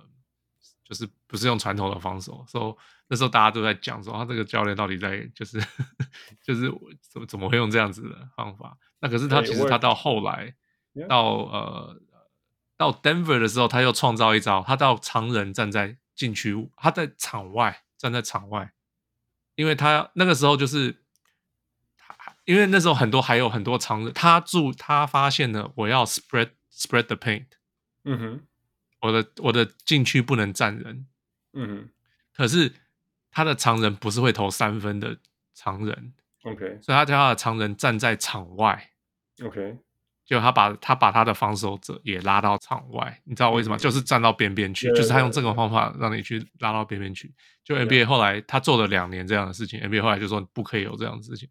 S2: 就是不是用传统的防守。所、以那时候大家都在讲说，他啊这个教练到底在就是 就是怎么怎么会用这样子的方法？那可是他
S1: 对
S2: 其
S1: 我
S2: 实
S1: 也
S2: 他到后来
S1: Yeah
S2: 到呃到 Denver 的时候，他又创造一招，他到常人站在禁区，他在场外站在场外，因为他那个时候就是，因为那时候很多还有很多常人，他住他发现了我要 spread spread the paint，
S1: 嗯哼，
S2: 我的我的禁区不能站人，
S1: 嗯哼
S2: 可是他的常人不是会投三分的常人，
S1: ，OK
S2: 所以他叫他的常人站在场外，
S1: OK，
S2: 就他把他把他的防守者也拉到场外，你知道为什
S1: 嗯
S2: 么？就是站到边边去，
S1: 对
S2: 就是他用
S1: 对
S2: 这种方法让你去拉到边边去。就 NBA 后来他做了两年这样的事情，NBA 后来就说不可以有这样的事情，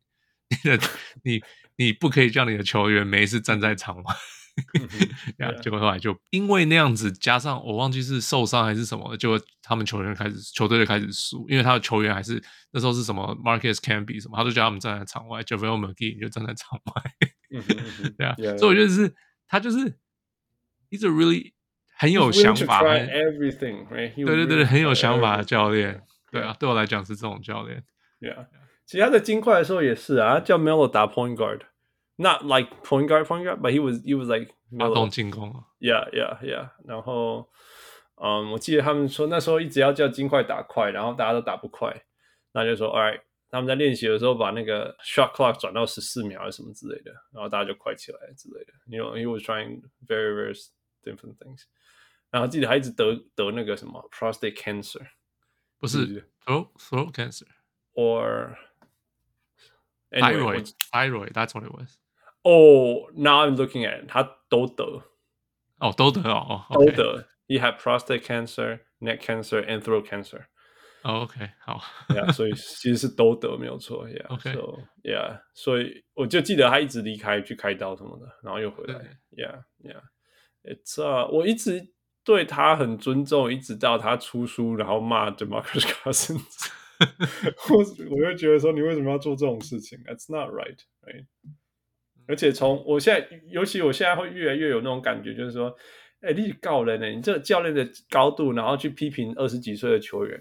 S2: 你的你你不可以叫你的球员每一次站在场外。
S1: 对
S2: 呀，
S1: 啊
S2: 结果后来就因为那样子，加上我忘记是受伤还是什么，结果他们球员开始球队就开始输，因为他的球员还是那时候是什么 Marcus Camby 什么，他就叫他们站在场外，Javel McGee 就站在场外，
S1: 嗯哼嗯哼
S2: 对啊
S1: Yeah，
S2: 所
S1: yeah
S2: 以我觉得是他就是 he's a really 很
S1: He's willing
S2: 有
S1: to
S2: 想法，
S1: try
S2: 很
S1: everything, right? He
S2: 对对
S1: was willing
S2: 对
S1: to
S2: 对，很有
S1: try
S2: 想法的
S1: everything.
S2: 教练，对啊，对我来讲是这种教练，
S1: Yeah，其他在金块的时候也是啊，他叫 Melo 打 point guard，not like point guard point guard，but he was he was like
S2: 发
S1: Melo
S2: 动进攻啊，
S1: Yeah, yeah, yeah。然后，嗯，我记得他们说那时候一直要叫金块打快，然后大家都打不快，那就说 All right。他们在练习的时候把那个 shot clock 转到十四秒还是什么之类的，然后大家就快起来之类的。You know, he was trying very, very different things。然后记得还一直得得那个什么 prostate cancer，
S2: 不
S1: 不
S2: 是 throat throat cancer
S1: ？Or anyway，我
S2: thyroid thyroid that's what it was。
S1: 哦、oh,，now I'm looking at it，他都得，
S2: 哦，都得哦，哦
S1: 都
S2: OK
S1: 得。He had prostate cancer, neck cancer, and throat cancer.
S2: 哦，OK，好，
S1: yeah，所以其实是都得没有错，yeah，
S2: OK
S1: so, yeah，所以我就记得他一直离开去开刀什么的，然后又回来，yeah yeah，it's uh，我一直对他很尊重，一直到他出书然后骂 Demarcus Cousins，我我就觉得说你为什么要做这种事情？That's not right，right？而且从我现在，尤其我现在会越来越有那种感觉，就是说，哎，你是告人呢、你这个教练的高度，然后去批评二十几岁的球员，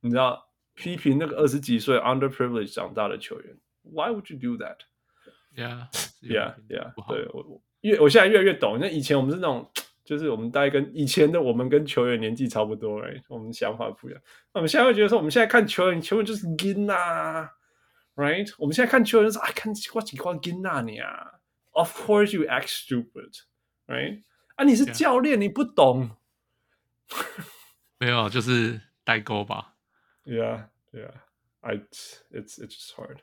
S1: 你知道，批评那个二十几岁 underprivileged 长大的球员，Why would you do that？
S2: Yeah, 是有
S1: Yeah,
S2: 点
S1: yeah，
S2: 不好
S1: 对我我越我现在越来越懂。那以前我们是那种，就是我们大概跟以前的我们跟球员年纪差不多，right？我们想法不一样。那我们现在会觉得说，我们现在看球员，球员就是金呐、right？我们现在看球员是啊，看我几块金呐你啊，Of course you act stupid，right？啊，你是
S2: Yeah
S1: 教练，你不懂。
S2: 没有，啊就是代沟吧。
S1: Yeah, yeah. I it's it's it's just hard.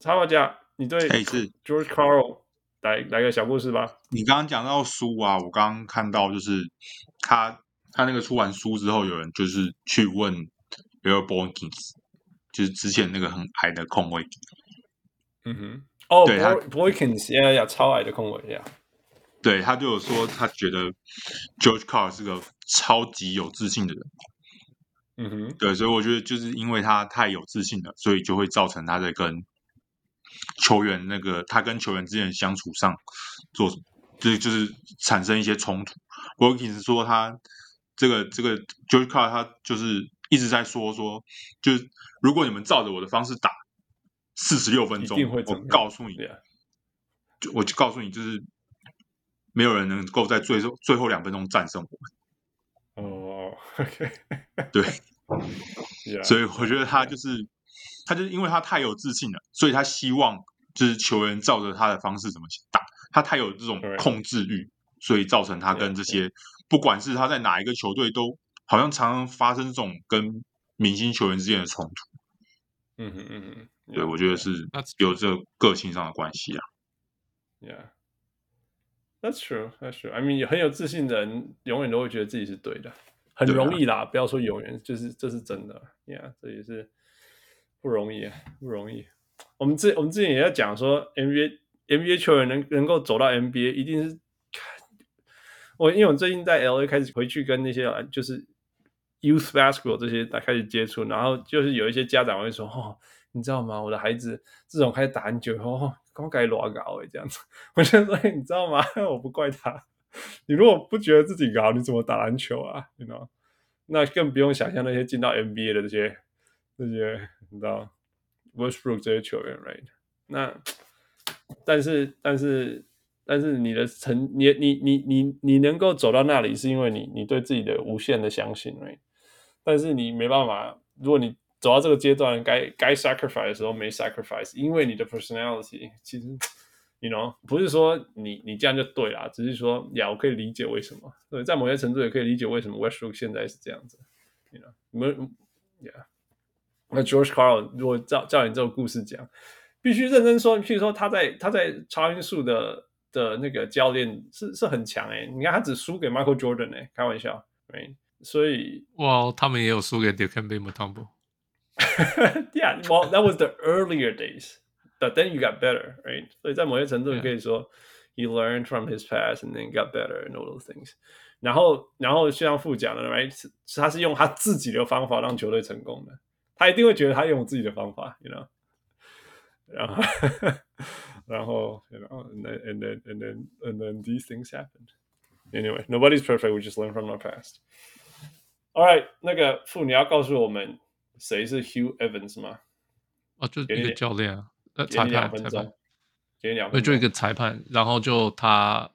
S1: 插画家，你对
S3: 哎是
S1: George Carl 来来个小故事吧。
S3: 你刚刚讲到书啊，我刚刚看到就是他他那个出完书之后，有人就是去问 Bill Borgins，就是之前那个很矮的控卫，
S1: 嗯哼，哦、
S3: 对他
S1: b o y k i n s 呀呀，超矮的控卫呀
S3: 对他就有说他觉得 George Carl 是个超级有自信的人，
S1: 嗯哼，
S3: 对，所以我觉得就是因为他太有自信了，所以就会造成他在跟球员那个他跟球员之间的相处上做，就是就是产生一些冲突。Wilkins 说他这个这个 George Carl 他就是一直在说说，就是如果你们照着我的方式打四十六分
S1: 一
S3: 钟
S1: 定会，怎
S3: 我
S1: 么样
S3: 告诉你，
S1: 对呀，啊
S3: 就我就告诉你，就是没有人能够在最后最后两分钟战胜我。
S1: 哦，OK，
S3: 对，
S1: 呀，
S3: 所以我觉得他就是他就是因为他太有自信了，所以他希望就是球员照着他的方式怎么打，他太有这种
S1: Correct
S3: 控制欲，所以造成他
S1: Yeah,
S3: 跟这些不管是他在哪一个球队都好像常常发生这种跟明星球员之间的冲突。
S1: 嗯哼嗯哼，
S3: 对，我觉得是
S2: That's
S3: 有这个个性上的关系啊。
S1: Yeah. That's true. That's true. I mean，很有自信的人永远都会觉得自己是对的，很
S3: 对啊
S1: 容易啦。不要说永远，就是这是真的。Yeah，这也是不容易，啊，不容易。我们之我们之前也在讲说，NBA NBA 球员能能够走到 NBA，一定是我因为我最近在 LA 开始回去跟那些呃就是 youth basketball 这些来开始接触，然后就是有一些家长会说哦。你知道吗？我的孩子自从开始打篮球以后，哦刚改裸搞哎，这样子，我就说，哎你知道吗？ 我不怪他。你如果不觉得自己高，你怎么打篮球啊？You know，那更不用想象那些进到 NBA 的这些这些，你知道 Westbrook 这些球员，right？那但是但是但是你的成你你你你你能够走到那里，是因为你你对自己的无限的相信，right？但是你没办法，如果你走到这个阶段，该该 sacrifice 的时候没 sacrifice，因为你的 personality 其实，you know，不是说你你这样就对啦，只是说呀，我可以理解为什么，对，在某些程度也可以理解为什么 Westbrook 现在是这样子，you know，没，yeah，那 George Carl 如果照照你这个故事讲，必须认真说，譬如说他在他在超音速的的那个教练是是很强诶、你看他只输给 Michael Jordan 诶、开玩笑，right？所以
S2: 哇，他们也有输给 Duke and b a m b o
S1: yeah, well, that was the earlier days. but then you got better, right? 所以在某些程度，你可以说 you learned from his past and then got better and all those things。然后，然后就像副讲的，right？是他是用他自己的方法让球队成功的，他一定会觉得他用自己的方法，you know。然后， 然后，you know，and then and then and then and then these things happened. Anyway, nobody's perfect. We just learn from our past. All right，那个副，你要告诉我们谁是 Hugh Evans 吗？
S2: 哦，就
S1: 给
S2: 一
S1: 你
S2: 个教练啊，呃，
S1: 给
S2: 裁
S1: 你两
S2: 判，
S1: 分
S2: 裁判
S1: 钟，，给你两
S2: 对，
S1: 分
S2: 呃就
S1: 钟。
S2: 一个裁判，然后就他，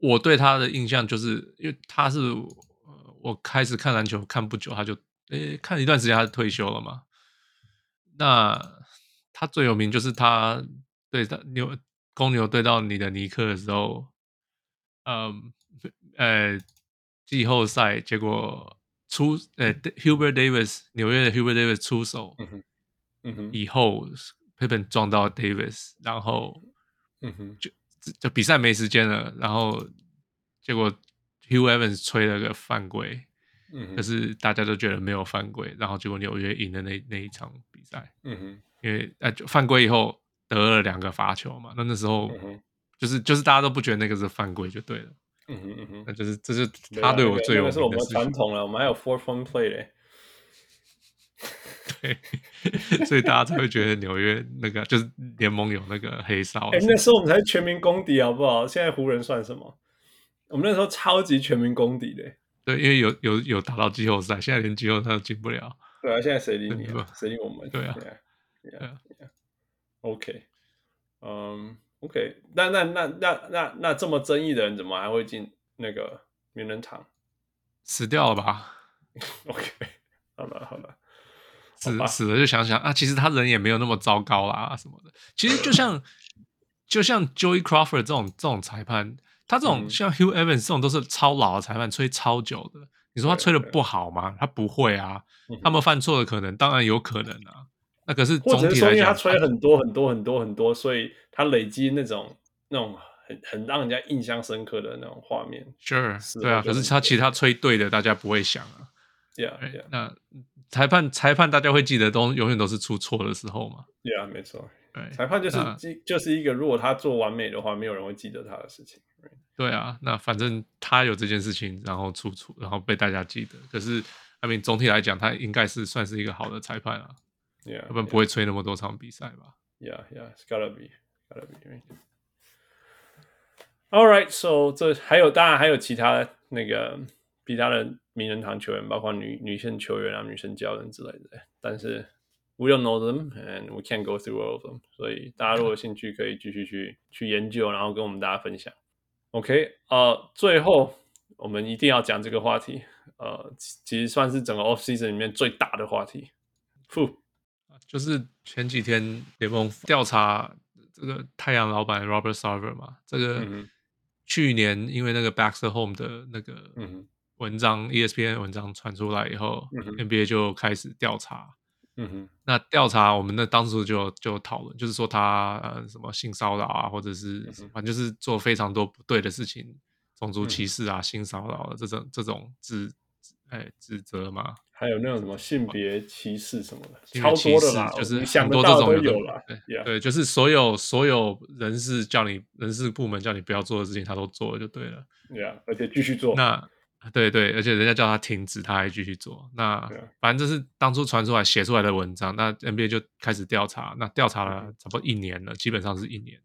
S2: 我对他的印象就是，因为他是呃我开始看篮球看不久，他就诶看一段时间他就退休了嘛。那他最有名就是他对他牛公牛对到你的尼克的时候，嗯呃季后赛结果出呃 Hubert Davis 纽约的 Hubert Davis 出手
S1: 嗯哼，
S2: 以后，Pippen 撞到 Davis，然后。
S1: 嗯哼，
S2: 就就比赛没时间了，然后结果 Hugh Evans 吹了个犯规，
S1: 嗯哼，
S2: 可是大家都觉得没有犯规，然后结果纽约赢了那那一场比赛，
S1: 嗯哼，
S2: 因为呃就犯规以后得了两个罚球嘛，那那时候
S1: 嗯哼，
S2: 就是就是大家都不觉得那个是犯规就对了，
S1: 嗯哼，嗯哼。
S2: 那就是这是
S1: 对啊
S2: 他对
S1: 那
S2: 我
S1: 个
S2: 最
S1: 那
S2: 有
S1: 个是我们
S2: 名
S1: 的
S2: 的事
S1: 传，
S2: 情
S1: 统了，我们还有 four fun play 嘞。
S2: 对， 所以大家才会觉得纽约那个啊就是联盟有那个黑哨
S1: 哎、，那时候我们才全民公敌好不好？现在湖人算什么？我们那时候超级全民公敌的。
S2: 对，因为有有有打到季后赛，现在连季后赛都进不了，
S1: 对啊，现在谁理你、
S2: 对
S1: 啊
S2: 吧？
S1: 谁理我们？
S2: 对啊对
S1: ，Yeah，Yeah，Yeah
S2: 啊。
S1: OK，嗯、o k 那那那那那那这么争议的人，怎么还会进那个名人堂
S2: 死掉了吧？
S1: ？OK，好了好了，
S2: 死
S1: 吧嗯
S2: 死了就想想啊，其实他人也没有那么糟糕啦什么的。其实就像就像 Joey Crawford 这种这种裁判，他这种、
S1: 嗯
S2: 像 Hugh Evans 这种都是超老的裁判，吹超久的。你说他
S1: 对
S2: 吹的
S1: 对
S2: 不好吗？他不会啊
S1: 嗯哼，
S2: 他们犯错的可能当然有可能啊。那可是
S1: 或
S2: 总
S1: 者是
S2: 体
S1: 说，
S2: 来
S1: 因为
S2: 讲，
S1: 他吹很多很多很多很多，所以他累积那种那种很很让人家印象深刻的那种画面。是
S2: sure 对
S1: 我
S2: 啊，
S1: 觉得
S2: 可是
S1: 很
S2: 他
S1: 对
S2: 其实他吹对的，大家不会想啊。
S1: Yeah,
S2: 哎
S1: yeah,
S2: 那裁判裁判大家会记得都永远都是出错的时候嘛。
S1: yeah，没错。
S2: 对，
S1: 裁判就是
S2: 哎那
S1: 基就是一个，如果他做完美的话，没有人会记得他的事情。Right?
S2: 对啊，那反正他有这件事情，然后出处，然后被大家记得。可是，I mean，总体来讲，他应该是算是一个好的裁判啊，
S1: Yeah,
S2: 要不然不会吹那么多场比赛吧？
S1: Yeah, yeah, it's gotta be, gotta be. Right? All right, so 这还有当然还有其他那个其他的名人堂球员，包括女女性球员啊、女生教练之类的，但是 we don't know them and we can't go through all of them. 所以大家如果有兴趣，可以继续去去研究，然后跟我们大家分享。OK，呃，最后我们一定要讲这个话题，呃，其其实算是整个 off season 里面最大的话题。负，
S2: 啊就是前几天联盟调查这个太阳老板 Robert Sarver 嘛，这个
S1: 嗯哼
S2: 去年因为那个 Baxter Home 的那个
S1: 嗯哼，
S2: 文章、ESPN ，E 文章传出来以后、
S1: 嗯哼
S2: n b a 就开始调查。
S1: 嗯哼，
S2: 那调查我们那当初就就讨论，就是说他呃什么性骚扰啊，或者是
S1: 嗯哼
S2: 反正就是做非常多不对的事情，种族
S1: 嗯
S2: 歧视啊、性骚扰啊这种这种指哎指责嘛，
S1: 还有那种什么性别歧视什么的，
S2: 啊性
S1: 超
S2: 别
S1: 多
S2: 歧
S1: 的
S2: 视
S1: 啦，
S2: 就是
S1: 你想
S2: 很
S1: 得
S2: 多这
S1: 到
S2: 种
S1: 都
S2: 人都
S1: 有啦。
S2: 对
S1: Yeah,
S2: 对，就是所有所有人事叫你人事部门叫你不要做的事情，他都做了就对了。
S1: yeah，而且啊继续做。
S2: 那对对，而且人家叫他停止，他还继续做。那
S1: 对啊
S2: 反正这是当初传出来写出来的文章，那 NBA 就开始调查，那调查
S1: 嗯
S2: 了差不多一年了，基本上是一年。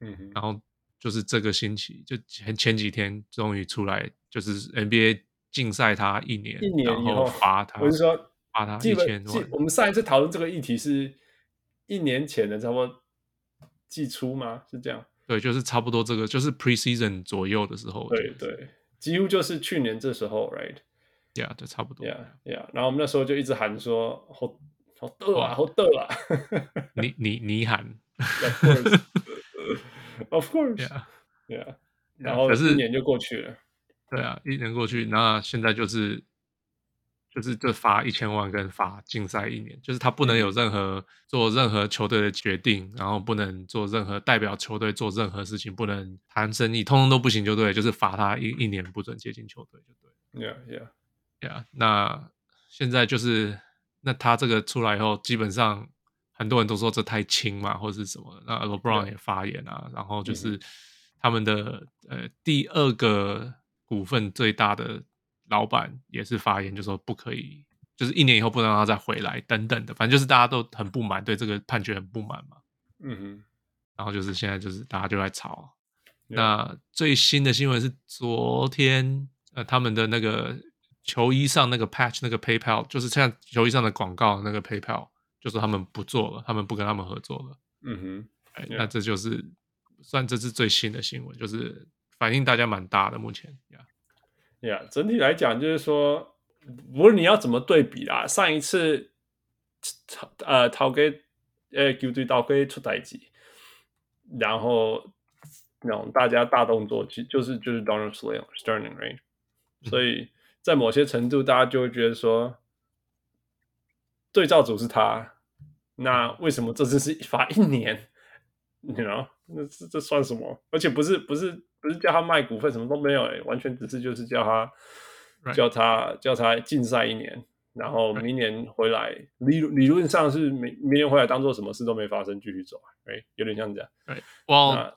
S1: 嗯哼，
S2: 然后就是这个星期，就前前几天终于出来，就是 NBA 禁赛他一年，
S1: 一年
S2: 然
S1: 以
S2: 后罚他，
S1: 我是说，
S2: 罚他
S1: 基
S2: 一
S1: 本
S2: 千
S1: 基
S2: 万，
S1: 我们上一次讨论这个议题是一年前的，差不多季初吗？是这样？
S2: 对，就是差不多这个，就是 preseason 左右的时候，
S1: 对对，几乎就是去年这时候，right？
S2: 对啊，就差不多。
S1: Yeah, yeah。然后我们那时候就一直喊说，好好得啊，
S2: 哇
S1: 好得啊。
S2: 你你 你喊，
S1: Of course, of course,
S2: 啊。
S1: yeah。
S2: 对啊
S1: 然后
S2: 可是
S1: 一年就过去了。
S2: 对啊，一年过去，那现在就是就是就罚一千万跟罚禁赛一年，就是他不能有任何做任何球队的决定，然后不能做任何代表球队做任何事情，不能谈生意，通通都不行，就对了，就是罚他一一年不准接近球队，就对了。
S1: Yeah, yeah.
S2: 对啊，那现在就是那他这个出来以后，基本上很多人都说这太轻嘛，或者是什么的。那 LeBron
S1: 对
S2: 也发言啊，然后就是他们的、呃第二个股份最大的老板也是发言，就说不可以，就是一年以后不能让他再回来等等的，反正就是大家都很不满，对这个判决很不满嘛。
S1: 嗯哼，
S2: 然后就是现在就是大家就在吵。啊
S1: Yeah.
S2: 那最新的新闻是昨天，呃，他们的那个球衣上那个 patch 那个 PayPal，就是像球衣上的广告那个 PayPal，就说他们不做了，他们不跟他们合作了。
S1: 嗯哼，
S2: 哎
S1: Yeah.
S2: 那这就是算这是最新的新闻，就是反映大家蛮大的目前。Yeah.
S1: 呀、yeah,，整体来讲就是说，无论你要怎么对比啦，上一次逃呃逃给呃球队逃给出代志，然后那种大家大动作，其就是就是 Donald Sterling Sterling right，所以在某些程度，大家就会觉得说，对照组是他，那为什么这次是罚一 年？你知道，那这这算什么？而且不是不是不是叫他卖股份，什么都没有、欸，完全只是就是叫他
S2: Right.
S1: 叫他叫他禁赛一年，然后
S2: Right.
S1: 明年回来理理论上是明明年回来当做什么事都没发生，继续走，哎、有点像这样。
S2: 对，
S1: 那
S2: 哇，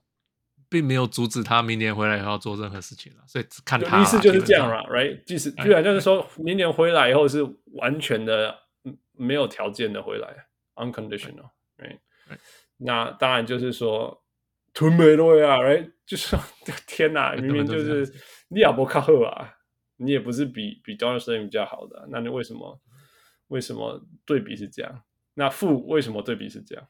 S2: 并没有阻止他明年回来以后要做任何事情了，所以只看
S1: 就
S2: 他啦。啊
S1: 意思就是这样
S2: 基本
S1: 啦
S2: 上。
S1: ，right？即使
S2: 哎
S1: 居然就是说明年回来以后是完全的嗯没有条件的回来，unconditional，right？
S2: Right.
S1: 那当然就是说吞没落啊，right？就是 说天哪，
S2: 对
S1: 明明
S2: 他们都
S1: 就是
S2: 这样
S1: 是 你也不靠后啊，你也不是比比 Donald Sterling 比较好的啊，那你为什么为什么对比是这样？那负为什么对比是这样？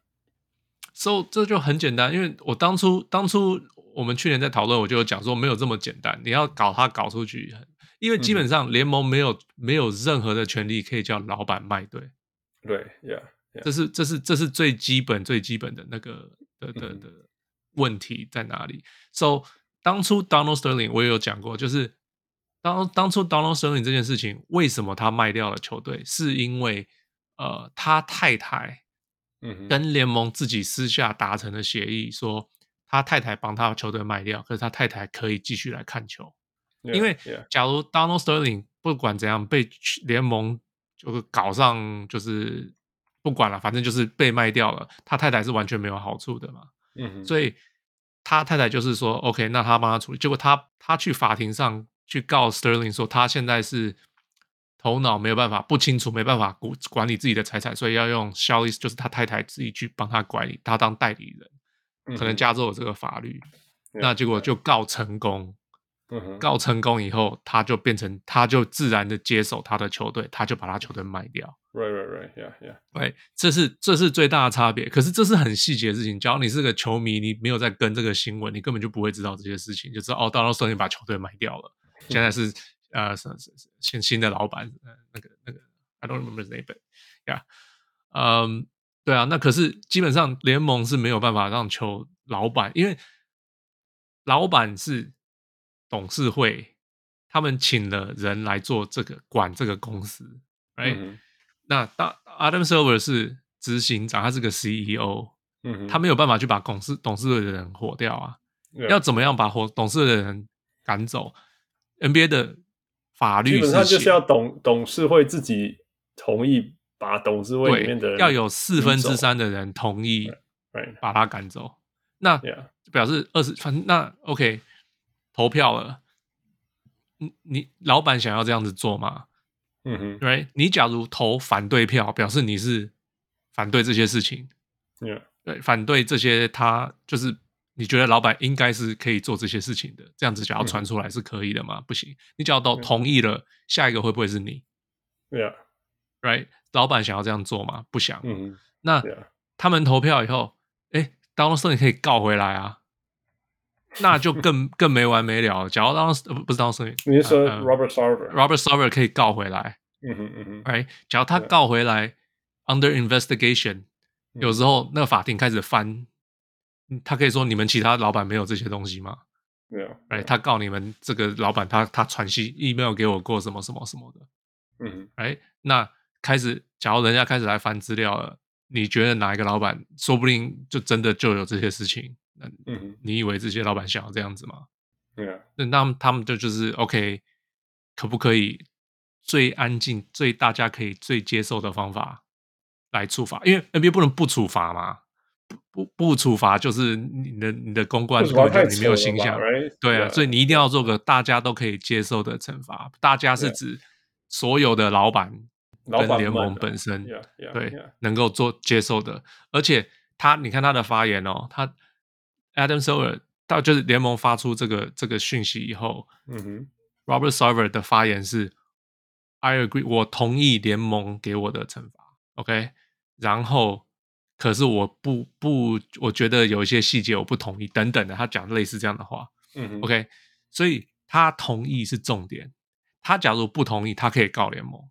S2: so 这就很简单，因为我当初当初我们去年在讨论，我就有讲说没有这么简单，你要搞他搞出去，因为基本上联盟没有、没有任何的权利可以叫老板卖队，
S1: 对，yeah，
S2: 这是这是这是最基本最基本的那个的的
S1: 嗯
S2: 的问题在哪里？So 当初 Donald Sterling 我也有讲过，就是当当初 Donald Sterling 这件事情，为什么他卖掉了球队，是因为呃他太太
S1: 嗯哼，
S2: 跟联盟自己私下达成的协议，说他太太帮他球队卖掉，可是他太太可以继续来看球。
S1: Yeah，
S2: 因为
S1: yeah，
S2: 假如 Donald Sterling 不管怎样被联盟就是搞上，就是不管了，反正就是被卖掉了，他太太是完全没有好处的嘛。
S1: 嗯哼，
S2: 所以他太太就是说，OK，那他帮他处理。结果他他去法庭上去告 Sterling 说，他现在是头脑没有办法不清楚，没办法管管理自己的财产，所以要用 Shelly，就是他太太自己去帮他管理，他当代理人。
S1: 以
S2: 可能加州有这个法律，
S1: Yeah，
S2: 那结果就告成功。
S1: 嗯哼，
S2: 告成功以后，他就变成，他就自然的接手他的球队，他就把他球队卖掉。
S1: ，right，right，right，yeah，yeah。
S2: 对，这是这是最大的差别。可是这是很细节的事情。假如你是个球迷，你没有在跟这个新闻，你根本就不会知道这些事情，就知道哦，到时候你把球队卖掉了，现在是呃是是是新新的老板，呃那个那个 I don't remember his name, but yeah，嗯，对啊，那可是基本上联盟是没有办法让球老板，因为老板是董事会，他们请了人来做这个管这个公司，right？、
S1: 嗯哼
S2: 那大 Adam Silver 是执行长，他是个 CEO，
S1: 嗯哼，
S2: 他没有办法去把董事董事会的人火掉啊。
S1: 们
S2: 要怎么样把火董事会的人赶走？NBA 的法律
S1: 基本上就
S2: 写
S1: 是要董董事会自己同意把董事会里面的
S2: 对
S1: 人
S2: 要有四分之三
S1: 移
S2: 的人同意
S1: 走，right，
S2: 把他赶走。那
S1: yeah，
S2: 表示二十，反正那 OK，投票了。你你老板想要这样子做吗？
S1: 嗯
S2: right? 你假如投反对票，表示你是反对这些事情，
S1: 哼，yeah，
S2: 对，反对这些他就是你觉得老板应该是可以做这些事情的，这样子想要传出来是可以的吗？不行，你只要都
S1: 嗯
S2: 同意了，下一个会不会是你
S1: yeah，
S2: ？right？老板想要这样做吗？不想。
S1: 嗯哼
S2: 那
S1: ，yeah，
S2: 他们投票以后，哎，Donald Sterling 可以告回来啊，那就更更没完没了了。假如 Donald 呃不不是 Donald Sterling，
S1: 你是说
S2: 呃呃
S1: Robert Sarver，
S2: Robert s a r v e r 可以告回来，
S1: 嗯哼嗯哼，
S2: 哎，只要他
S1: 对
S2: 告回来 under investigation，
S1: 嗯
S2: 有时候那个法庭开始翻，嗯他可以说你们其他老板没有这些东西吗？
S1: yeah，
S2: 哎，他告你们这个老板他他传信 email 给我过什么什么什么的，
S1: 嗯哼
S2: 哎，那开始假如人家开始来翻资料了，你觉得哪一个老板说不定就真的就有这些事情？那
S1: 嗯哼
S2: 你以为这些老板想要这样子吗？
S1: ，yeah，
S2: 那那他们他们就就是 OK，可不可以最安静、最大家可以最接受的方法来处罚，因为 NBA 不能不处罚嘛，不不不处罚就是你的你的公关
S1: 不
S2: 根
S1: 主要
S2: 本
S1: 太
S2: 就你没有形象，对啊，所以
S1: 你
S2: 你一定要做个大家都可以接受的惩罚。大家是
S1: 对
S2: 指所有的老板
S1: 老板
S2: 跟
S1: 们
S2: 联盟
S1: 啊
S2: 本身，
S1: yeah, yeah,
S2: 对
S1: yeah.
S2: 能够做接受的。而且他，你看他的发言哦，他 Adam Silver 到就是联盟发出这个这个讯息以后
S1: 嗯哼，
S2: ，Robert Silver 的发言是 “I agree，我同意联盟给我的惩罚，OK。然后，可是我不不，我觉得有一些细节我不同意等等的，他讲类似这样的话。
S1: 嗯哼
S2: OK，所以他同意是重点。他假如不同意，他可以告联盟，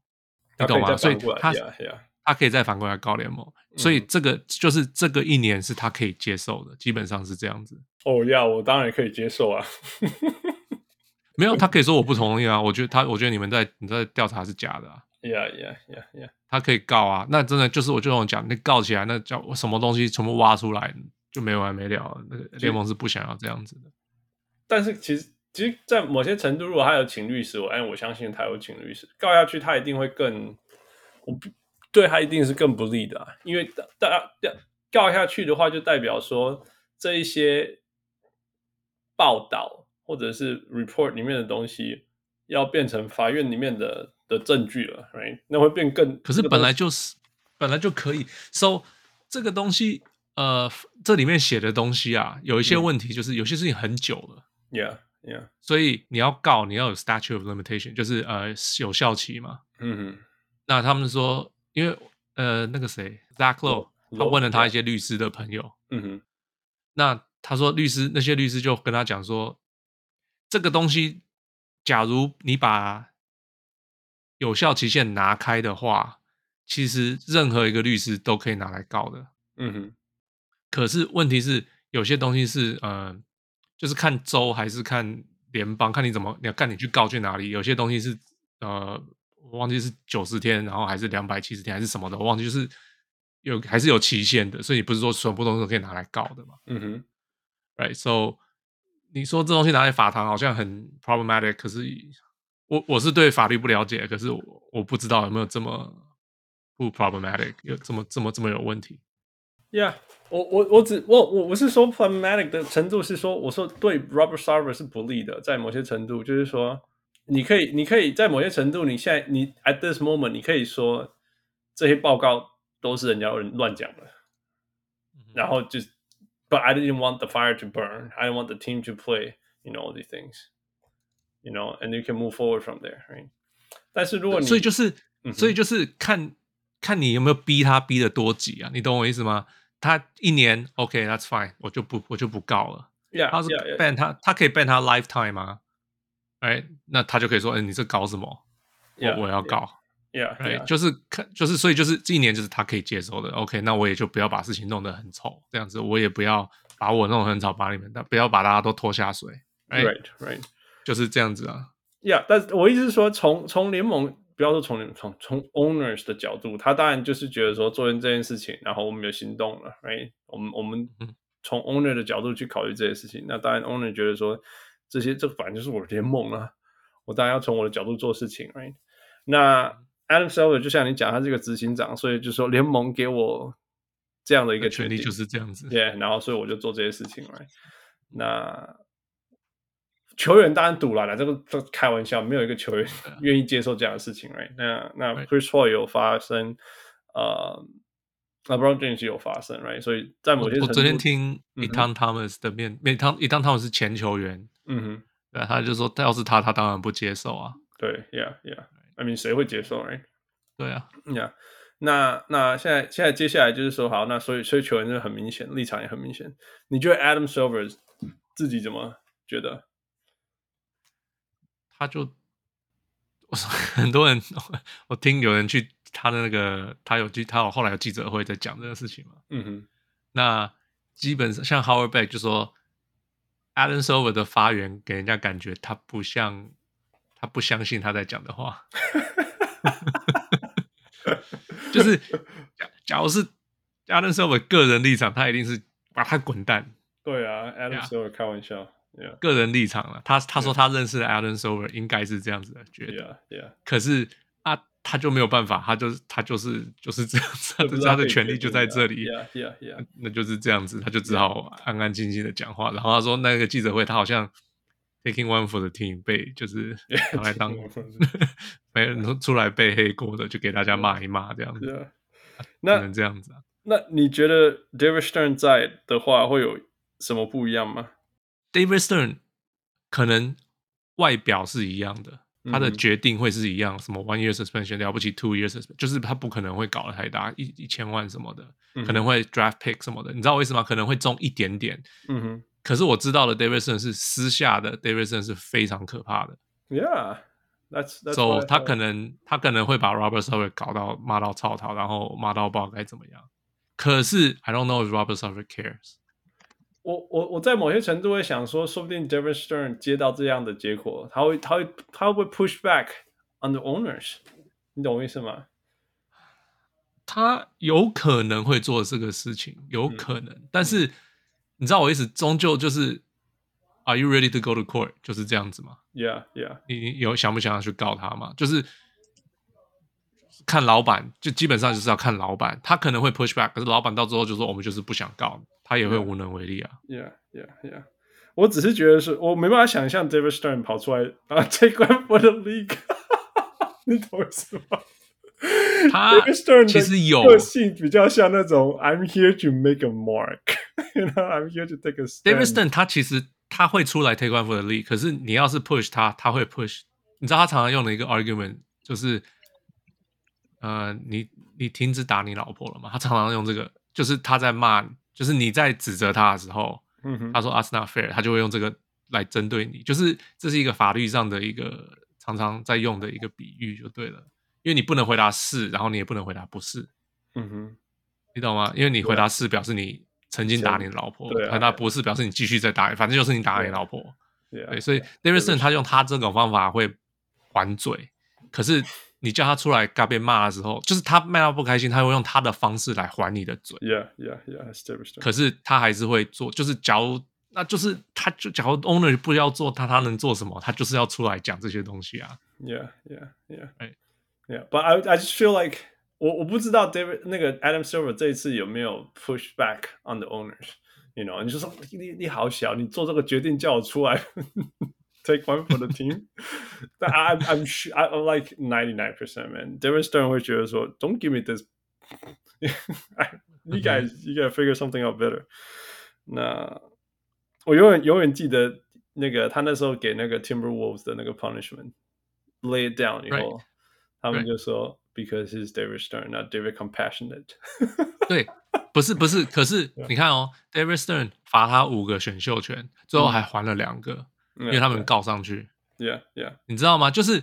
S2: 你
S1: 他可以
S2: 懂吗？
S1: 再
S2: 所以
S1: 反过来
S2: 他
S1: yeah, 嗯 yeah
S2: 他可以再反过来告联盟，所以这个就是这个一年是他可以接受的，基本上是这样子。
S1: 哦呀，我当然也可以接受啊。
S2: 没
S1: 嗯
S2: 有，他可以说我不同意啊，我觉得他，我觉得你们在你在调查是假的、啊，
S1: yeah, yeah, yeah, yeah.
S2: 他可以告啊。那真的就是我就跟我讲，那告起来那叫什么东西全部挖出来就没完没了了，那个联盟是不想要这样子的。
S1: 但是其实，其实，在某些程度，如果他有请律师，我哎，我相信他有请律师，告下去他一定会更，我不对他一定是更不利的啊、因为大家告下去的话，就代表说这一些报道或者是 report 里面的东西要变成法院里面的的证据了，right？那会变更，
S2: 可是
S1: 这个
S2: 本
S1: 东
S2: 来
S1: 西
S2: 就是本来就可以，so 这个东西，呃，这里面写的东西啊，有一些
S1: 嗯
S2: 问题就是有些事情很久了。
S1: yeah, yeah，
S2: 所以你要告，你要有 statute of limitation，就是呃有效期嘛。
S1: 嗯哼。
S2: 那他们说，因为呃那个谁 Zach Lowe，
S1: Lowe，
S2: 他问了他
S1: yeah
S2: 一些律师的朋友，
S1: 嗯哼，
S2: 那他说律师那些律师就跟他讲说，这个东西，假如你把有效期限拿开的话，其实任何一个律师都可以拿来告的。
S1: 嗯哼，
S2: 可是问题是，有些东西是呃，就是看州还是看联邦，看你怎么，你要看你去告去哪里。有些东西是呃，我忘记是九十天，然后还是两百七十天，还是什么的，我忘记，就是有还是有期限的，所以你不是说全部东西都可以拿来告的嘛
S1: 嗯哼，
S2: ？Right？So 你说这东西拿来法堂好像很 problematic，可是我我是对法律不了解，可是我我不知道有没有这么不 problematic，有这么这么这么有问题。
S1: Yeah，我我我只我我我是说 problematic 的程度是说，我说对 Robert Sarver 是不利的，在某些程度就是说，你可以你可以在某些程度，你现在你 at this moment 你可以说这些报告都是人家乱讲的，然后就 But I didn't want the fire to burn, I didn't want the team to play, you know all these things, you know, and you can move forward from there, right? 但是如果你
S2: 所以就是
S1: 嗯哼
S2: 所以就是看看你有没有逼他逼的多急啊，你懂我意思吗？他一年 OK，that's、fine，我就不我就不告了。
S1: yeah
S2: 他是
S1: yeah, yeah
S2: ban 他，他可以 ban 他 lifetime 啊，哎，那他就可以说，嗯、你这搞什么？我
S1: yeah
S2: 我要告，
S1: yeah
S2: 哎
S1: yeah
S2: 就是看就是所以就是这一年就是他可以接受的。OK，那我也就不要把事情弄得很丑，这样子我也不要把我弄得很丑，把你们但不要把大家都拖下水，哎、
S1: right right。
S2: 就是这样子啊。
S1: Yeah，但是我意思是说，从从联盟，不要说从联盟，从从 owners 的角度，他当然就是觉得说做成这件事情，然后我们有行动了，right？我们我们
S2: 嗯
S1: 从 owner 的角度去考虑这些事情，那当然 owner 觉得说这些这反正就是我的联盟啊，我当然要从我的角度做事情，right？那
S2: 嗯
S1: Adam Silver 就像你讲，他是一个执行长，所以就说联盟给我这样的一个决
S2: 权
S1: 定，
S2: 利就是这样 子。
S1: 对，然后所以我就做这些事情来。那球员当然赌了啦，这个这个开玩笑，没有一个球员
S2: 啊
S1: 愿意接受这样的事情，right？那那
S2: Right.
S1: Chris Paul 有发生，呃，LeBron James 有发生，right？所以在某些
S2: 我
S1: 程
S2: 昨天
S1: 度
S2: 听
S1: 嗯哼
S2: e t o n Thomas 的面，e t o n e t o n Thomas 是前球员，
S1: 嗯哼，
S2: 对，啊他就说，要是他，他当然不接受啊，
S1: 对，yeah，yeah，I mean 谁会接受，right？
S2: 对啊，
S1: 呀、那那现在现在接下来就是说，好，那所以所以球员就很明显，立场也很明显。你觉得 Adam Silver 自己怎么觉得？
S2: 他就，我说很多人， 我听有人去他的那个，他有去，他有后来有记者会在讲这个事情嘛，
S1: 嗯哼，
S2: 那基本上像 Howard Beck 就说，Alan Silver 的发言给人家感觉他不像，他不相信他在讲的话，就是假假如是 Alan Silver 个人立场，他一定是把他滚蛋，
S1: 对啊
S2: 对
S1: ，Adam
S2: 啊
S1: Silver 开玩笑，yeah。
S2: 个人立场了。他他说他认识的 Alan Silver 应该是这样子的觉得，
S1: Yeah, yeah.
S2: 可是啊，他就没有办法，他就是他就是就是这样子，
S1: 这
S2: 他
S1: 不
S2: 就是他的
S1: 可以
S2: 权
S1: 决
S2: 利就
S1: 定
S2: 在
S1: 的
S2: 这里，
S1: Yeah, yeah, yeah.
S2: 那就是这样子，他就只好安安静静的讲话。然后他说那个记者会，他好像 taking one for the team 被就是 拿来当没人出来背黑锅的，就给大家骂一骂这样子，
S1: yeah.
S2: 只
S1: 啊那
S2: 能这样子啊。
S1: 那你觉得 David Stern 在的话会有什么不一样吗？
S2: David Stern 可能外表是一样的，他的
S1: 嗯
S2: 决定会是一样，什么 one year suspension 了不起 two years suspension，就是他不可能会搞得太大，一一千万什么的，
S1: 嗯
S2: 可能会 draft pick 什么的，你知道为什么？可能会中一点点。
S1: 嗯哼
S2: 可是我知道的 David Stern 是私下的，David Stern 是非常可怕的，
S1: ，Yeah, that's that's.
S2: 所
S1: what
S2: 以
S1: I
S2: 他
S1: thought.
S2: 可能他可能会把 Robert Sarver 搞到骂到操他，然后骂到不知道该怎么样。可是 I don't know if Robert Sarver cares。
S1: 我我我在某些程度会想说，说不定 David Stern 接到这样的结果，他会他会他会 push back on the owners，你懂我意思吗？
S2: 他有可能会做这个事情，有可能，但是你知道我意思，终究就是 Are you ready to go to court？就是这样子嘛。
S1: Yeah, yeah.
S2: 你你有想不想要去告他嘛？就是看老板，就基本上就是要看老板，他可能会 push back，可是老板到最后就说我们就是不想告，他也会无能为力啊。
S1: Yeah, yeah, yeah. 我只是觉得是我没办法想象 David Stern 跑出来啊，take one for the league，你懂我意思吗？
S2: 他
S1: David Stern 的
S2: 其实有
S1: 个性比较像那种 I'm here to make a mark，you know，I'm here to take a
S2: David
S1: stand
S2: Stern 他其实他会出来 take one for the lead，可是你要是 push 他，他会 push。你知道他常常用的一个 argument 就是，呃，你你停止打你老婆了吗？他常常用这个，就是他在骂，就是你在指责他的时候，
S1: 嗯哼
S2: 他说啊 "That's not fair"，他就会用这个来针对你，就是这是一个法律上的一个常常在用的一个比喻就对了，因为你不能回答是，然后你也不能回答不是，
S1: 嗯哼，
S2: 你懂吗？因为你回答是表示你曾经打你老婆，
S1: 啊对啊
S2: 回答不是表示你继续在打，反正就是你打你老婆。
S1: 对
S2: 对，所以 Davidson 他用他这种方法会还嘴，可是你叫他出来尬被骂的时候，就是他骂到不开心，他会用他的方式来还你的嘴。
S1: Yeah, yeah, yeah. That's David Stern.
S2: 可是他还是会做，就是假如那就是他就假如 owner 不要做他，他能做什么？他就是要出来讲这些东西啊。
S1: Yeah, yeah, yeah.
S2: Right.
S1: Yeah, but I I just feel like 我我不知道 David 那个 Adam Silver 这一次有没有 push back on the owners。You know，你就说你你好小，你做这个决定叫我出来 take one for the team 但。I I'm- I'm sure I'm like ninety nine percent man. David Stern 会觉得说 Don't give me this.
S2: Mm-hmm.
S1: you guys you gotta figure something out better. 那我永远永远记得那个他那时候给那个 Timberwolves 的那个 punishment lay it down 以后
S2: Right.
S1: 他们
S2: Right.
S1: 就说 because he's David Stern, not David compassionate
S2: 对，不是不是，可是
S1: 啊
S2: 你看哦，David Stern 罚他五个选秀权，最后还还了两个，
S1: 嗯。
S2: 因为他们告上去，
S1: yeah yeah，
S2: 你知道吗？就是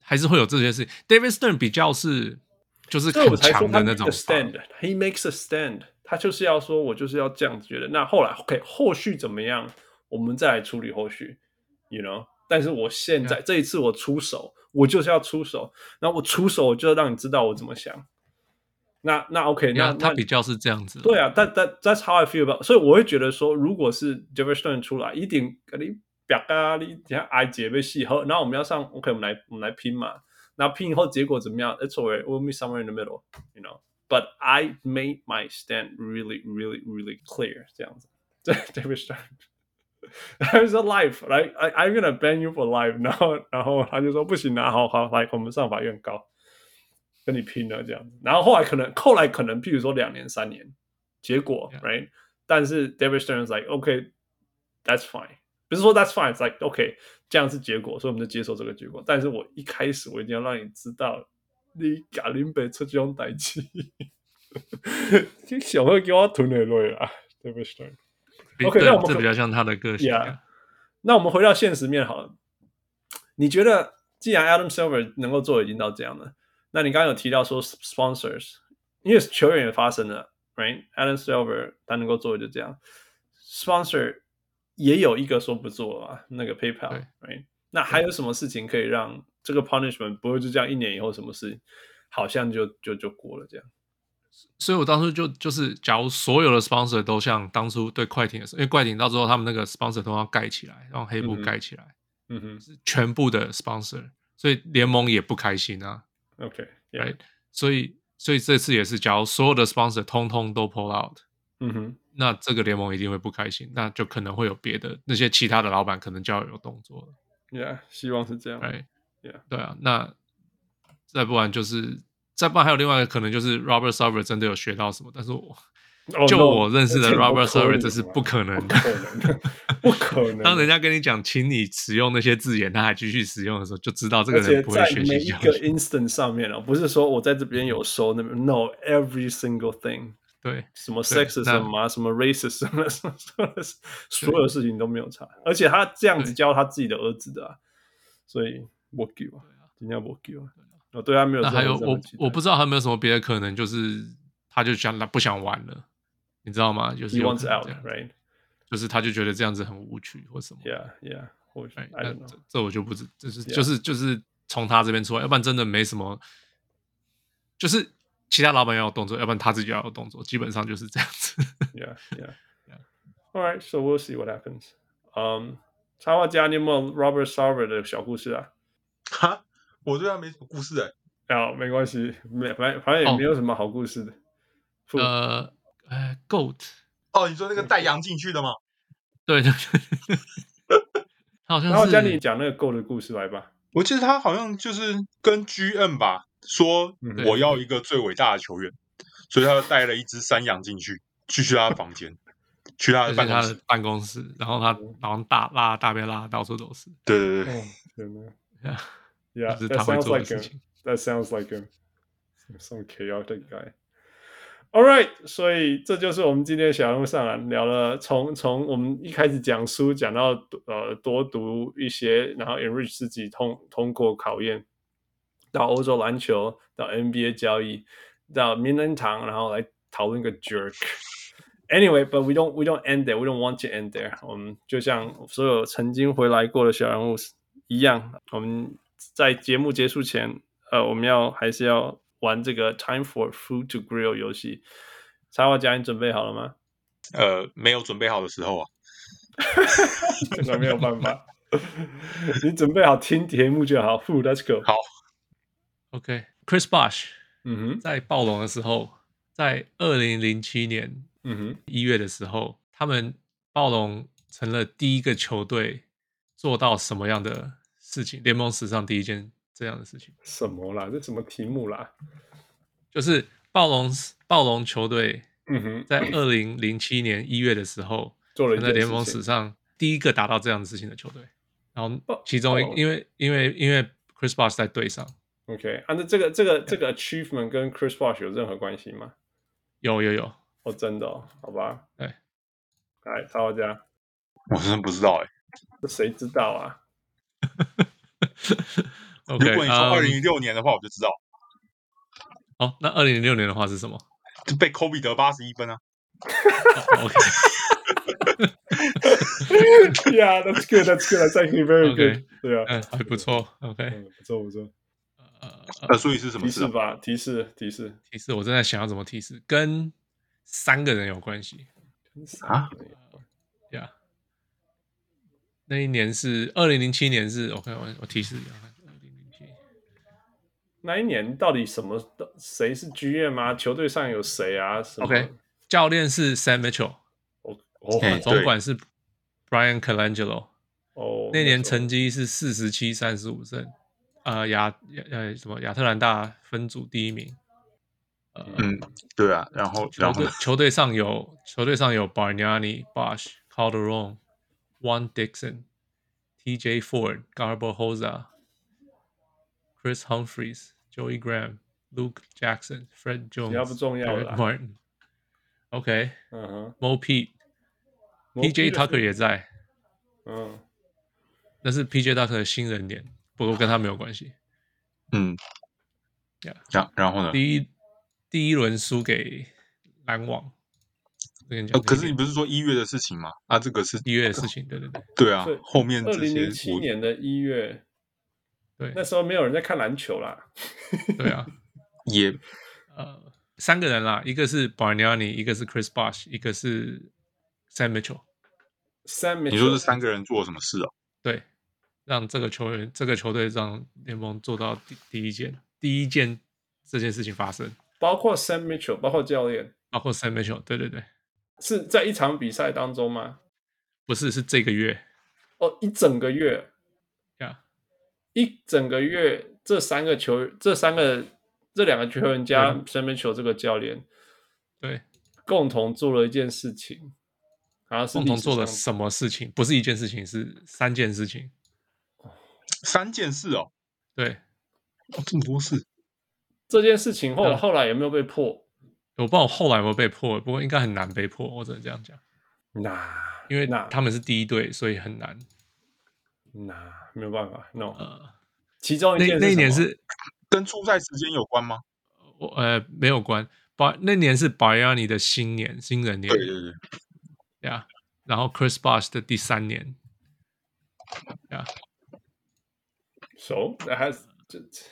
S2: 还是会有这些事。David Stern 比较是就是
S1: 所以
S2: 很
S1: 我才说
S2: 强
S1: 他
S2: 的那
S1: make
S2: 种
S1: a
S2: 罚
S1: stand，he makes a stand，他就是要说我就是要这样子觉得。那后来 OK，后续怎么样，我们再来处理后续，you know。但是我现在这一次我出手，我就是要出手，那我出手我就要让你知道我怎么想。那那 OK，那
S2: 那他
S1: 那
S2: 比较是这样子。
S1: 对啊，但但 that's how I feel about，所以我会觉得说，如果是 Jefferson 出来，一定给你表啊，你等下挨姐被戏后，然后我们要上 OK，我们来我们来拼嘛，那拼以后结果怎么样？It's alright，we'll meet somewhere in the middle，you know。But I made my stand really, really, really clear，这样子。 对 Jefferson。There's a life, right? I, I'm gonna ban you for life. 然后，然后他就说不行啊，好好来，我们上法院告，跟你拼了这样子。然后后来可能，后来可能，譬如说两年、三年，结果
S2: Yeah.
S1: right？但是 David Stern is like OK，that's、fine，不是说 that's fine，it's like OK，这样是结果，所以我们就接受这个结果。但是我一开始我一定要让你知道，你贾林北出这种代志， 你想要给我吞下来啊，David Stern。
S2: 比
S1: OK，
S2: 对
S1: 那我们
S2: 这
S1: 可
S2: 比较像他的个性啊。
S1: Yeah 那我们回到现实面好了，你觉得既然 Adam Silver 能够做已经到这样了，那你刚刚有提到说 sponsors，因为球员也发生了，right？Adam Silver 他能够做的就这样，sponsor 也有一个说不做啊，那个 PayPal，right？那还有什么事情可以让这个 punishment 不会就这样一年以后什么事好像就就就过了这样？
S2: 所以我当初就就是，假如所有的 sponsor 都像当初对快艇的时候，因为快艇到最后他们那个 sponsor 都要盖起来，用黑布
S1: 嗯哼
S2: 盖起来，
S1: 嗯哼
S2: 是全部的 sponsor，所以联盟也不开心啊。
S1: OK，
S2: Right. 所以所以这次也是，假如所有的 sponsor 通通都 pull out，
S1: 嗯哼，
S2: 那这个联盟一定会不开心，那就可能会有别的那些其他的老板可能就要有动作了。
S1: Yeah，希望是这样。
S2: 对
S1: Yeah.
S2: 对啊，那再不然就是，再不然还有另外一个可能就是 Robert Server 真的有学到什么，但是我、
S1: Oh,
S2: 就
S1: no，
S2: 我认识的
S1: 这个
S2: Robert
S1: 不可
S2: Server
S1: 以
S2: 这是
S1: 嘛
S2: 不可能
S1: 不
S2: 的。
S1: 可能的，不可能的。
S2: 当人家跟你讲，请你使用那些字眼，他还继续使用的时候，就知道这个
S1: 而且
S2: 人不会
S1: 在
S2: 学
S1: 每
S2: 习
S1: 一
S2: 教
S1: 个
S2: 育。
S1: instant 上面哦，不是说我在这边有收那边，no every single thing，
S2: 对
S1: 什么
S2: 对
S1: sexism 啊，什么 racism 啊， 什么什么所有事情都没有差，而且他这样子
S2: 对
S1: 教他自己的儿子的啊、所以我给啊，今天我给啊，我对他没有
S2: 那
S1: 任何
S2: 还有
S1: 任何
S2: 我
S1: 期待
S2: 我不知道还有没有什么别的可能，就是他就想他不想玩了，你知道吗？就是
S1: ，he
S2: 有
S1: wants
S2: 可能这样
S1: out right
S2: 就是他就觉得这样子很无趣或什么。
S1: yeah yeah，我
S2: 哎，
S1: I
S2: 那
S1: don't know
S2: 这这我就不知，这是
S1: Yeah.
S2: 就是就是从他这边出来，要不然真的没什么，就是其他老板要有动作，要不然他自己要有动作，基本上就是这样子。
S1: yeah yeah
S2: Yeah.
S1: all right so we'll see what happens 嗯，插画家你有没有 Robert Sarver 的小故事啊？
S3: 哈，我对他没什么故事哎、
S1: 啊，没关系，没反正反正
S2: 哦
S1: 也没有什么好故事的。不
S2: 呃，呃，Goat，
S3: 哦，你说那个带羊进去的吗？
S2: 对对对， 他好像
S1: 然后
S2: 是
S1: 家里讲那个狗的故事来吧。
S3: 我记得他好像就是跟 GM 吧，说
S1: 嗯
S2: 对
S3: 我要一个最伟大的球员，所以他就带了一只山羊进去，去去他的房间，去他
S2: 就是
S3: 的办
S2: 他的
S3: 公室。
S2: 办公室，然后他
S1: 嗯
S2: 好像大拉大便拉到处都是，啊
S3: 对对对，
S1: 哦，天哪
S2: Yeah，
S1: ！Yeah,
S2: 就是
S1: that
S2: 他会
S1: sounds
S2: 做的
S1: like
S2: 事
S1: him.
S2: 情。
S1: That sounds like him. Some chaotic guy. All right，所以这就是我们今天小人物上篮聊了从从我们一开始讲书讲到呃多读一些，然后 enrich 自己通通过考验，到欧洲篮球，到 NBA 交易，到名人堂，然后来讨论个 jerk。Anyway, but we don't we don't end there. We don't want to end there. 我们就像所有曾经回来过的小人物一样，我们在节目结束前，呃，我们要还是要玩这个 Time for Food to Grill 游戏。插画家，你准备好了 吗？
S3: 呃，没有准备好的时候啊，
S1: 真的没有办法， 你准备好听节目就好。Food, let's go。
S3: 好
S2: OK，Chris Bosh
S1: 嗯哼，
S2: 在暴龙的时候，在二零零七年
S1: 嗯哼，
S2: 一月的时候，他们暴龙成了第一个球队做到什么样的事情？联盟史上第一件这样的事情，
S1: 什么啦？这什么题目啦？
S2: 就是暴龙暴龙球队
S1: 嗯哼，
S2: 在二零零七年一月的时候，
S1: 做了一
S2: 成
S1: 件事
S2: 了
S1: 情
S2: 联盟史上第一个达到这样的事情的球队。然
S1: 暴
S3: 哦
S2: 后，其中一
S1: 暴龙
S2: 因为因为因为 Chris Bosh 在队上，
S1: OK，啊，那这个这个这个 achievement 跟 Chris Bosh 有任何关系吗？
S2: 有有有，
S1: 哦，真的、哦，好吧。
S2: 对，
S1: 来，插画家，
S3: 我真的不知道哎、
S1: 这谁知道啊？
S2: OK，
S3: 如果你说
S2: 嗯
S3: 二零一六年的话，我就知道
S2: 哦，那二零零六年的话是什么、
S3: 就被科比得八十一分啊。
S2: o k
S1: yeah, that's good. That's good. That's actually very good.
S2: Okay.
S1: 对啊，
S2: 嗯，还不错，OK，
S1: 嗯，不错不错。
S2: 呃，
S3: 呃，所以是什么
S1: 提
S3: 事、
S1: 示
S3: 啊？
S1: 吧，提示提示。
S2: 提示我正在想要怎么提示，跟三个人有关系
S3: 啊
S2: 呀。Yeah 那一年是二零零七年是，我看我我提示一下，二零零七，
S1: 那一年到底什么？谁是 GM 啊？球队上有谁啊？什么
S2: OK 教练是 Sam Mitchell，
S1: 哦哦
S3: 哎对
S2: 总管是 Brian Colangelo，
S1: 哦，
S2: 那年
S1: 没错
S2: 成绩是四十七三十五胜，呃亚亚呃什么亚特兰大分组第一名，呃，
S3: 嗯，对啊，然后
S2: 球
S3: 然后
S2: 队
S3: 呢
S2: 球队上有球队上有 Bargnani、Bosh、Calderon、One Dixon、T.J. Ford、Garbohosa、Chris Humphries、Joey Graham、Luke Jackson、Fred
S1: 其他不
S2: Jones、
S1: 重要
S2: Derek
S1: 啦。
S2: Martin。OK，
S1: 嗯哼
S2: Mo Pete、
S1: Mo
S2: P.J.
S1: Pete 是
S2: Tucker 也在，
S1: 嗯，
S2: 那是 P.J. Tucker 的新人年，不过跟他没有关系。
S3: 嗯
S2: Yeah，
S3: 然然
S1: 嗯
S3: 后呢？
S2: 第一第一轮输给篮网，我跟你
S3: 呃，
S1: 哦
S2: 讲，
S3: 可是你不是说一月的事情吗？啊，这个是
S2: 一月的事情，对对对
S3: 对啊
S1: 所以，
S3: 后面
S1: 二
S3: 这
S1: 零
S3: 些
S1: 零七
S3: 我
S1: 年的一月，
S2: 对
S1: 那时候没有人在看篮球啦。
S2: 对啊。
S3: 也
S2: 呃三个人啦，一个是 Bargnani，一个是 Chris Bosh，一个是 Sam Mitchell，
S1: 三，
S3: 你说这三个人做了什么事啊？
S2: 对，让这个球员这个球队让联盟做到第第一届。第一件这件事情发生，
S1: 包括 Sam Mitchell，包括教练，
S2: 包括 Sam Mitchell，对对对，
S1: 是在一场比赛当中吗？
S2: 不是是这个月
S1: 哦，一整个月，
S2: 呀
S1: 一整个月，这三个球，这三个这两个球员加 Sam Mitchell 这个教练
S2: 对，
S1: 共同做了一件事情，好像是
S2: 共
S1: 历
S2: 同
S1: 史
S2: 做了
S1: 上
S2: 什么事情？不是一件事情，是三件事情，
S3: 三件事哦，
S2: 对，
S3: 哦这么多事，
S1: 这件事情后
S2: 嗯
S1: 后来有没有被破？
S2: 我不知道后来有没有被破，不过应该很难被破，我只能这样讲，
S1: 那
S2: 因为
S1: 那
S2: 他们是第一队，所以很难。
S1: 那没有办法，no。
S2: 呃，
S1: 嗯其中一
S2: 那
S1: 件
S2: 那一
S1: 什
S2: 年
S1: 么
S2: 是
S3: 跟出赛时间有关吗？
S2: 我呃没有关，巴那年是 b 亚尼的新年新人年
S3: 对，对对，
S2: 呀然后 Chris Bosh 的第三年，呀、
S1: So that has 这这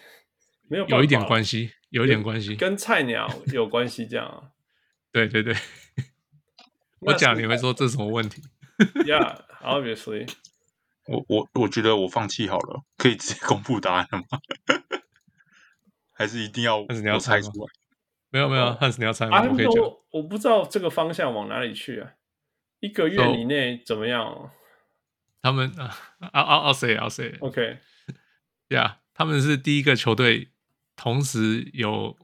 S1: 没有
S2: 有一点
S1: 系，
S2: 关系，有一点关系，
S1: 跟菜鸟有关系这样啊。
S2: 对对对， 我
S1: 那
S2: 讲
S1: 是
S2: 你会说这是什么问题？
S1: Yeah, obviously.
S3: 我我我觉得我放弃好了，可以直接公布答案了吗？还是一定要
S2: 但是你要
S3: 我
S2: 猜
S3: 猜出
S2: 吗
S3: 来？
S2: 没有没有
S1: 哦
S2: 汉斯你要猜吗？
S1: I
S2: 嗯我
S1: don't
S2: 可以讲。
S1: know，我不知道这个方向往哪里去啊。一个月
S2: So-
S1: 以内怎么样
S2: 他们啊，I'll I'll I'll say it, I'll say it.
S1: ？OK，
S2: Yeah，他们是第一个球队，同时有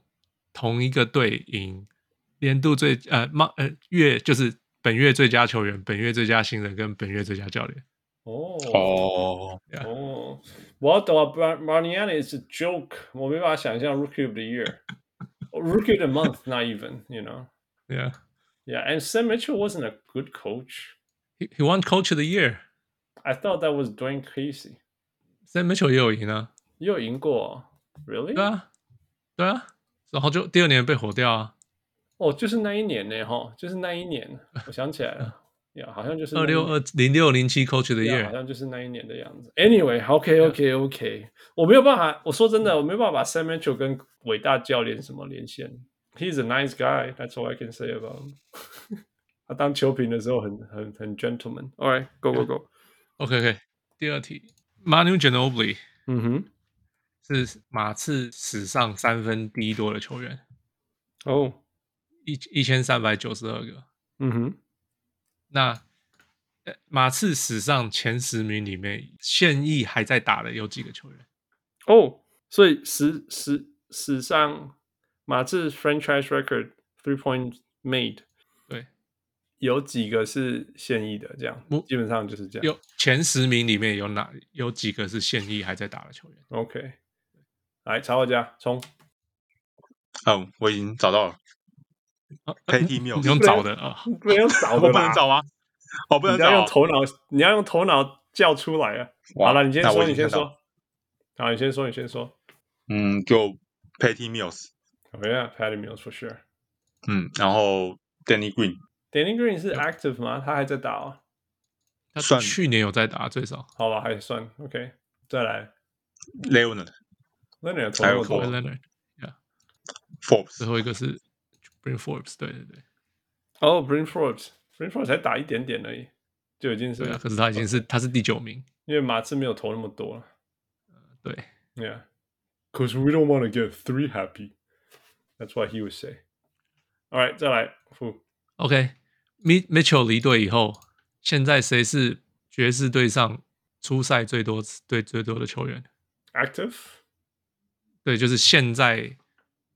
S2: 同一个队赢年度最呃嘛呃月就是本月最佳球员、本月最佳新人跟本月最佳教练。
S1: 哦
S3: 哦，
S1: 哦，Oh. 我懂啊，Bar Barniani is a joke，我没办法想象 Rookie of the Year，Rookie of the Month，not even，you know，yeah，and
S2: Yeah,
S1: Sam Mitchell wasn't a good coach。
S2: he he won Coach of the Year。
S1: I thought that was Dwayne Casey，
S2: Sam Mitchell 也有赢啊，
S1: 也有赢过哦，really？
S2: 对啊，对啊，然后就第二年被火掉啊，
S1: 哦，就是那一年呢，哈，就是那一年，我想起来了，呀，好像就是那
S2: 二
S1: 一
S2: 六
S1: 年
S2: 二零六零七 Coach of the
S1: 呀好
S2: Year。
S1: 像就是那一年的样子。Anyway，OK，OK，OK，、我没有办法，我说真的，我没有办法把 Sam Mitchell 跟伟大教练什么连线。He's a nice guy, that's all I can say about him 。 他当球评的时候很很很 gentleman。All right, go go go。
S2: OK OK，第二题，Manu Ginobili
S1: 嗯哼，
S2: 是马刺史上三分第一多的球员。
S1: 哦，
S2: 一一千三百九十二个。
S1: 嗯哼，
S2: 那呃马刺史上前十名里面，现役还在打的有几个球员？
S1: 哦，所以史史史上马刺 franchise record three point made
S2: 对，
S1: 有几个是现役的？这样
S2: 我，
S1: 基本上就是这样。
S2: 有前十名里面有哪有几个是现役还在打的球员？
S1: OK，来查我家冲。
S3: 嗯，我已经找到了
S2: 啊
S3: ，KT m i l
S2: 你用
S3: l
S2: 找的啊？
S1: 不能 找
S3: 我
S1: 的
S3: 不
S1: 啦
S3: 能，找吗？哦，不能
S1: 你要
S3: 找
S1: 用。头脑，你要用头脑叫出来啊。
S3: 哇
S1: 好了，你先
S3: 那我
S1: 说，
S3: 已
S1: 你
S3: 经
S1: 先
S3: 看到了。
S1: 说。好，你先说，你先说。
S3: 嗯，就 Patty Mills，
S1: Oh yeah, Patty Mills for sure.
S3: 嗯，然后 Danny Green，
S1: Danny Green 是 active 吗？他还在打哦。
S2: 他
S3: 算
S2: 去年有在打，最少。
S1: 好吧，还算 OK。再来
S3: Leonard
S1: ，Leonard
S3: 还有
S1: 投
S2: Kawhi
S3: 哦
S1: 过多
S2: Leonard，最
S3: Forbes，
S2: 后一个是 Brin Forbes，对对对，
S1: 哦，Brin Forbes，Brin Oh, Forbes 才打一点点而已，就已经是
S2: 对啊。可是他已经是他是第九名，
S1: 因为马刺没有投那么多了。
S2: 对
S1: Yeah, cause we don't want to get three happy. That's what he would say. All right，再来，负
S2: OK。Mi- Mitchell 离队以后，现在谁是爵士队上出赛最多次对最多的球员？
S1: active。
S2: 对，就是现在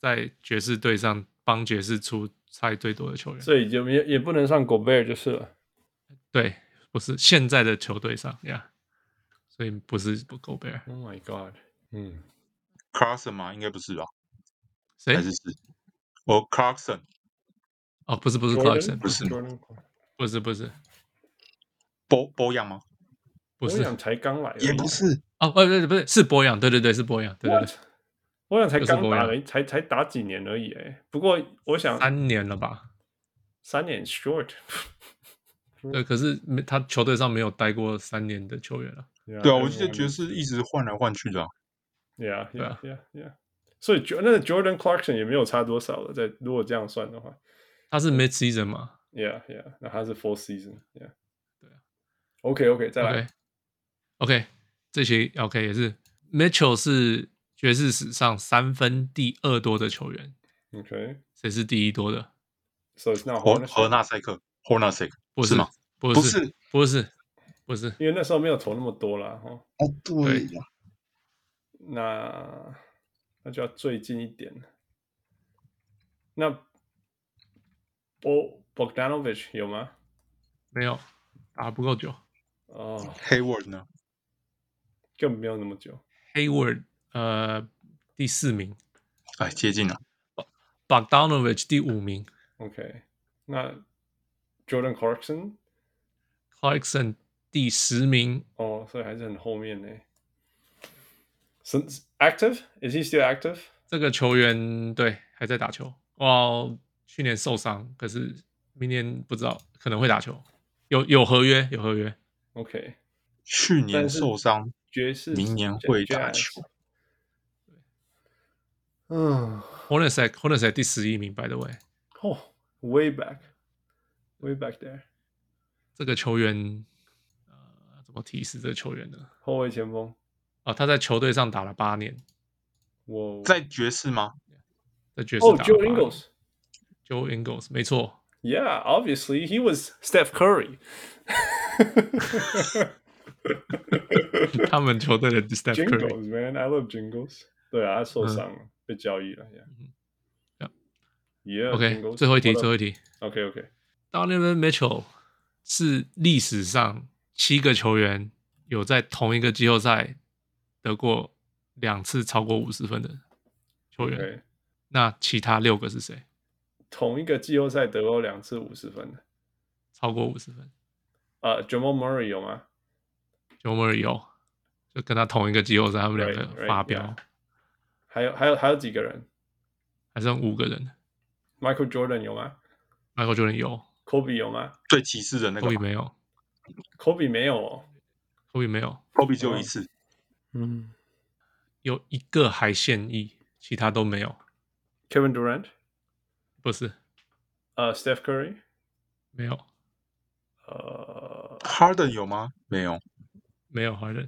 S2: 在爵士队上帮爵士出赛最多的球员。
S1: 所以就也也不能上 Gobert 就是了。
S2: 对，不是现在的球队上呀所以不是不够贝尔。
S1: Oh my god，嗯
S3: Clarkson 吗？应该不是吧？
S2: 谁
S3: 还？是是？哦，Clarkson
S2: 哦，不是不是
S1: Jordan？
S2: Clarkson，
S1: 不
S2: 不
S3: 是
S2: 是
S1: ，Jordan
S2: 不是不是
S3: Bo Bo 样吗？
S2: 不
S1: 我想
S2: 是
S1: 才刚来而已，
S3: 也不是，
S2: 哦，不是不是是博扬，对对对是博扬，对对
S1: What？
S2: 对，
S1: 我想才
S2: 就是
S1: 刚
S2: 不一
S1: 打
S2: 样
S1: 了，才才打几年而已哎。不过我想
S2: 三年了吧？
S1: 三年 short，
S2: 对，可是没他球队上没有待过三年的球员了。
S1: 对
S3: 对啊，我记得爵士一直换来换去的啊。
S1: ，Yeah
S2: 对啊
S1: Yeah Yeah Yeah，所以 Jo- 那个 Jordan Clarkson 也没有差多少了，在如果这样算的话
S2: 他是 mid season 嘛
S1: ，Yeah Yeah，那他是 full season，Yeah，
S2: 对啊
S1: OK OK，再来
S2: ？OK OK，这些 OK 也是 Mitchell 是爵士史上三分第二多的球员，
S1: Okay.
S2: 谁是第一多的？
S1: So it's not
S3: 霍
S1: Hornacek
S3: 霍纳塞克，霍纳塞克
S2: 不
S3: 是吗？？
S2: 不
S3: 不
S2: 是
S3: 是，
S2: 不是，不是。
S1: 因为那时候没有投那么多啦，哈、哦，
S4: 啊，对呀，
S1: 那那就要最近一点了。那 Bo Bogdanovich 有吗？
S2: 没有打不够久。
S1: 哦，
S3: Hayward 呢？
S1: 根本没有那么久。
S2: Hayward 呃第四名
S3: 哎，接近了。
S2: ，Bogdanovich 第五名
S1: OK，那 Jordan Clarkson
S2: ，Clarkson 第十名。
S1: 哦，所以还是很后面呢。Since active is he still active？
S2: 这个球员对还在打球，哇，哦去年受伤，可是明年不知道可能会打球，有有合约，有合约。
S1: OK，
S3: 去年
S1: 但是
S3: 受伤，
S1: 爵士
S3: 明年会打球。
S1: 嗯，
S2: Hornacek Hornacek 第十一名，by the way，
S1: 哦，way back，way back there，
S2: 这个球员呃怎么提示这个球员呢？
S1: 后卫前锋。
S2: 哦，他在球队上打了八年，
S1: 我
S3: 在爵士吗？
S2: 在爵士
S1: 哦
S2: 打了
S1: ，Joe
S2: 八年
S1: Ingles。
S2: Joe Ingles，没错，
S1: Yeah, obviously he was Steph Curry.
S2: 他们球队的 Steph Curry。Uh-huh.
S1: Jingles, man, I love Jingles. 对啊，他受伤了，被交易了。Yeah. Yeah.
S2: OK，
S1: Jingles,
S2: Mm-hmm. 最后一题，
S1: what up？
S2: 最后一题
S1: OK OK，
S2: ，Donovan Mitchell 是历史上七个球员有在同一个季后赛得过两次超过五十分的球员。
S1: 对，
S2: 那其他六个是谁？
S1: 同一个季后赛得过两次五十分的。
S2: 超过五十分
S1: 呃，Jamal Murray 有吗？
S2: ，Joe Murray 有，就跟他同一个季后赛，他们两
S1: Right，right，
S2: 个发飙
S1: yeah 还有还有还有几个人
S2: 还剩五个人。
S1: ？Michael Jordan 有吗
S2: Michael Jordan 有
S1: ？Kobe 有吗
S3: 对骑士的那个
S2: ，Kobe 没有
S1: ？Kobe 没有哦。
S2: ，Kobe 没有，
S3: ，Kobe 只有一次。
S1: 嗯
S2: 有一个还现役，其他都没有。
S1: ，Kevin Durant，
S2: 不是，
S1: 呃，Steph Curry，
S2: 没有，
S1: 呃
S3: Harden 有吗？没有。
S2: 没有 Harden。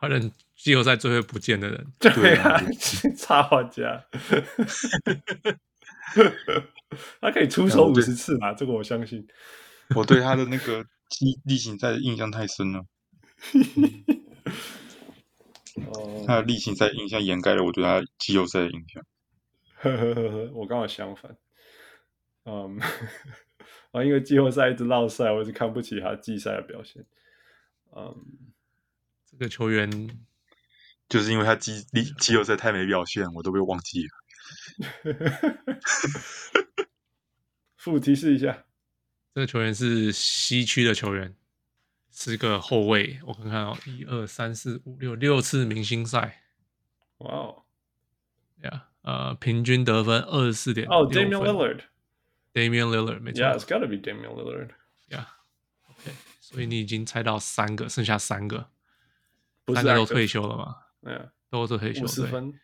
S2: Harden 季后赛最会不见的人。
S1: 对啊
S3: 对，
S1: 插画 家，他可以出手
S3: 嗯
S1: 五
S3: 对
S1: 十次吧？这个我相信。
S3: 我对他的那个记例行赛的印象太深了，他
S2: 啊
S1: 哦，
S3: 的例行赛印象掩盖了我对他季后赛的印象。
S1: 呵呵呵呵，我刚好相反。嗯，啊，因为季后赛一直落赛，我一直看不起他季赛的表现。嗯，
S2: 这个球员
S3: 就是因为他季例季后赛太没表现，我都被忘记了。
S1: 附提示一下，
S2: 这个球员是西区的球员，是个后卫。我看看哦，一二三四五六六次明星赛
S1: 哇哦，
S2: 呀呃，平均得分二十四点
S1: 哦，Damian Lillard，Yeah，it's
S2: Damian Lillard 没错
S1: gotta be Damian Lillard，
S2: Yeah, OK，所以你已经猜到三个，剩下三个，
S1: 不是
S2: 三个都退休了嘛？
S1: 嗯，
S2: 都是退休，
S1: 五十
S2: 对。
S1: 分，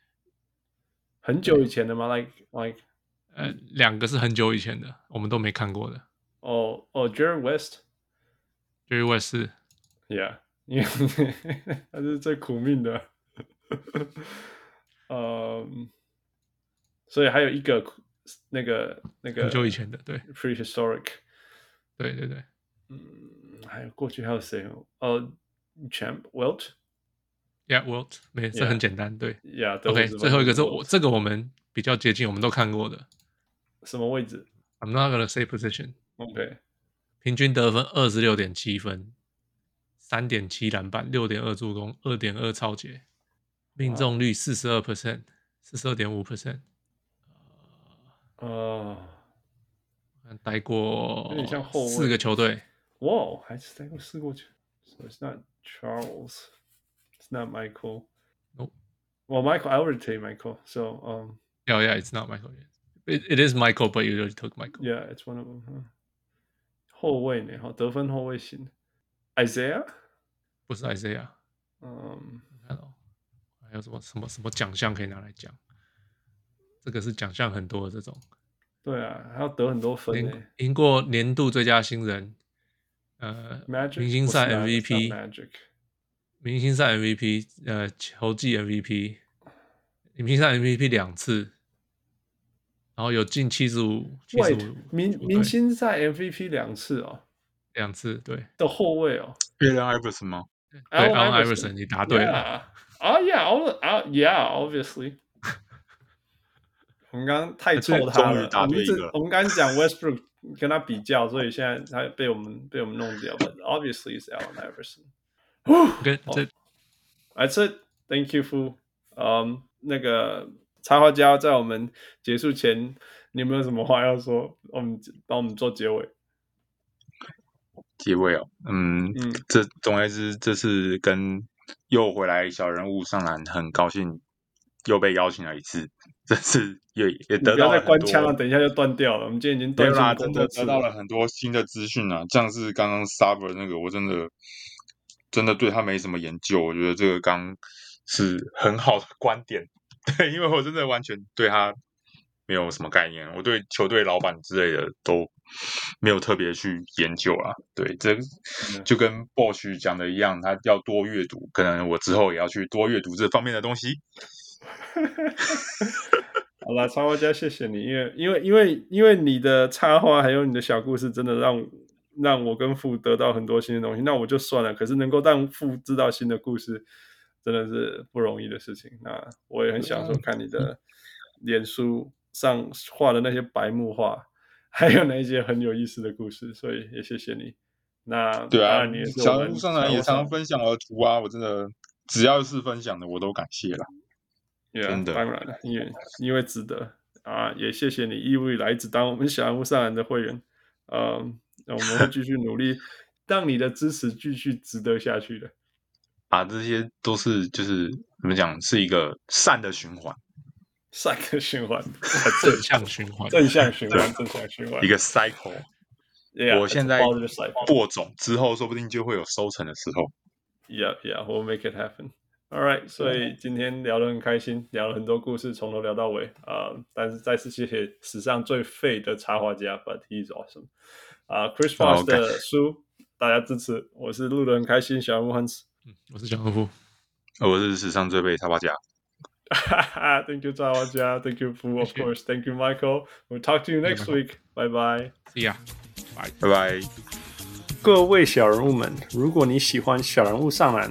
S1: 很久以前的吗？Like like，
S2: 呃，两个是很久以前的，我们都没看过的。
S1: 哦哦，Jared West。
S2: Jerry West 是
S1: Yeah，因为 他是最苦命 的。呃，所 Um, 以还有一个苦那个那个
S2: 很久以前的，对
S1: prehistoric，
S2: 对对对，
S1: 嗯，还有过去还有谁哦？哦，Champ Welt，Yeah，
S2: Yeah, Wilt，没，这
S1: Yeah
S2: 很简单，对。
S1: 得
S2: OK，
S1: 五十分
S2: 最后一个是
S1: 的
S2: 我这个我们比较接近，我们都看过的。
S1: 什么位置
S2: I'm not gonna say position，
S1: ？OK，
S2: 平均得分二十六点七分，三点七篮板，六点二助攻，二点二超截，命中率四十二 percent，四十二点五 percent，
S1: 呃，
S2: 待过
S1: 有点像后卫
S2: 四个球队。
S1: 哇，还是待过四过去，So it's not Charles，it's not Michael。
S2: Nope.
S1: Well, Michael, I already take Michael. So, um,
S2: Yeah, yeah, it's not Michael. It, it is Michael, but you already took Michael.
S1: Yeah, it's one of them. huh. 后卫呢？哈，得分后卫型，Isaiah，
S2: 不是 Isaiah。
S1: 嗯，
S2: 看哦，还有什么什么什么奖项可以拿来讲？这个是奖项很多的这种，
S1: 对啊，还要得很多分呢
S2: 赢。赢过年度最佳新人，呃，
S1: Magic
S2: 明星赛
S1: 不是啊不是
S2: MVP，
S1: Magic，
S2: 明星赛 MVP，呃，球季 MVP，你拼上 MVP 两次，然后有进七十五、七十
S1: White
S2: 五
S1: 明明星赛 MVP 两次哦
S2: 两次，对
S1: 的后卫哦，
S3: a l a n Iverson 吗？
S2: 对
S1: Allen
S2: ，Allen
S1: Iverson
S2: Iverson，你答对了，
S1: 啊啊，Yeah，all uh, yeah，obviously 。我们刚刚太
S3: 终
S1: 臭他
S3: 终于
S1: 了，
S3: 答
S1: 我们
S3: 对
S1: 一
S3: 一
S1: 直
S3: 个
S1: 我们刚刚讲 Westbrook 跟他比较，所以现在他被我们被我们弄掉。But obviously is Allen Iverson。
S2: 跟
S1: 哦
S2: 这
S1: That's it. Thank you, Fu. 嗯、那个插画家在我们结束前，你有没有什么话要说？我们帮我们做结尾。
S3: 结尾哦，嗯，
S1: 嗯
S3: 这总而言之，这次跟又回来小人物上篮，很高兴又被邀请了一次，这次也也
S1: 你
S3: 得
S1: 不
S3: 到
S1: 要
S3: 了
S1: 再
S3: 很
S1: 关
S3: 多
S1: 枪了，等一下就断掉了。我们今天已经
S3: 对
S1: 断线
S3: 啦，
S1: 了
S3: 真
S1: 很
S3: 的
S1: 多次
S3: 得到了很多新的资讯啊，像是刚刚 Saber 那个，我真的真的对他没什么研究，我觉得这个刚是很好的观点， 对，因为我真的完全对他没有什么概念，我对球队老板之类的都没有特别去研究啊，对，这就跟 Bosch 讲的一样，他要多阅读，可能我之后也要去多阅读这方面的东西。
S1: 好啦，插画家，谢谢你，因为因为因为因为你的插画还有你的小故事，真的让让我跟富得到很多新的东西。那我就算了，可是能够让富知道新的故事，真的是不容易的事情。那我也很享
S3: 嗯
S1: 受看你的脸书上画的那些白木画，还有那一些很有意思的故事，所以也谢谢你。那
S3: 对
S1: 当
S3: 啊
S1: 然你也，是
S3: 小
S1: 我
S3: 人
S1: 们
S3: 物上来也
S1: 插
S3: 常
S1: 画
S3: 常分享我的图啊，我真的只要是分享的，我都感谢啦。
S1: Yeah,
S3: 真的
S1: 当然了，因为因为值得啊，也谢谢你义务以来一直当我们小人物上篮的会员，呃，那我们会继续努力，让你的支持继续值得下去的。
S3: 把这些都是就是怎么讲，是一个善的循环，
S1: 善的循环，
S2: 正向循环，
S1: 正向循环，正向循环
S3: 一。个 cycle。
S1: Yeah,
S3: 我
S1: it's
S3: 现
S1: a
S3: 在
S1: positive cycle.
S3: 播种之后，说不定就会有收成的时候。
S1: Yeah, yeah, we'll make it happen. All right，所以今天聊得很开心，聊了很多故事，从头聊到尾啊、呃但是再次谢谢史上最废的插画家，But he's awesome。啊、c Uh, h r i s Foss
S3: OK
S1: 的书大家支持。我是录得很开心，小人物 Hans。
S2: 我是小人物，
S3: 我是史上最被插画家，
S1: Thank you，插画家。Thank you, Fu. Of
S2: 谢谢
S1: course. Thank you, Michael. We'll talk to you next
S2: Michael.
S1: week. Bye bye.
S2: 是呀，拜。
S3: 拜拜。
S1: 各位小人物们，如果你喜欢小人物上篮，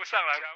S4: 物上来。